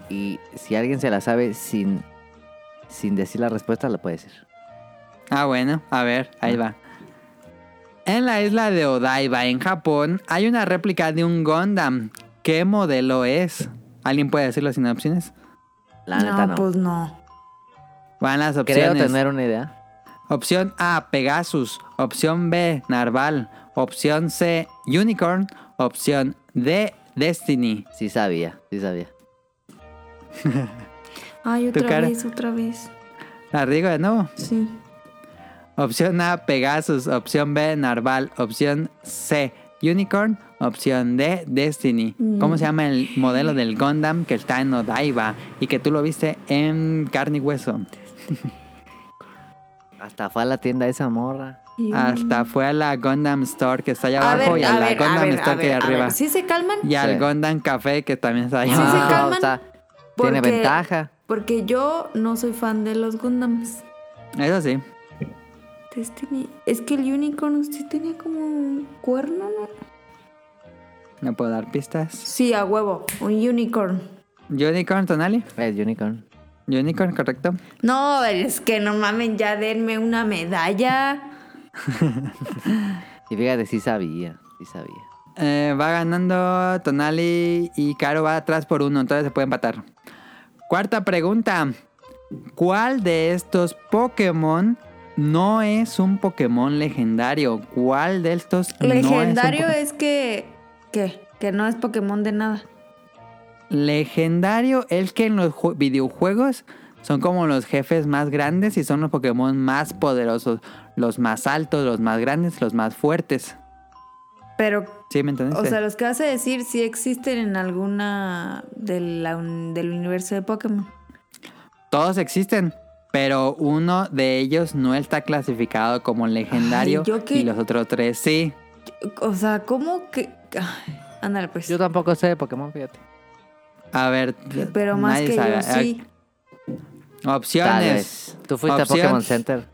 y si alguien se la sabe sin, sin decir la respuesta, la puede decir.
Ah, bueno, a ver,
Ah.
ahí va. En la isla de Odaiba, en Japón, hay una réplica de un Gundam. ¿Qué modelo es? ¿Alguien puede decirlo sin opciones?
La neta no.
pues no.
Van las opciones.
Creo tener una idea.
Opción A, Pegasus. Opción B, Narval. Opción C, Unicorn. Opción D, Destiny.
Sí sabía, sí sabía.
Ay,
Tu
otra
cara.
vez, otra vez.
La digo de nuevo.
Sí.
Opción A, Pegasus. Opción B, Narval. Opción C, Unicorn. Opción D, Destiny.
Mm.
¿Cómo se llama el modelo del Gundam que está en Odaiba y que tú lo viste en carne y hueso?
Hasta fue a la tienda esa morra.
Hasta fue a la Gundam Store que está allá
A
abajo
ver,
y
a
a la
ver, a
Gundam
ver, a
Store que hay
ver, a
arriba.
ver. ¿Sí se calman?
Y al
Sí.
Gundam Café que también está allá
Sí,
abajo.
se calman.
Ah, tiene
Porque-
ventaja.
Porque yo no soy fan de los Gundams.
Eso sí.
Destiny. Es que el Unicorn sí tenía como un cuerno, ¿no?
No puedo dar pistas.
Sí, a huevo. Un Unicorn.
Unicorn, Tonali.
El unicorn.
Unicorn, correcto.
No, es que no mamen, ya denme una medalla.
Y fíjate, sí sabía, sí sabía.
Eh, va ganando Tonali y Caro va atrás por uno, entonces se puede empatar. Cuarta pregunta. ¿Cuál de estos Pokémon no es un Pokémon legendario? ¿Cuál de estos no es un
Legendario
Pokémon?
es, que. ¿Qué? Que no es Pokémon de nada.
Legendario es que en los ju- videojuegos son como los jefes más grandes y son los Pokémon más poderosos. Los más altos, los más grandes, los más fuertes.
Pero,
¿Sí me entendiste?
o sea, los que vas a decir sí existen en alguna de la un- del universo de Pokémon.
Todos existen, pero uno de ellos no está clasificado como legendario
Ay, ¿yo qué?
y los otros tres sí.
O sea, ¿cómo que.? Ay, ándale, pues.
Yo tampoco sé de Pokémon, fíjate.
A ver,
Pero más
nadie
que
sabe. Ah,
yo sí.
Tal
Opciones.
vez. Tú fuiste
Opción-
a Pokémon Center.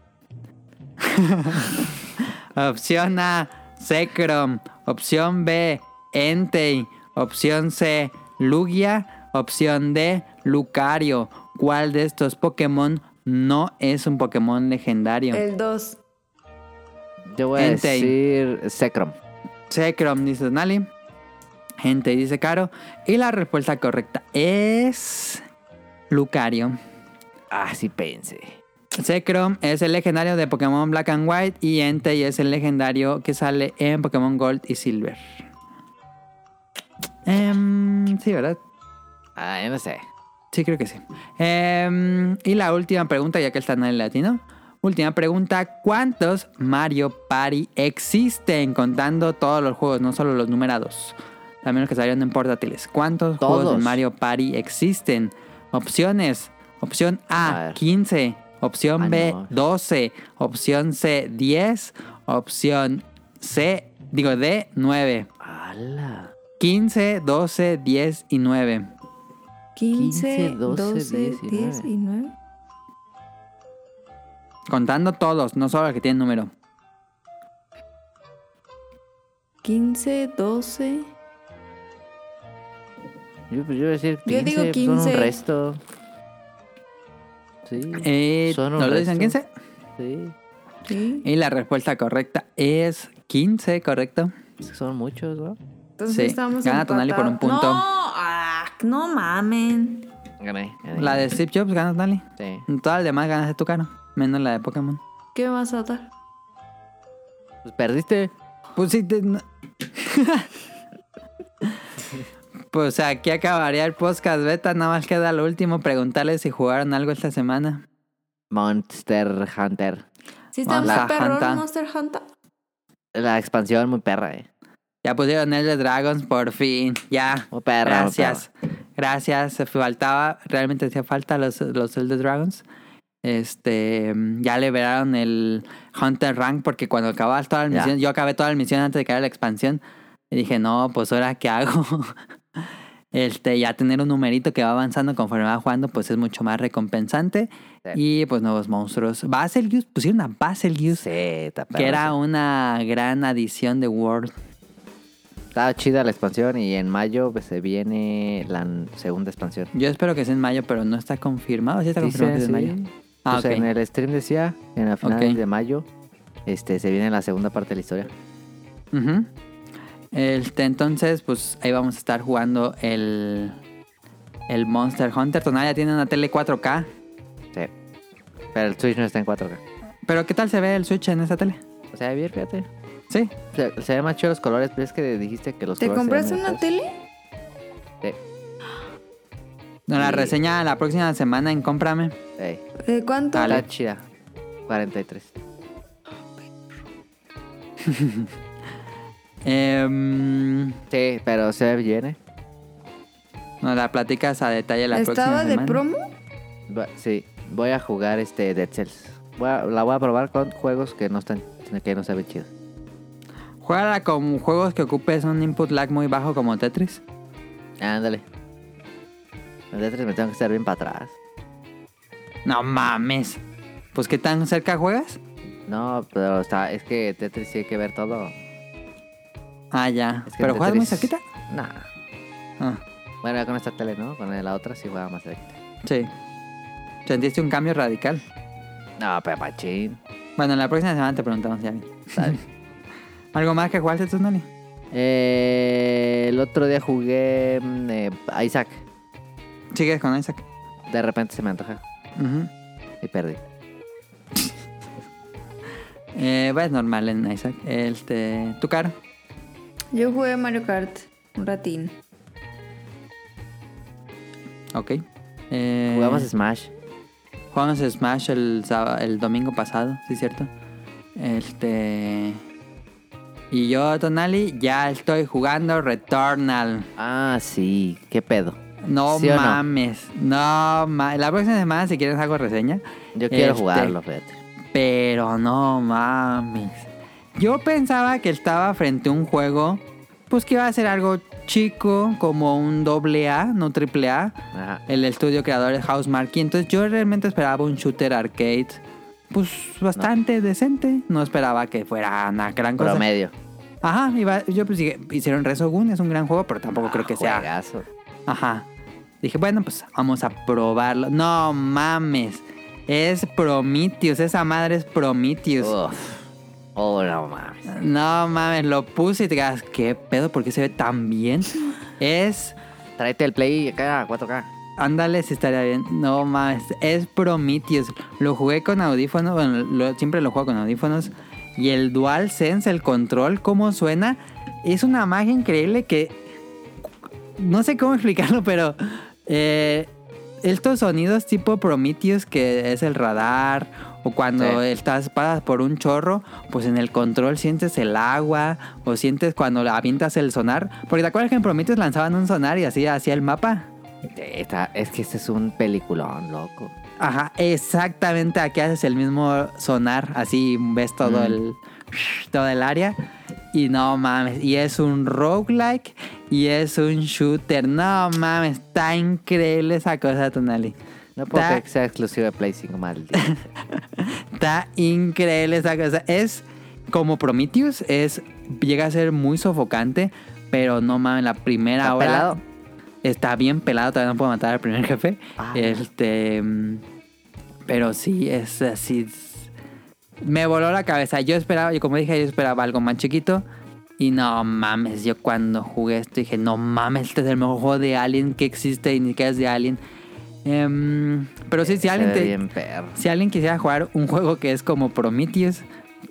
Opción A, Zekrom. Opción B, Entei. Opción C, Lugia. Opción D, Lucario. ¿Cuál de estos Pokémon no es un Pokémon legendario?
El 2.
Yo voy a
Entei.
decir Secrom.
Zekrom, dice Nali. Gente, dice Caro. Y la respuesta correcta es. Lucario.
Ah, sí pensé.
Zekrom es el legendario de Pokémon Black and White. Y Entei es el legendario que sale en Pokémon Gold y Silver. Em, sí, ¿verdad?
Ah, yo no sé.
Sí, creo que sí. Em, y la última pregunta, ya que está en el latino. Última pregunta, ¿cuántos Mario Party existen? Contando todos los juegos, no solo los numerados. También los que salieron en portátiles. ¿Cuántos juegos
Todos.
de Mario Party existen? Opciones. Opción
A
A,
ver.
15. Opción
Ay,
B,
no.
12. Opción C, 10. Opción C, digo D, 9.
¡Hala!
15, 12, 10 y 9.
15,
15,
12, 10 y 9.
Contando todos, no solo los que tienen número.
15, 12.
Yo, pues, yo iba a decir 15,
Yo digo
pues, son
15.
un resto. Sí,
Eh,
Son un
¿No lo dicen
resto.
15?
sí.
Sí.
Y la respuesta correcta es 15, correcto.
Es que son muchos, ¿no?
Entonces
Sí,
estamos
gana Tonali por un
empatados.
punto.
No, ah, no mamen.
Gané. gané.
La de Steve Jobs ganas, Dani.
Sí.
Todas las demás ganas de tu cara, menos la de Pokémon.
¿Qué me vas a dar?
Pues perdiste.
Pues sí, te- no- Pues aquí acabaría el podcast beta. Nada más queda lo último, preguntarles si jugaron algo esta semana.
Monster Hunter.
Sí, está muy
Monster
perrón
Hunter.
Monster Hunter.
La expansión muy perra, eh.
Ya pusieron Elder Dragons, por fin. Ya.
Muy perra. muy
Gracias. Gracias. se Faltaba, realmente hacía falta los, los Elder Dragons. Este, mm, ya liberaron el Hunter Rank porque cuando acabas toda la
Ya.
misión, yo acabé toda la misión antes de que haga la expansión. Y dije, no, pues ahora qué hago. Este, ya tener un numerito que va avanzando conforme va jugando, pues es mucho más recompensante.
Sí.
Y pues nuevos monstruos. Baselgius, pusieron a
perra.
Baselgius,
Sí, está perra.
que
sí.
era una gran adición de World.
Estaba chida la expansión y en mayo pues, se viene la n- segunda expansión.
Yo espero que sea en mayo, pero no está confirmado. ¿Sí está confirmado que
Dice,
es en mayo?
sí.
Ah,
Pues,
ok.
En el stream decía, en la final
Ok.
de mayo, este, se viene la segunda parte de la historia.
Ujú. Este, entonces, pues ahí vamos a estar jugando el, el Monster Hunter. Tonal ya tiene una tele 4K.
Sí. Pero el Switch no está en 4K.
Pero ¿qué tal se ve el Switch en esa tele?
O sea, bien, fíjate.
Sí.
Se, se ven más chidos los colores, pero es que dijiste que los
¿Te
colores.
compraste
se ven
una
medio
tele?
feos.
Nos la
Sí.
reseña la próxima semana en Cómprame.
Sí. Ey,
¿De cuánto?
Ah,
Está chida. 43.
Em,
Sí, pero se ve bien, ¿eh?
nos la platicas a detalle la próxima
¿Estaba
semana.
de promo?
Va- sí, voy a jugar este Dead Cells. Voy a- la voy a probar con juegos que no están que no se ven chidos.
Juégala con juegos que ocupes un input lag muy bajo como Tetris.
Ándale. El Dead Cells me tengo que estar bien para atrás.
No mames. Pues qué tan cerca juegas.
No, pero está, es que Tetris sí hay que ver todo. Es
Ah, ya.
que
Pero juegas muy
Tetris-
cerquita.
Nah.
Ah,
Bueno, con esta tele, ¿no? Con la otra sí jugaba más cerquita.
sí. Sentiste un cambio radical.
No, pero machín.
Bueno, la próxima semana te preguntamos ya. bien. ¿Algo más que jugaste tú, Nani?
Eh, el otro día jugué mm, eh, Isaac.
Sigues con Isaac.
De repente se me antoja
Ujú.
y perdí.
Eh, va, es normal en Isaac. Este, tu cara.
Yo jugué Mario Kart un ratín.
Ok. Eh,
Jugamos Smash.
jugamos Smash el, sába- el domingo pasado, sí, cierto. Este. Y yo, Tonali, ya estoy jugando Returnal.
Ah, sí. ¿Qué pedo?
No
¿Sí o no?
mames. No, ma- La próxima semana, si quieres, hago reseña.
Yo quiero
Este,
jugarlo, fíjate.
Pero no mames. Yo pensaba que estaba frente a un juego, pues que iba a ser algo chico, como un doble A, no triple A.
Ajá.
El estudio creador es House Marquee. Entonces yo realmente esperaba un shooter arcade, pues bastante decente. No esperaba que fuera una gran cosa.
Promedio.
Ajá, iba- yo pues dije, hicieron Resogun, es un gran juego, pero tampoco creo que sea
Ah, Juegazo.
Ajá. Dije, bueno, pues vamos a probarlo. No mames. Es Prometheus. Esa madre es Prometheus.
Uf. Oh, no mames.
No mames, lo puse y te quedas, ¿qué pedo? ¿Por qué se ve tan bien? es.
Tráete el play acá a 4K.
Ándale, si estaría bien. No mames, es Prometheus. Lo jugué con audífonos. Bueno, lo- siempre lo juego con audífonos. Y el Dual Sense, el control, cómo suena. Es una magia increíble que. No sé cómo explicarlo, pero. eh, estos sonidos tipo Prometheus, que es el radar. O cuando
Sí.
estás pasas por un chorro, pues en el control sientes el agua o sientes cuando avientas el sonar. Porque te acuerdas que en Prometheus lanzaban un sonar y así hacía el mapa.
Está- es que este es un peliculón, loco.
Ajá, exactamente. Aquí haces el mismo sonar, así ves todo
Mm.
el todo el área. Y no mames, y es un roguelike y es un shooter. No mames, está increíble esa cosa, Tonali.
No puedo
Está-
creer que sea exclusivo de Play 5, maldito.
Está increíble esa cosa. Es como Prometheus, es llega a ser muy sofocante, pero no mames, la primera
¿Está
hora
pelado?
está bien pelado, todavía no puedo matar al primer jefe.
Ah.
Este, mm, pero sí es así es- me voló la cabeza. Yo esperaba, yo como dije, yo esperaba algo más chiquito. Y no mames, yo cuando jugué esto dije, no mames, este es el mejor juego de Alien que existe y ni siquiera es de Alien. Em, pero sí, si
Se
alguien
ve
te,
bien perro.
si alguien quisiera jugar un juego que es como Prometheus,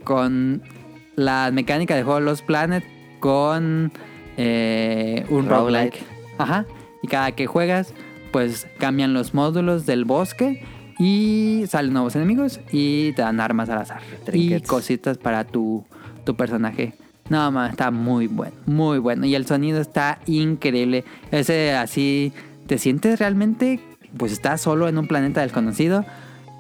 con la mecánica de juego Los Planet, con eh, un
Roguelike.
roguelike. Ajá. Y cada que juegas, pues cambian los módulos del bosque y salen nuevos enemigos y te dan armas al azar. Y
Trinkets.
cositas para tu, tu personaje. No, mames, está muy bueno, muy bueno. Y el sonido está increíble. Ese así, te sientes realmente, pues estás solo en un planeta desconocido.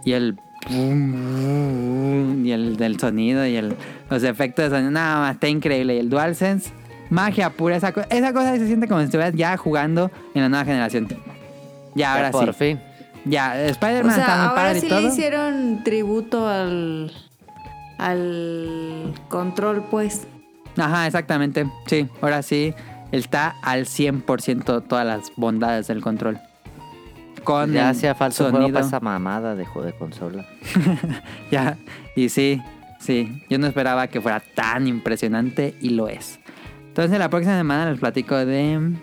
Y el... Y el del sonido y el, los efectos de sonido. Nada más, está increíble. Y el DualSense, magia pura. Esa, co- esa cosa se siente como si estuvieras ya jugando en la nueva generación. Ya, ahora
Ya
sí.
por fin.
Ya,
O
Spider-Man está
sea,
muy
ahora
padre
sí
y todo.
le hicieron tributo al. al control, pues.
Ajá, exactamente. Sí, ahora sí. Está al 100% todas las bondades del control. Con
Ya
el
hacía falta un juego
sonido.
para esa mamada de juego de consola.
Ya, y sí, sí, yo no esperaba que fuera tan impresionante y lo es. Entonces la próxima semana les platico de... em,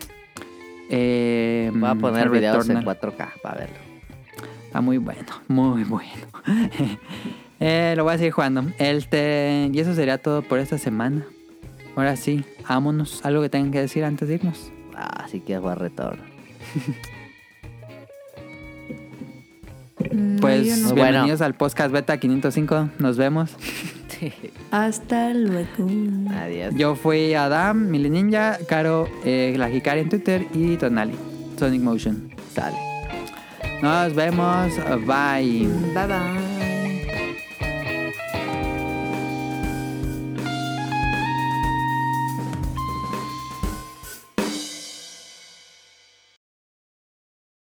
Eh,
Voy a poner videos en
Returnal.
4K para verlo.
Está Ah, muy bueno, muy bueno. Eh, lo voy a seguir jugando. El te- Y eso sería todo por esta semana. Ahora sí, vámonos. Algo que tengan que decir antes de irnos.
Ah, sí que jugar retorno.
No, Mm, yo
Pues
no.
Muy bueno.
bienvenidos al podcast Beta 505. Nos vemos.
Hasta luego.
Adiós.
Yo fui Adam, Mili Ninja, Caro, eh, la Hikari en Twitter y Tonali, Sonic Motion.
Sale.
Nos vemos. Bye.
Bye bye.